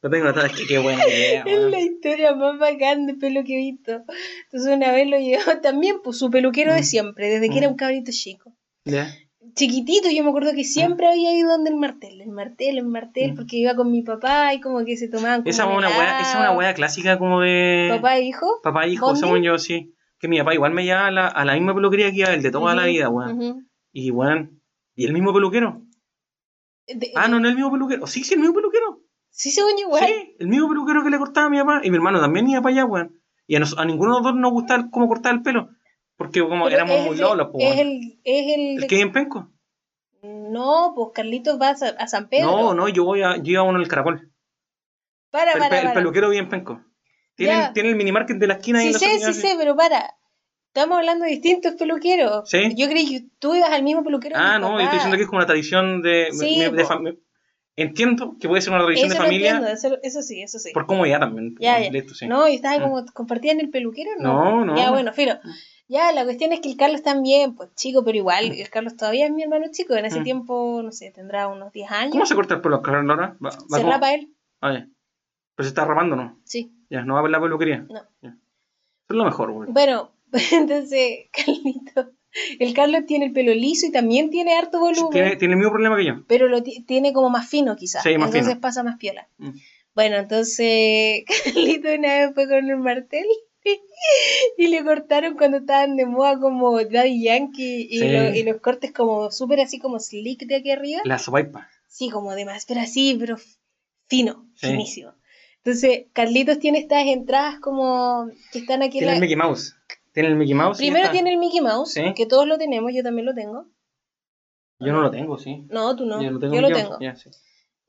C: Lo tengo anotado, es que qué buena idea,
B: Es
C: weón.
B: la historia más bacán de pelo que he visto. Entonces una vez lo llevó también, pues su peluquero de
C: Mm.
B: siempre, desde que era
C: Mm.
B: un cabrito chico.
C: Ya.
B: chiquitito, yo me acuerdo que siempre había ido donde el martel, el martel, el martel,
C: Mm.
B: porque iba con mi papá y como que se tomaban como
C: Esa es
B: un
C: una weá, esa es una
B: helado.
C: weá clásica como de.
B: Papá e hijo.
C: Papá e hijo,
B: ¿Bondi?
C: según yo, sí. Que mi papá igual me lleva a la, a la misma peluquería que iba el de toda la
B: Ujú,
C: vida, weón.
B: ujú.
C: Y weón, ¿y el mismo peluquero?
B: De-
C: Ah, no, no el mismo peluquero. Sí, sí, el mismo peluquero.
B: Sí, según yo igual.
C: Sí, el mismo peluquero que le cortaba a mi papá. Y mi hermano también iba para allá, weón. Y a, nos- a ninguno de los dos nos gustaba el- cómo cortaba el pelo. Porque como
B: pero
C: éramos
B: es
C: muy
B: de-
C: lolos, pues,
B: Es
C: weón.
B: el, es el,
C: ¿El que hay en Penco?
B: No, pues Carlitos va a, Sa- a San Pedro.
C: No, no, yo voy a, yo iba a uno en el caracol.
B: Para,
C: El,
B: para,
C: pe- el
B: para.
C: peluquero vive en Penco. Tiene,
B: Ya.
C: tiene el minimarket de la esquina
B: Sí
C: ahí en la
B: sé,
C: salida,
B: sí sé, pero para. Estamos hablando de distintos peluqueros.
C: Sí.
B: Yo creí que tú ibas al mismo peluquero. que
C: Ah,
B: mi
C: no, yo
B: papá.
C: estoy diciendo que es como una tradición de...
B: Sí,
C: me- de
B: po.
C: fam- Entiendo que puede ser una tradición
B: eso
C: de
B: lo
C: familia
B: entiendo, eso, eso sí, eso sí.
C: por comodidad también.
B: Ya, ya.
C: Listo, sí.
B: No, y estaba
C: Mm.
B: como compartían el peluquero,
C: No,
B: ¿no?
C: no. Mm.
B: Ya, bueno, filo. Ya, la cuestión es que el Carlos también, pues chico, pero igual, el Carlos todavía es mi hermano chico. En ese
C: Mm.
B: tiempo, no sé, tendrá unos 10
C: ¿Cómo
B: años.
C: se corta el pelo, Carlos Laura? Va- va
B: Se
C: como-
B: rapa él,
C: Ah, ya. Pero se está rapando, ¿no?
B: sí.
C: Ya, no va a ver la peluquería.
B: No.
C: Ya. Eso es lo mejor, güey.
B: Bueno, entonces, Carlito, el Carlos tiene el pelo liso y también tiene harto volumen.
C: Tiene, tiene el mismo problema que yo.
B: pero lo ti- tiene como más fino quizás.
C: Sí, más
B: entonces
C: fino.
B: pasa más piola.
C: Mm.
B: Bueno, entonces Carlito una vez fue con el martel y le cortaron cuando estaban de moda como Daddy Yankee y,
C: Sí.
B: lo- y los cortes como súper así como slick de aquí arriba.
C: La sopaipa.
B: Sí, como de más, pero así, pero fino,
C: Sí.
B: finísimo. Entonces, Carlitos tiene estas entradas como que están aquí. en
C: Tiene
B: la-
C: el Mickey Mouse. Tiene el Mickey Mouse. y ya
B: Primero
C: está.
B: tiene el Mickey Mouse,
C: Sí.
B: que todos lo tenemos, yo también lo tengo.
C: Yo no lo tengo, sí.
B: No, tú no,
C: yo lo tengo.
B: yo
C: en
B: lo
C: Mickey
B: tengo.
C: Mouse. Ya, Ah. sí.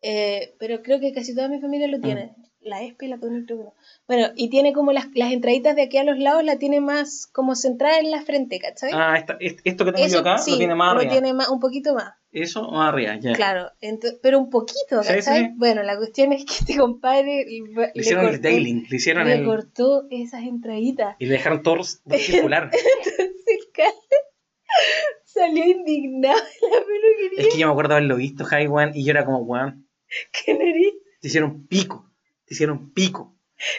B: Eh, pero creo que casi toda mi familia lo tiene. La ESPE y la Tony creo que no. Bueno, y tiene como las, las entraditas de aquí a los lados, la tiene más como centrada en la frente, ¿cachai?
C: Ah, esta- est- esto que tengo
B: Eso
C: yo acá
B: sí,
C: lo tiene más
B: lo
C: arriba.
B: tiene más- un poquito más,
C: Eso más arriba, ya.
B: claro. Ento- pero un poquito,
C: Sí, sí,
B: ¿cachai?
C: sí.
B: Bueno, la cuestión es que este compadre le,
C: Le hicieron el
B: cortó-
C: tailing, le hicieron
B: le
C: el.
B: cortó esas entraditas.
C: Y le dejaron todo circular.
B: Entonces el cara salió indignado de la peluquería.
C: es que yo me acuerdo haberlo visto, Haiwan, y yo era como, weón,
B: que nariz,
C: te hicieron pico. Te hicieron pico.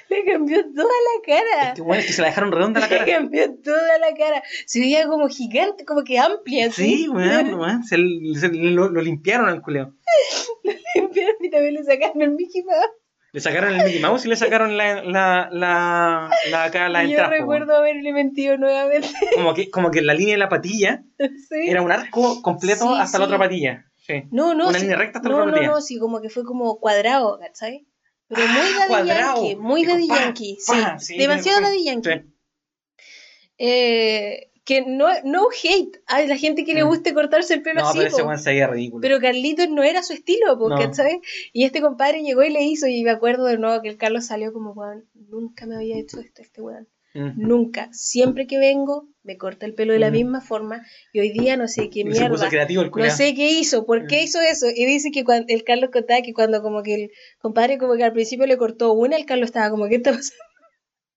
B: le cambió toda la cara.
C: Este weón es que se la dejaron redonda la
B: Le
C: cara.
B: cambió toda la cara. Se veía como gigante, como que amplia. así.
C: Sí, weón, weón. Se, se- lo, lo limpiaron al culeo.
B: Le limpiaron y también le sacaron el Mickey Mouse.
C: Le sacaron el Mickey Mouse y le sacaron la, la, la, la, acá, la
B: Y yo
C: entrada, po, weón.
B: recuerdo haberle mentido nuevamente.
C: como que, como que la línea de la patilla
B: sí.
C: era un arco completo
B: Sí,
C: hasta la
B: sí.
C: otra patilla. Sí.
B: no, no,
C: una
B: sí.
C: línea recta hasta la
B: no,
C: otra
B: no,
C: patilla.
B: no, sí, como que fue como cuadrado, ¿cachai? Pero muy Daddy
C: Ah, cuadrado.
B: Yankee, muy
C: Dijo,
B: Daddy
C: pa,
B: Yankee,
C: pa,
B: sí.
C: sí,
B: Demasiado
C: tiene
B: Daddy Yankee.
C: Sí.
B: Eh, que no, no hate a la gente que le
C: Mm.
B: guste cortarse el pelo
C: No,
B: así.
C: pero ese
B: po.
C: weón se veía ridículo.
B: Pero Carlitos no era su estilo, po,
C: No.
B: ¿cachai? Y este compadre llegó y le hizo, y me acuerdo de nuevo que el Carlos salió como, weón, nunca me había hecho esto este weón.
C: Mm.
B: Nunca. Siempre que vengo, me corta el pelo de la
C: Mm.
B: misma forma, y hoy día no sé qué
C: Y se puso
B: mierda.
C: creativo el
B: No
C: culiao.
B: sé qué hizo, por qué
C: Mm.
B: hizo eso. Y dice que cuando, el Carlos contaba que cuando como que el compadre como que al principio le cortó una, el Carlos estaba como, ¿qué está pasando?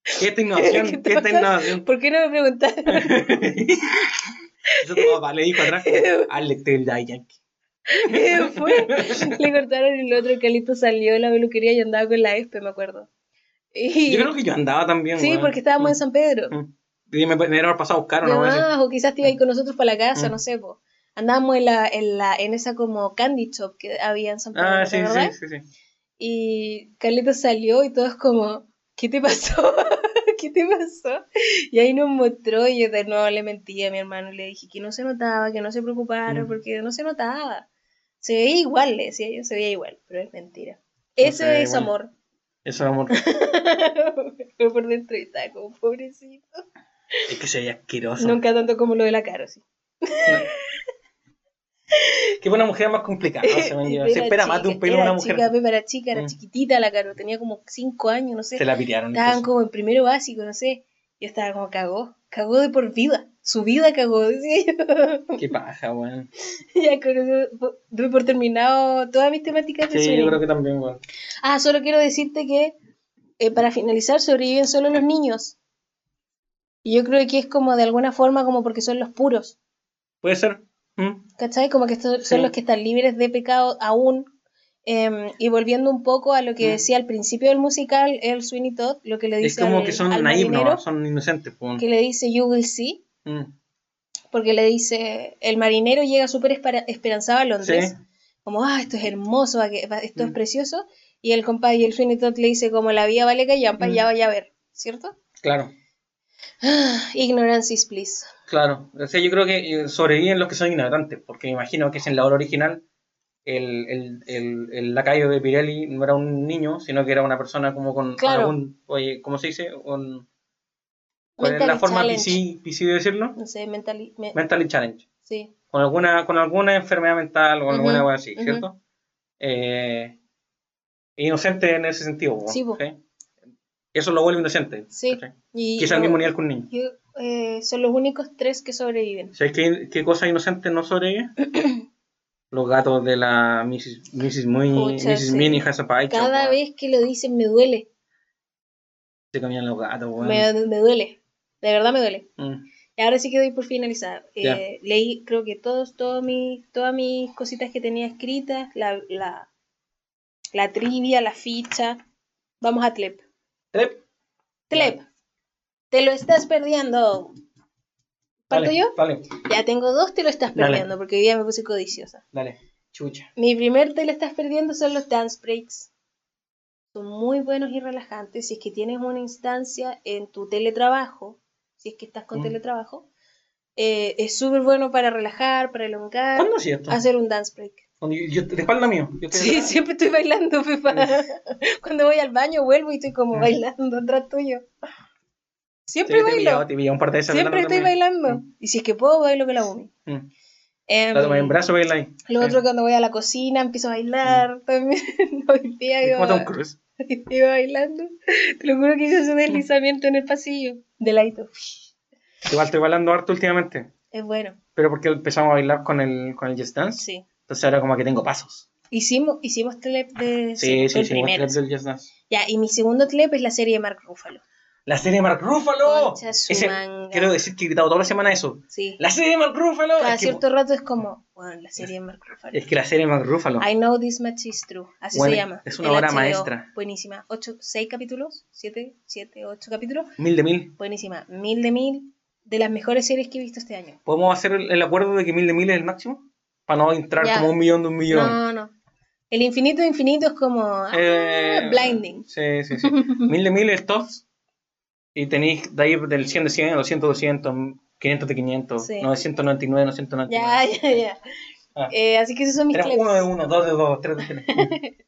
C: Esta innovación,
B: ¿Qué te
C: esta
B: pasa?
C: innovación.
B: ¿Por qué no me preguntaron?
C: Eso tu papá le dijo atrás, Alex del Daddy Yankee.
B: Y después le cortaron el otro, el Carlitos salió de la peluquería y andaba con la ESPE, me acuerdo. Y...
C: Yo creo que yo andaba también,
B: Sí,
C: weón.
B: porque estábamos en San Pedro.
C: Mm. Y me, me dieron pasado a buscar una
B: De
C: weá así.
B: más, o quizás te iba a ir con nosotros para la casa,
C: Mm.
B: no sé, po. Andábamos en, la, en, la, en esa como candy shop que había en San Pedro,
C: Ah,
B: ¿te
C: sí,
B: acordás?
C: sí, sí, sí.
B: Y Carlitos salió y todos como, ¿qué te pasó? ¿Qué te pasó? Y ahí nos mostró y yo de nuevo le mentí a mi hermano y le dije que no se notaba, que no se preocupara
C: Mm.
B: porque no se notaba. Se veía igual, le decía yo, se veía igual, pero es mentira.
C: No
B: Ese
C: se veía
B: es
C: igual.
B: amor.
C: Eso, amor.
B: Pero por dentro y estaba como pobrecito.
C: Es que se veía asqueroso.
B: Nunca tanto como lo de la cara, sí.
C: Qué buena mujer más complicada. según yo. Se
B: Era
C: espera más de un
B: chica,
C: pelo de
B: era
C: una mujer.
B: Chica, Pepe era chica, era
C: Mm.
B: chiquitita la Caro, tenía como 5 años, no sé.
C: Se la pitearon. pues,
B: Estaban
C: entonces.
B: como en primero básico, no sé. Yo estaba como cagó, cagó de por vida. Su vida cagó, decía yo.
C: Qué paja, weón.
B: ya con eso doy por terminado todas mis temáticas de
C: Sí, yo
B: sueño.
C: creo que también, weón.
B: Ah, solo quiero decirte que eh, para finalizar sobreviven solo los niños. Y yo creo que es como de alguna forma como porque son los puros.
C: Puede ser. ¿Mm?
B: ¿Cachai? Como que estos son
C: Sí.
B: los que están libres de pecado aún. Em, y volviendo un poco a lo que
C: Mm.
B: decía al principio del musical, el Sweeney Todd, lo que le
C: Es
B: dice
C: como
B: al,
C: que son
B: al
C: naivos,
B: marinero,
C: ¿no? son inocentes. po.
B: que le dice you will see,
C: Mm.
B: porque le dice, el marinero llega súper espera- esperanzado a
C: Sí.
B: Londres, como, ah, esto es hermoso, va que- va- esto es
C: Mm.
B: precioso, y el compadre y el Sweeney Todd le dice, como la vida vale callampa,
C: Mm.
B: ya vaya a ver, ¿cierto?
C: Claro,
B: Ignorance is bliss.
C: claro. O sea, yo creo que eh, sobreviven los que son ignorantes, porque me imagino que es en la obra original el, el, el, el lacayo de Pirelli no era un niño, sino que era una persona como con, con
B: Claro.
C: algún, oye, ¿cómo se dice? Con- ¿Cuál es
B: Mentally
C: la forma
B: challenged.
C: PC, PC de decirlo?
B: No sé, mentally, me-
C: Mentally challenge.
B: sí.
C: Con alguna, con alguna enfermedad mental o
B: Ujú,
C: alguna cosa así,
B: ujú.
C: ¿cierto? Eh, inocente en ese sentido. po,
B: Sí, po.
C: ¿sí? Eso lo vuelve inocente.
B: Sí.
C: ¿cachai?
B: Y
C: Quizá al
B: yo-
C: mismo nivel que un niño.
B: Yo eh, son los únicos tres que sobreviven.
C: ¿Sabes qué, qué cosa inocente no sobrevive? Los gatos de la Mrs. Mrs. Mini,
B: Pucha,
C: Mrs.
B: sí.
C: Mini Has a Pie,
B: Cada
C: weón.
B: vez que lo dicen me duele,
C: Se comían los gatos, weón.
B: me, me duele, de verdad me duele.
C: Mm.
B: Y ahora sí que doy por finalizada. Eh,
C: Ya.
B: leí, creo que todos, todos mis, todas mis cositas que tenía escritas, la, la, la trivia, la ficha. Vamos a Tlep.
C: Trep.
B: Tlep, te lo estás perdiendo. ¿Parto
C: Dale,
B: yo?
C: Dale,
B: Ya tengo dos, te lo estás
C: Dale.
B: perdiendo, porque hoy día me puse codiciosa.
C: dale. Chucha.
B: Mi primer te lo estás perdiendo son los dance breaks. Son muy buenos y relajantes. Si es que tienes una instancia en tu teletrabajo, si es que estás con
C: Mm.
B: teletrabajo, eh, es súper bueno para relajar, para elongar,
C: ¿Cuándo hacía esto?
B: hacer un dance break.
C: Cuando yo, yo- de espalda mío. Yo estoy
B: Sí,
C: atrás.
B: siempre estoy bailando, Pepa. Cuando voy al baño vuelvo y estoy como
C: Mm.
B: bailando atrás tuyo.
C: Sí,
B: Siempre
C: te pillaba,
B: bailo.
C: te pillaba un par de veces
B: Siempre estoy
C: también.
B: bailando. Y si es que puedo, bailo que la umi.
C: Mm. La tomé en brazo, Eh, baila ahí.
B: Lo
C: Sí.
B: otro cuando voy a la cocina empiezo a bailar también. Hoy día
C: Mm. Es
B: iba,
C: como Tom Cruise.
B: hoy día iba bailando. Te lo juro que hice ese deslizamiento en el pasillo. De ladito.
C: Igual estoy bailando harto últimamente.
B: Es bueno,
C: Pero porque empezamos a bailar con el, con el Just Dance.
B: sí.
C: Entonces ahora como que tengo pasos.
B: Hicimos, hicimos tlep de...
C: Sí, sí, sí.
B: el
C: sí
B: primero.
C: del Just Dance.
B: Ya, y mi segundo tlep es la serie de Mark Ruffalo.
C: La serie de Mark Ruffalo.
B: Concha su
C: Ese-
B: manga.
C: Quiero decir que he gritado toda la semana eso.
B: Sí.
C: La serie de Mark Ruffalo.
B: Cada
C: Es que,
B: Ah, cierto rato es como, bueno, la serie de Mark Ruffalo.
C: es que la serie de Mark Ruffalo.
B: I know this match is true. Así
C: Bueno,
B: se llama.
C: es una
B: El
C: obra
B: HBO.
C: maestra.
B: Buenísima. Ocho, seis capítulos, siete, siete, ocho capítulos.
C: Mil de mil.
B: Buenísima. Mil de mil. De las mejores series que he visto este año.
C: ¿Podemos hacer el, el acuerdo de que mil de mil es el máximo? Para no entrar
B: Ya.
C: como un millón de un millón.
B: No, no. El infinito de infinito es como ah,
C: Eh,
B: blinding.
C: Sí, sí, sí. mil de mil es tops. Y tenéis de ahí del 100 de 100, 200 200, 500 de 500,
B: Sí.
C: 999 999.
B: Ya, ya, ya.
C: Ah.
B: Eh, así que esos son mis
C: Tenemos
B: clips.
C: uno de uno, dos de dos, tres de tres.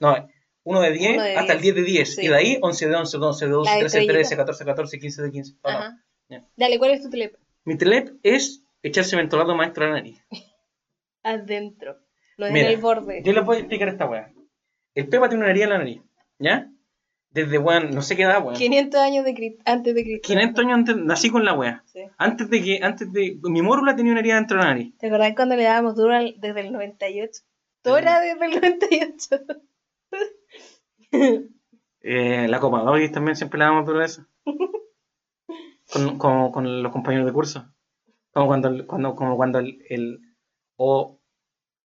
C: no, uno de diez
B: Uno de
C: hasta el diez de diez.
B: sí.
C: Y de ahí once de once, doce de
B: La
C: doce, trece de trece,
B: estrellita.
C: catorce de catorce, quince de quince. No, no.
B: Ajá.
C: Ya.
B: Dale, ¿cuál es tu clip?
C: Mi telep es echarse mentolado maestro a la nariz.
B: Adentro. No es
C: Mira,
B: en el borde.
C: Yo les voy a explicar esta weá. El Pepa tiene una herida en la nariz, ¿ya? Desde weón, no sé qué edad, weón.
B: 500 años de Crist- antes de Cristo.
C: 500 años antes, nací con la weá.
B: Sí.
C: Antes de que, antes de, mi mórula tenía una herida dentro de la nariz.
B: ¿Te acordás cuando le dábamos duro al- desde el 98? Todo era desde el 98.
C: Eh, la Copa Doris también siempre la damos duro a eso. Con, con- con los compañeros de curso. Como cuando, el- cuando, como cuando el, el o,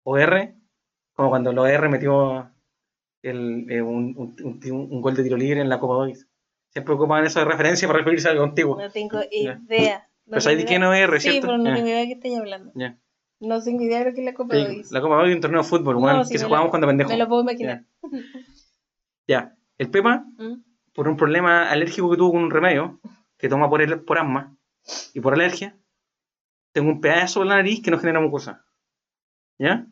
C: OR, como cuando el OR metió el, eh, un, un- un- un gol de tiro libre en la Copa Doris. Siempre ocupaban eso de referencia para referirse a algo antiguo.
B: No tengo idea. No
C: Pero sabéis de
B: tengo
C: quién
B: idea.
C: es OR,
B: Sí,
C: ¿cierto?
B: pero no
C: Ya,
B: tengo idea de qué estáis hablando.
C: ya.
B: No tengo idea de lo que es la Copa
C: Sí,
B: Davis.
C: La Copa Doris es un torneo de fútbol,
B: No,
C: weón,
B: sí,
C: que se
B: me
C: jugábamos
B: lo-
C: cuando pendejo.
B: Me lo puedo imaginar.
C: Ya, el Pepa
B: ¿Mm?
C: por un problema alérgico que tuvo con un remedio que toma por, el, por asma y por alergia, tengo un pedazo en la nariz que no genera mucosa. ¿Ya?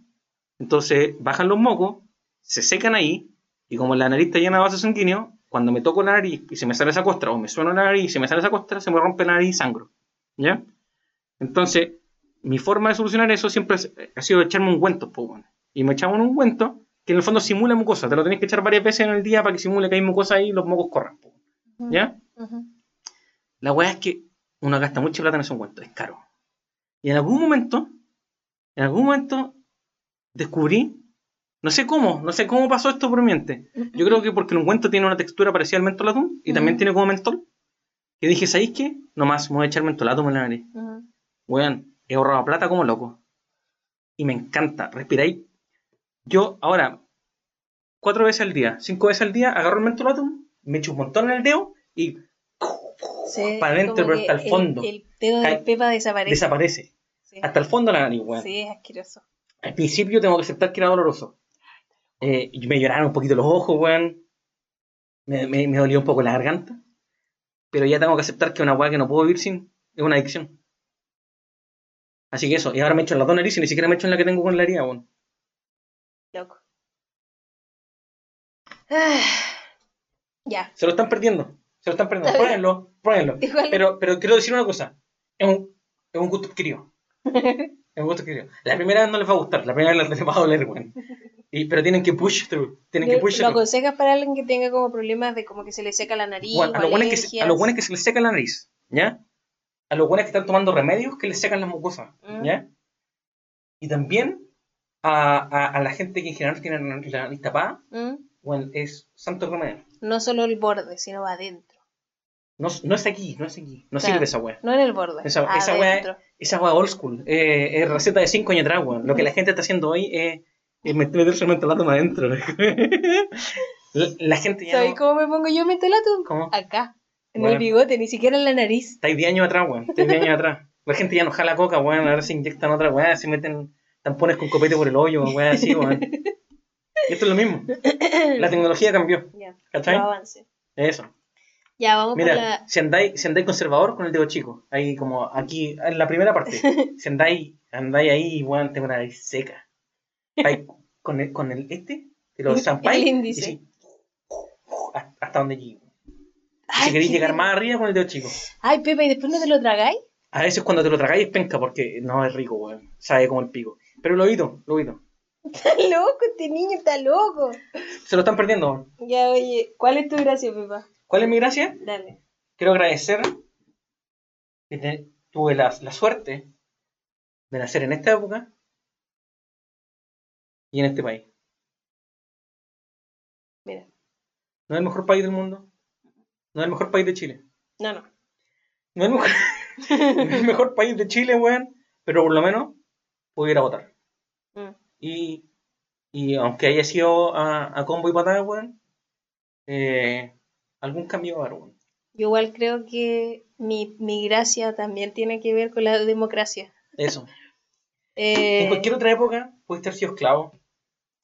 C: Entonces bajan los mocos, se secan ahí, y como la nariz está llena de vasos sanguíneos, cuando me toco la nariz y se me sale esa costra, o me suena la nariz y se me sale esa costra, se me rompe la nariz y sangro. ¿Ya? Entonces, mi forma de solucionar eso siempre es- ha sido echarme un cuento, Y me echaba un ungüento que en el fondo simula mucosa. Te lo tenés que echar varias veces en el día para que simule que hay mucosa ahí y los mocos corran. po,
B: Ujú,
C: ¿Ya?
B: ujú.
C: La weá es que uno gasta mucha plata en ese ungüento, es caro. Y en algún momento, en algún momento descubrí, no sé cómo, no sé cómo pasó esto por mi mente. Yo creo que porque el ungüento tiene una textura parecida al mentolatum y también
B: Ujú.
C: tiene como mentol. Que dije, ¿sabéis qué? Nomás me voy a echar mentolatum en la nariz.
B: Ujú.
C: Weón, he ahorrado plata como loco. Y me encanta, respiráis. Yo ahora, cuatro veces al día, cinco veces al día, agarro el mentolatum, me echo un montón en el dedo y
B: Sí,
C: para adentro,
B: como
C: pero
B: que
C: hasta el fondo.
B: El, dedo de
C: Cae-
B: Pepa desaparece.
C: desaparece.
B: Sí.
C: Hasta el fondo de la nariz, weón.
B: Sí, es asqueroso.
C: Al principio tengo que aceptar que era doloroso. Eh, y me lloraron un poquito los ojos, weón. Me, me, me dolió un poco la garganta. Pero ya tengo que aceptar que es una weá que no puedo vivir sin es una adicción. Así que eso. Y ahora me echo en las dos narices, ni siquiera me echo en la que tengo con la herida, weón.
B: Loco. Ah, ya.
C: Se lo están perdiendo. Se lo están perdiendo.
B: Está bien.
C: Pruébenlo, pruébenlo.
B: Igual-
C: Pero, pero quiero decir una cosa. Es un, es un gusto adquirido. Es un gusto adquirido. La primera vez no les va a gustar. La primera vez les va a doler, weón. Y- Pero tienen que push through. Tienen que
B: Yo-
C: push
B: ¿Lo
C: through.
B: aconsejas para alguien que tenga como problemas de como que se le seca la nariz?
C: Bueno, a,
B: o
C: los buenos que se, a
B: alergias?
C: los buenos que se les seca la nariz, ¿ya? a los buenos que están tomando remedios que les secan las mucosas,
B: Mm.
C: ¿ya? Y también a, a- a la gente que en general tiene la nariz- la nariz tapada,
B: ¿Mm?
C: bueno, es santo remedio.
B: No solo el borde, sino va adentro.
C: No, no es aquí, no es aquí. No
B: Claro.
C: sirve esa weá.
B: No en el borde.
C: Esa- esa wea-
B: adentro.
C: Esa weá old school. eh, es receta de cinco años atrás, weón. Lo que la gente está haciendo hoy es, es meterse el mentolato más adentro. la, la gente ya
B: ¿Sabéis
C: no...
B: cómo me pongo yo mentolato?
C: ¿Cómo?
B: Acá, en
C: Bueno.
B: el bigote, ni siquiera en la nariz.
C: Estáis 10 años atrás, weón. Estáis 10 años atrás. La gente ya no jala coca, weón. Ahora se inyectan otra weá, se meten tampones con copete por el hoyo, weón, así, weón. Y esto es lo mismo. La tecnología cambió,
B: Ya,
C: ¿cachai?
B: no avance.
C: Eso.
B: Ya, vamos por
C: Mira,
B: pues la...
C: si andáis, si andáis conservador con el dedo chico, ahí como aquí, en la primera parte, si andáis, andáis ahí, weón, tengo una nariz seca. Vais con el, con el este, te lo
B: El
C: zampáis y
B: índice.
C: sí, hasta donde llegue. Y
B: Ay,
C: Si queréis
B: qué-
C: llegar más arriba con el dedo chico.
B: Ay, Pepe, ¿y después no te lo tragáis?
C: A veces cuando te lo tragáis es penca porque no es rico, weón. Sabe como el pico. Pero lo oído, lo oído.
B: Está loco, este niño está loco.
C: Se lo están perdiendo, weón.
B: Ya, oye, ¿cuál es tu gracia, Pepa?
C: ¿Cuál es mi gracia?
B: Dale.
C: Quiero agradecer que te- tuve la, la suerte de nacer en esta época y en este país.
B: Mira.
C: No es el mejor país del mundo. No es el mejor país de Chile.
B: No, no.
C: No es el mejor, no es el mejor país de Chile, weón. Pero por lo menos pude ir a votar.
B: Mm.
C: Y, y aunque haya sido a, a combo y patada, weón, eh, algún cambio va a haber, weón.
B: Yo igual creo que mi, mi gracia también tiene que ver con la democracia.
C: Eso.
B: Eh,
C: En cualquier otra época pudiste haber sido esclavo.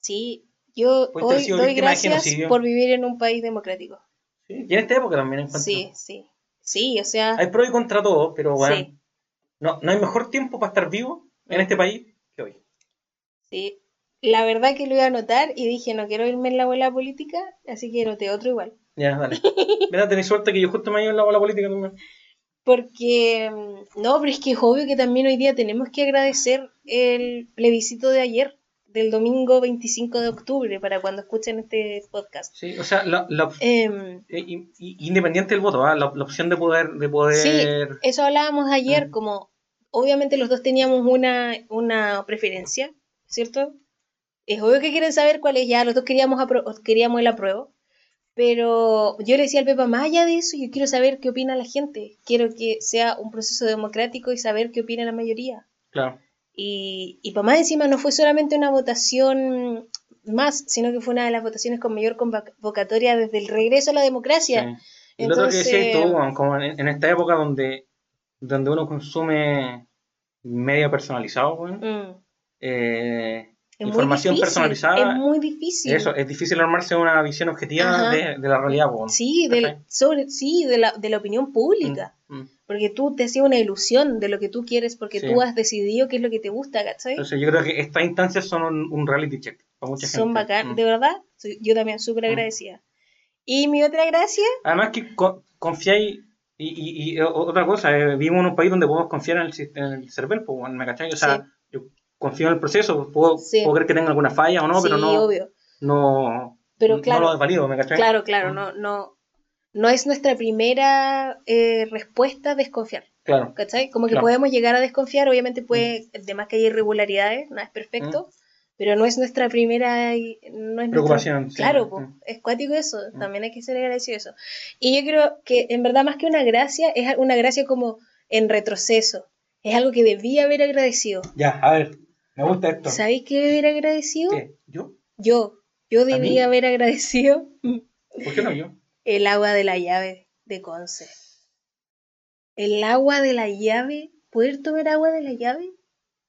B: Sí, yo
C: Puede haber
B: hoy
C: pues sido
B: doy
C: víctima de
B: gracias
C: genocidio.
B: por vivir en un país democrático.
C: ¿sí? Y en esta época también encuentro.
B: Sí, sí. Sí, o sea,
C: Hay pro y contra todo, pero weón,
B: Sí.
C: no, no hay mejor tiempo para estar vivo en este país que hoy.
B: sí. La verdad que lo iba a anotar y dije, no quiero irme en la bola política, así que anoté otro igual.
C: Ya, dale. Mira, tenés suerte que yo justo me he ido en la bola política también.
B: Porque, mm, no, pero es que es obvio que también hoy día tenemos que agradecer el plebiscito de ayer, del domingo 25 de octubre, para cuando escuchen este podcast.
C: Sí, o sea, la, la-
B: Em,
C: eh, in- in- independiente del voto, ¿ah? la, la opción de poder, de poder
B: Sí, eso hablábamos ayer,
C: Mm.
B: como obviamente los dos teníamos una, una preferencia, ¿cierto? Es obvio que quieren saber cuál es, ya los dos queríamos, apro- queríamos el apruebo, pero yo le decía al Pepa, más allá de eso, yo quiero saber qué opina la gente, quiero que sea un proceso democrático y saber qué opina la mayoría.
C: claro.
B: Y, y para más encima no fue solamente una votación más, sino que fue una de las votaciones con mayor convocatoria desde el regreso a la democracia.
C: Sí. Y lo otro que decías
B: Entonces-
C: tú, weón, como en, en esta época donde, donde uno consume media personalizado, weón,
B: Mm.
C: eh,
B: Es muy
C: Información
B: difícil,
C: personalizada.
B: Es muy difícil.
C: eso, es difícil armarse una visión objetiva
B: pues. Ajá.
C: de, de la realidad. weón.
B: Sí, pues. del,
C: ¿Cachai?
B: sobre, sí de, la, de la opinión pública.
C: Mm, mm.
B: Porque tú te hacías una ilusión de lo que tú quieres, porque
C: Sí.
B: tú has decidido qué es lo que te gusta, ¿cachai?
C: Entonces yo creo que estas instancias son un, un reality check para mucha
B: Son
C: gente.
B: bacán,
C: Mm.
B: de verdad. soy- yo también súper
C: Mm.
B: agradecida. Y mi otra gracia,
C: Además que co- confiáis y, y- y o- otra cosa, eh, vivimos en un país donde podemos confiar en el, sis- en el CERVEL, pues, bueno, ¿me cachai? O sea,
B: Sí.
C: yo confío en el proceso, puedo,
B: Sí.
C: puedo creer que tenga alguna falla o no,
B: sí,
C: pero no,
B: obvio.
C: no,
B: Pero
C: no
B: claro,
C: lo desvalido, ¿me cachai?
B: claro, claro,
C: Mm.
B: no, no, no es nuestra primera eh, respuesta desconfiar,
C: Claro.
B: ¿cachai? Como que
C: Claro. Mm.
B: podemos llegar a desconfiar, obviamente puede, además que hay irregularidades, nada es perfecto, pero no es nuestra primera, y- no es nuestra
C: Preocupación. sí.
B: Claro, po,
C: Mm.
B: es cuático eso,
C: Mm.
B: también hay que ser agradecido eso. Y yo creo que en verdad más que una gracia, es una gracia como en retroceso. Es algo que debía haber agradecido.
C: Ya, a ver, me gusta esto.
B: ¿Sabéis qué debía haber agradecido?
C: ¿Qué? ¿Yo?
B: Yo, yo
C: mí?
B: debía haber agradecido
C: ¿Por qué no yo?
B: el agua de la llave de Conce. El agua de la llave, poder tomar agua de la llave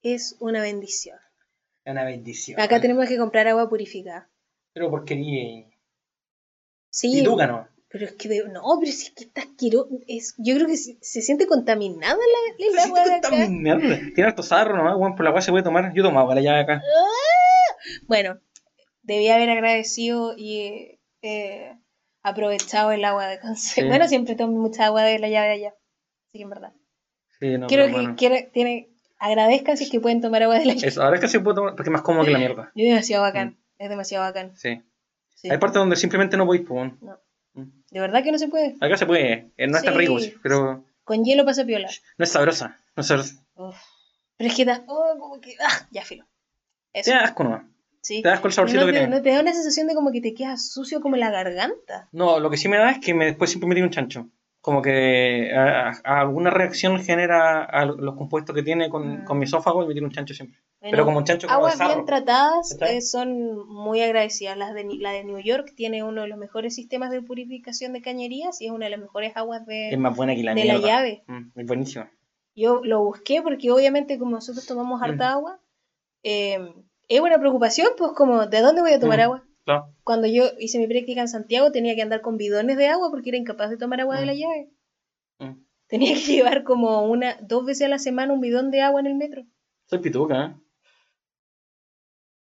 B: es una bendición.
C: Es una bendición.
B: Acá tenemos que comprar agua purificada.
C: Pero porquería y,
B: Sí,
C: y túcano.
B: Pero es que, de- no, pero si es que está asqueroso. Es, yo creo que se, se siente contaminada la,
C: Pero
B: la,
C: si
B: agua de
C: esto
B: acá.
C: está mierda. Tiene harto sarro nomás, weón, por la cual se puede tomar. Yo tomaba la llave acá.
B: Bueno, debía haber agradecido y eh, eh, aprovechado el agua de Conce.
C: Sí.
B: Bueno, siempre tomo mucha agua de la llave de allá. Así que en verdad.
C: Sí, no,
B: quiero
C: pero
B: que
C: bueno.
B: quiero- tiene, agradezcan si es que pueden tomar agua de la llave.
C: Eso, ahora es que se puede tomar, porque es más cómodo que la mierda.
B: Es demasiado bacán. Es demasiado bacán.
C: Sí.
B: sí.
C: Hay partes donde simplemente no podéis, pues. bueno.
B: De verdad que no se puede.
C: Acá se puede, eh, no es tan
B: Sí.
C: rico, sí, pero
B: Con hielo pasa piola.
C: No es sabrosa. No es sabrosa.
B: Uf. Pero es que da. oh, como que- ah, ya filo. Eso.
C: Te da asco nomás.
B: sí.
C: Te das con el saborcito
B: no,
C: que
B: te-
C: tiene.
B: no te da una sensación de como que te quedas sucio como la garganta.
C: No, lo que sí me da es que me, después siempre me tira un chancho. Como que a, a- alguna reacción genera a los compuestos que tiene con,
B: Ah.
C: con mi esófago y me tira un chancho siempre.
B: Bueno,
C: Pero como un chancho como de
B: aguas
C: sarro.
B: bien tratadas
C: ¿Cachai?
B: eh, son muy agradecidas. Las de, Ni- la de New York tiene uno de los mejores sistemas de purificación de cañerías y es una de las mejores aguas
C: Es
B: de,
C: más buena que la
B: de la
C: mierda.
B: llave.
C: Mm, es buenísima.
B: Yo lo busqué porque obviamente como nosotros tomamos
C: Mm.
B: harta agua, eh, es una preocupación, pues como, ¿de dónde voy a tomar
C: Mm.
B: agua?
C: Claro.
B: Cuando yo hice mi práctica en Santiago tenía que andar con bidones de agua porque era incapaz de tomar agua de la
C: Mm.
B: llave.
C: Mm.
B: Tenía que llevar como una, dos veces a la semana un bidón de agua en el metro.
C: Soy pituca, ¿eh?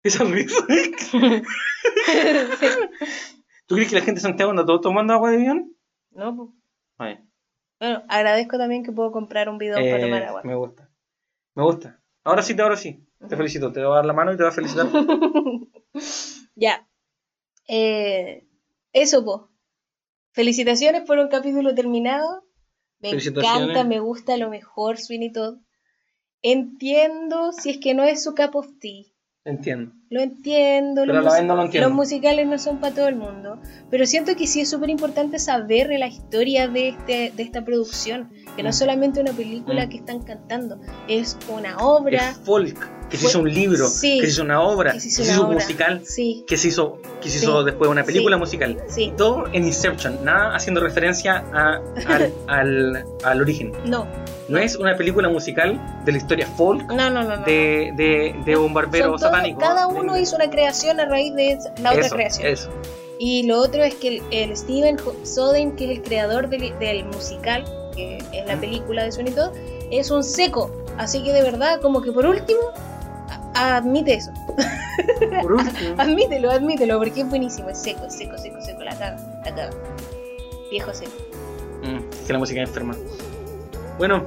C: Esa risa. ¿Tú crees que la gente de Santiago anda todo tomando agua de avión?
B: ¿No? po.
C: Ay,
B: Bueno, agradezco también que puedo comprar un bidón para tomar
C: eh,
B: agua.
C: me gusta. Me gusta. Ahora sí, te- ahora sí. Te
B: Ujú.
C: felicito. Te voy a dar la mano y te voy a felicitar.
B: Ya. Eh, eso, po. Felicitaciones por un capítulo terminado. Me
C: Felicitaciones.
B: encanta, me gusta, lo mejor, Sweeney Todd. Entiendo si es que no es su cup of tea.
C: Entiendo.
B: Lo entiendo.
C: Pero a
B: los
C: la
B: mus-
C: vez no lo entiendo.
B: Los musicales no son para todo el mundo. Pero siento que sí es súper importante saber de la historia de, este, de esta producción. Que no
C: Mm.
B: es solamente una película
C: Mm.
B: que están cantando, es una obra.
C: Es folk. Que se
B: Fue-
C: hizo un libro.
B: Sí.
C: Que se hizo una obra.
B: que
C: Que se
B: una
C: hizo un
B: obra.
C: musical.
B: Sí,
C: Que se hizo, que se hizo
B: Sí.
C: después una película
B: Sí.
C: musical.
B: sí.
C: Todo en Inception. Nada haciendo referencia a, al, al, al origen.
B: No,
C: No es una película musical de la historia folk
B: no, no, no. no.
C: de, de, de un barbero
B: Son todos-
C: satánico.
B: Cada
C: De-
B: uno hizo una creación a raíz de esa- la otra
C: Eso,
B: creación.
C: Eso.
B: Y lo otro es que el, el Steven Ho- Soden, que es el creador del, del musical, que es la
C: Mm.
B: película de Sweeney Todd, es un seco. Así que de verdad, como que por último, a- admite eso.
C: Por último.
B: Admítelo, admítelo, porque es buenísimo. Es seco, es seco, seco, seco. La caga, la caga. Viejo seco.
C: Mm, que la música es enferma. Bueno,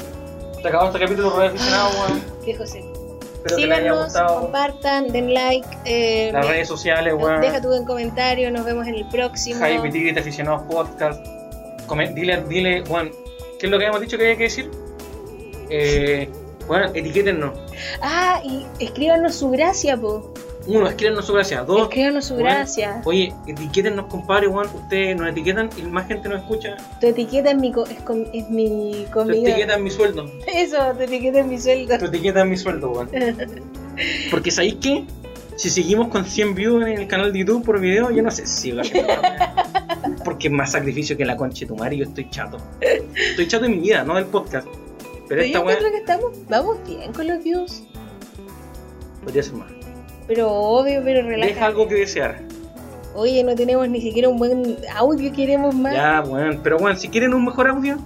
C: se acabó este capítulo de aficionado, weón.
B: Viejo seco.
C: Espero que les haya
B: Síganos,
C: gustado.
B: compartan, den like. eh,
C: Las
B: de-
C: redes sociales, weón.
B: Deja tu buen comentario, nos vemos en el próximo.
C: Jaime Tigre, aficionados podcast. Come- dile, dile, weón, ¿qué es lo que habíamos dicho que había que decir? Eh, bueno, etiquétennos.
B: Ah, y escríbanos su gracia, po.
C: Uno, escríbanos su gracia. Dos,
B: Escríbanos su
C: bueno.
B: gracia.
C: oye, etiquétennos, compadre, weón. Ustedes nos etiquetan y más gente nos escucha.
B: Tu etiqueta es mi, co- es com- es mi
C: Tu
B: comida.
C: etiqueta es mi sueldo.
B: Eso, tu etiqueta es mi sueldo.
C: Tu etiqueta es mi sueldo, weón. Porque ¿sabéis qué? Si seguimos con 100 views en el canal de YouTube por video, yo no sé si sigo haciendo la weá. Porque es más sacrificio que la concha de tu madre y yo estoy chato. Estoy chato en mi vida, no del podcast. Pero
B: Pero
C: esta
B: yo
C: weá
B: encuentro que estamos, vamos bien con los views.
C: podría ser más.
B: Pero obvio, pero
C: Deja
B: relaja.
C: algo que desear.
B: Oye, no tenemos ni siquiera un buen audio, queremos más.
C: Ya, weón. Pero weón, si quieren un mejor audio,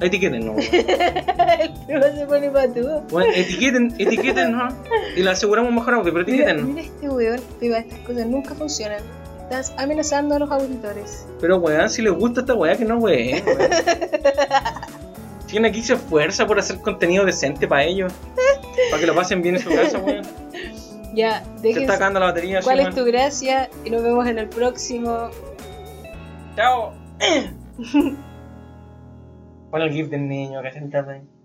C: etiqueten, no.
B: El tema se pone patudo.
C: Weón, etiqueten, etiqueten, no. Y le aseguramos un mejor audio, pero
B: Mira,
C: etiqueten,
B: mira este weón, piba, estas cosas nunca funcionan. Estás amenazando a los auditores.
C: Pero weón, si les gusta esta weá, que no weón. weón. Si alguien aquí se esfuerza por hacer contenido decente para ellos. Para que lo pasen bien en su casa, weón.
B: Ya,
C: Se está
B: déjense.
C: acabando la batería,
B: ¿Cuál
C: sí,
B: es
C: weón.
B: tu gracia? Y nos vemos en el próximo.
C: Chao. Pon el gif del niño que sentado ahí.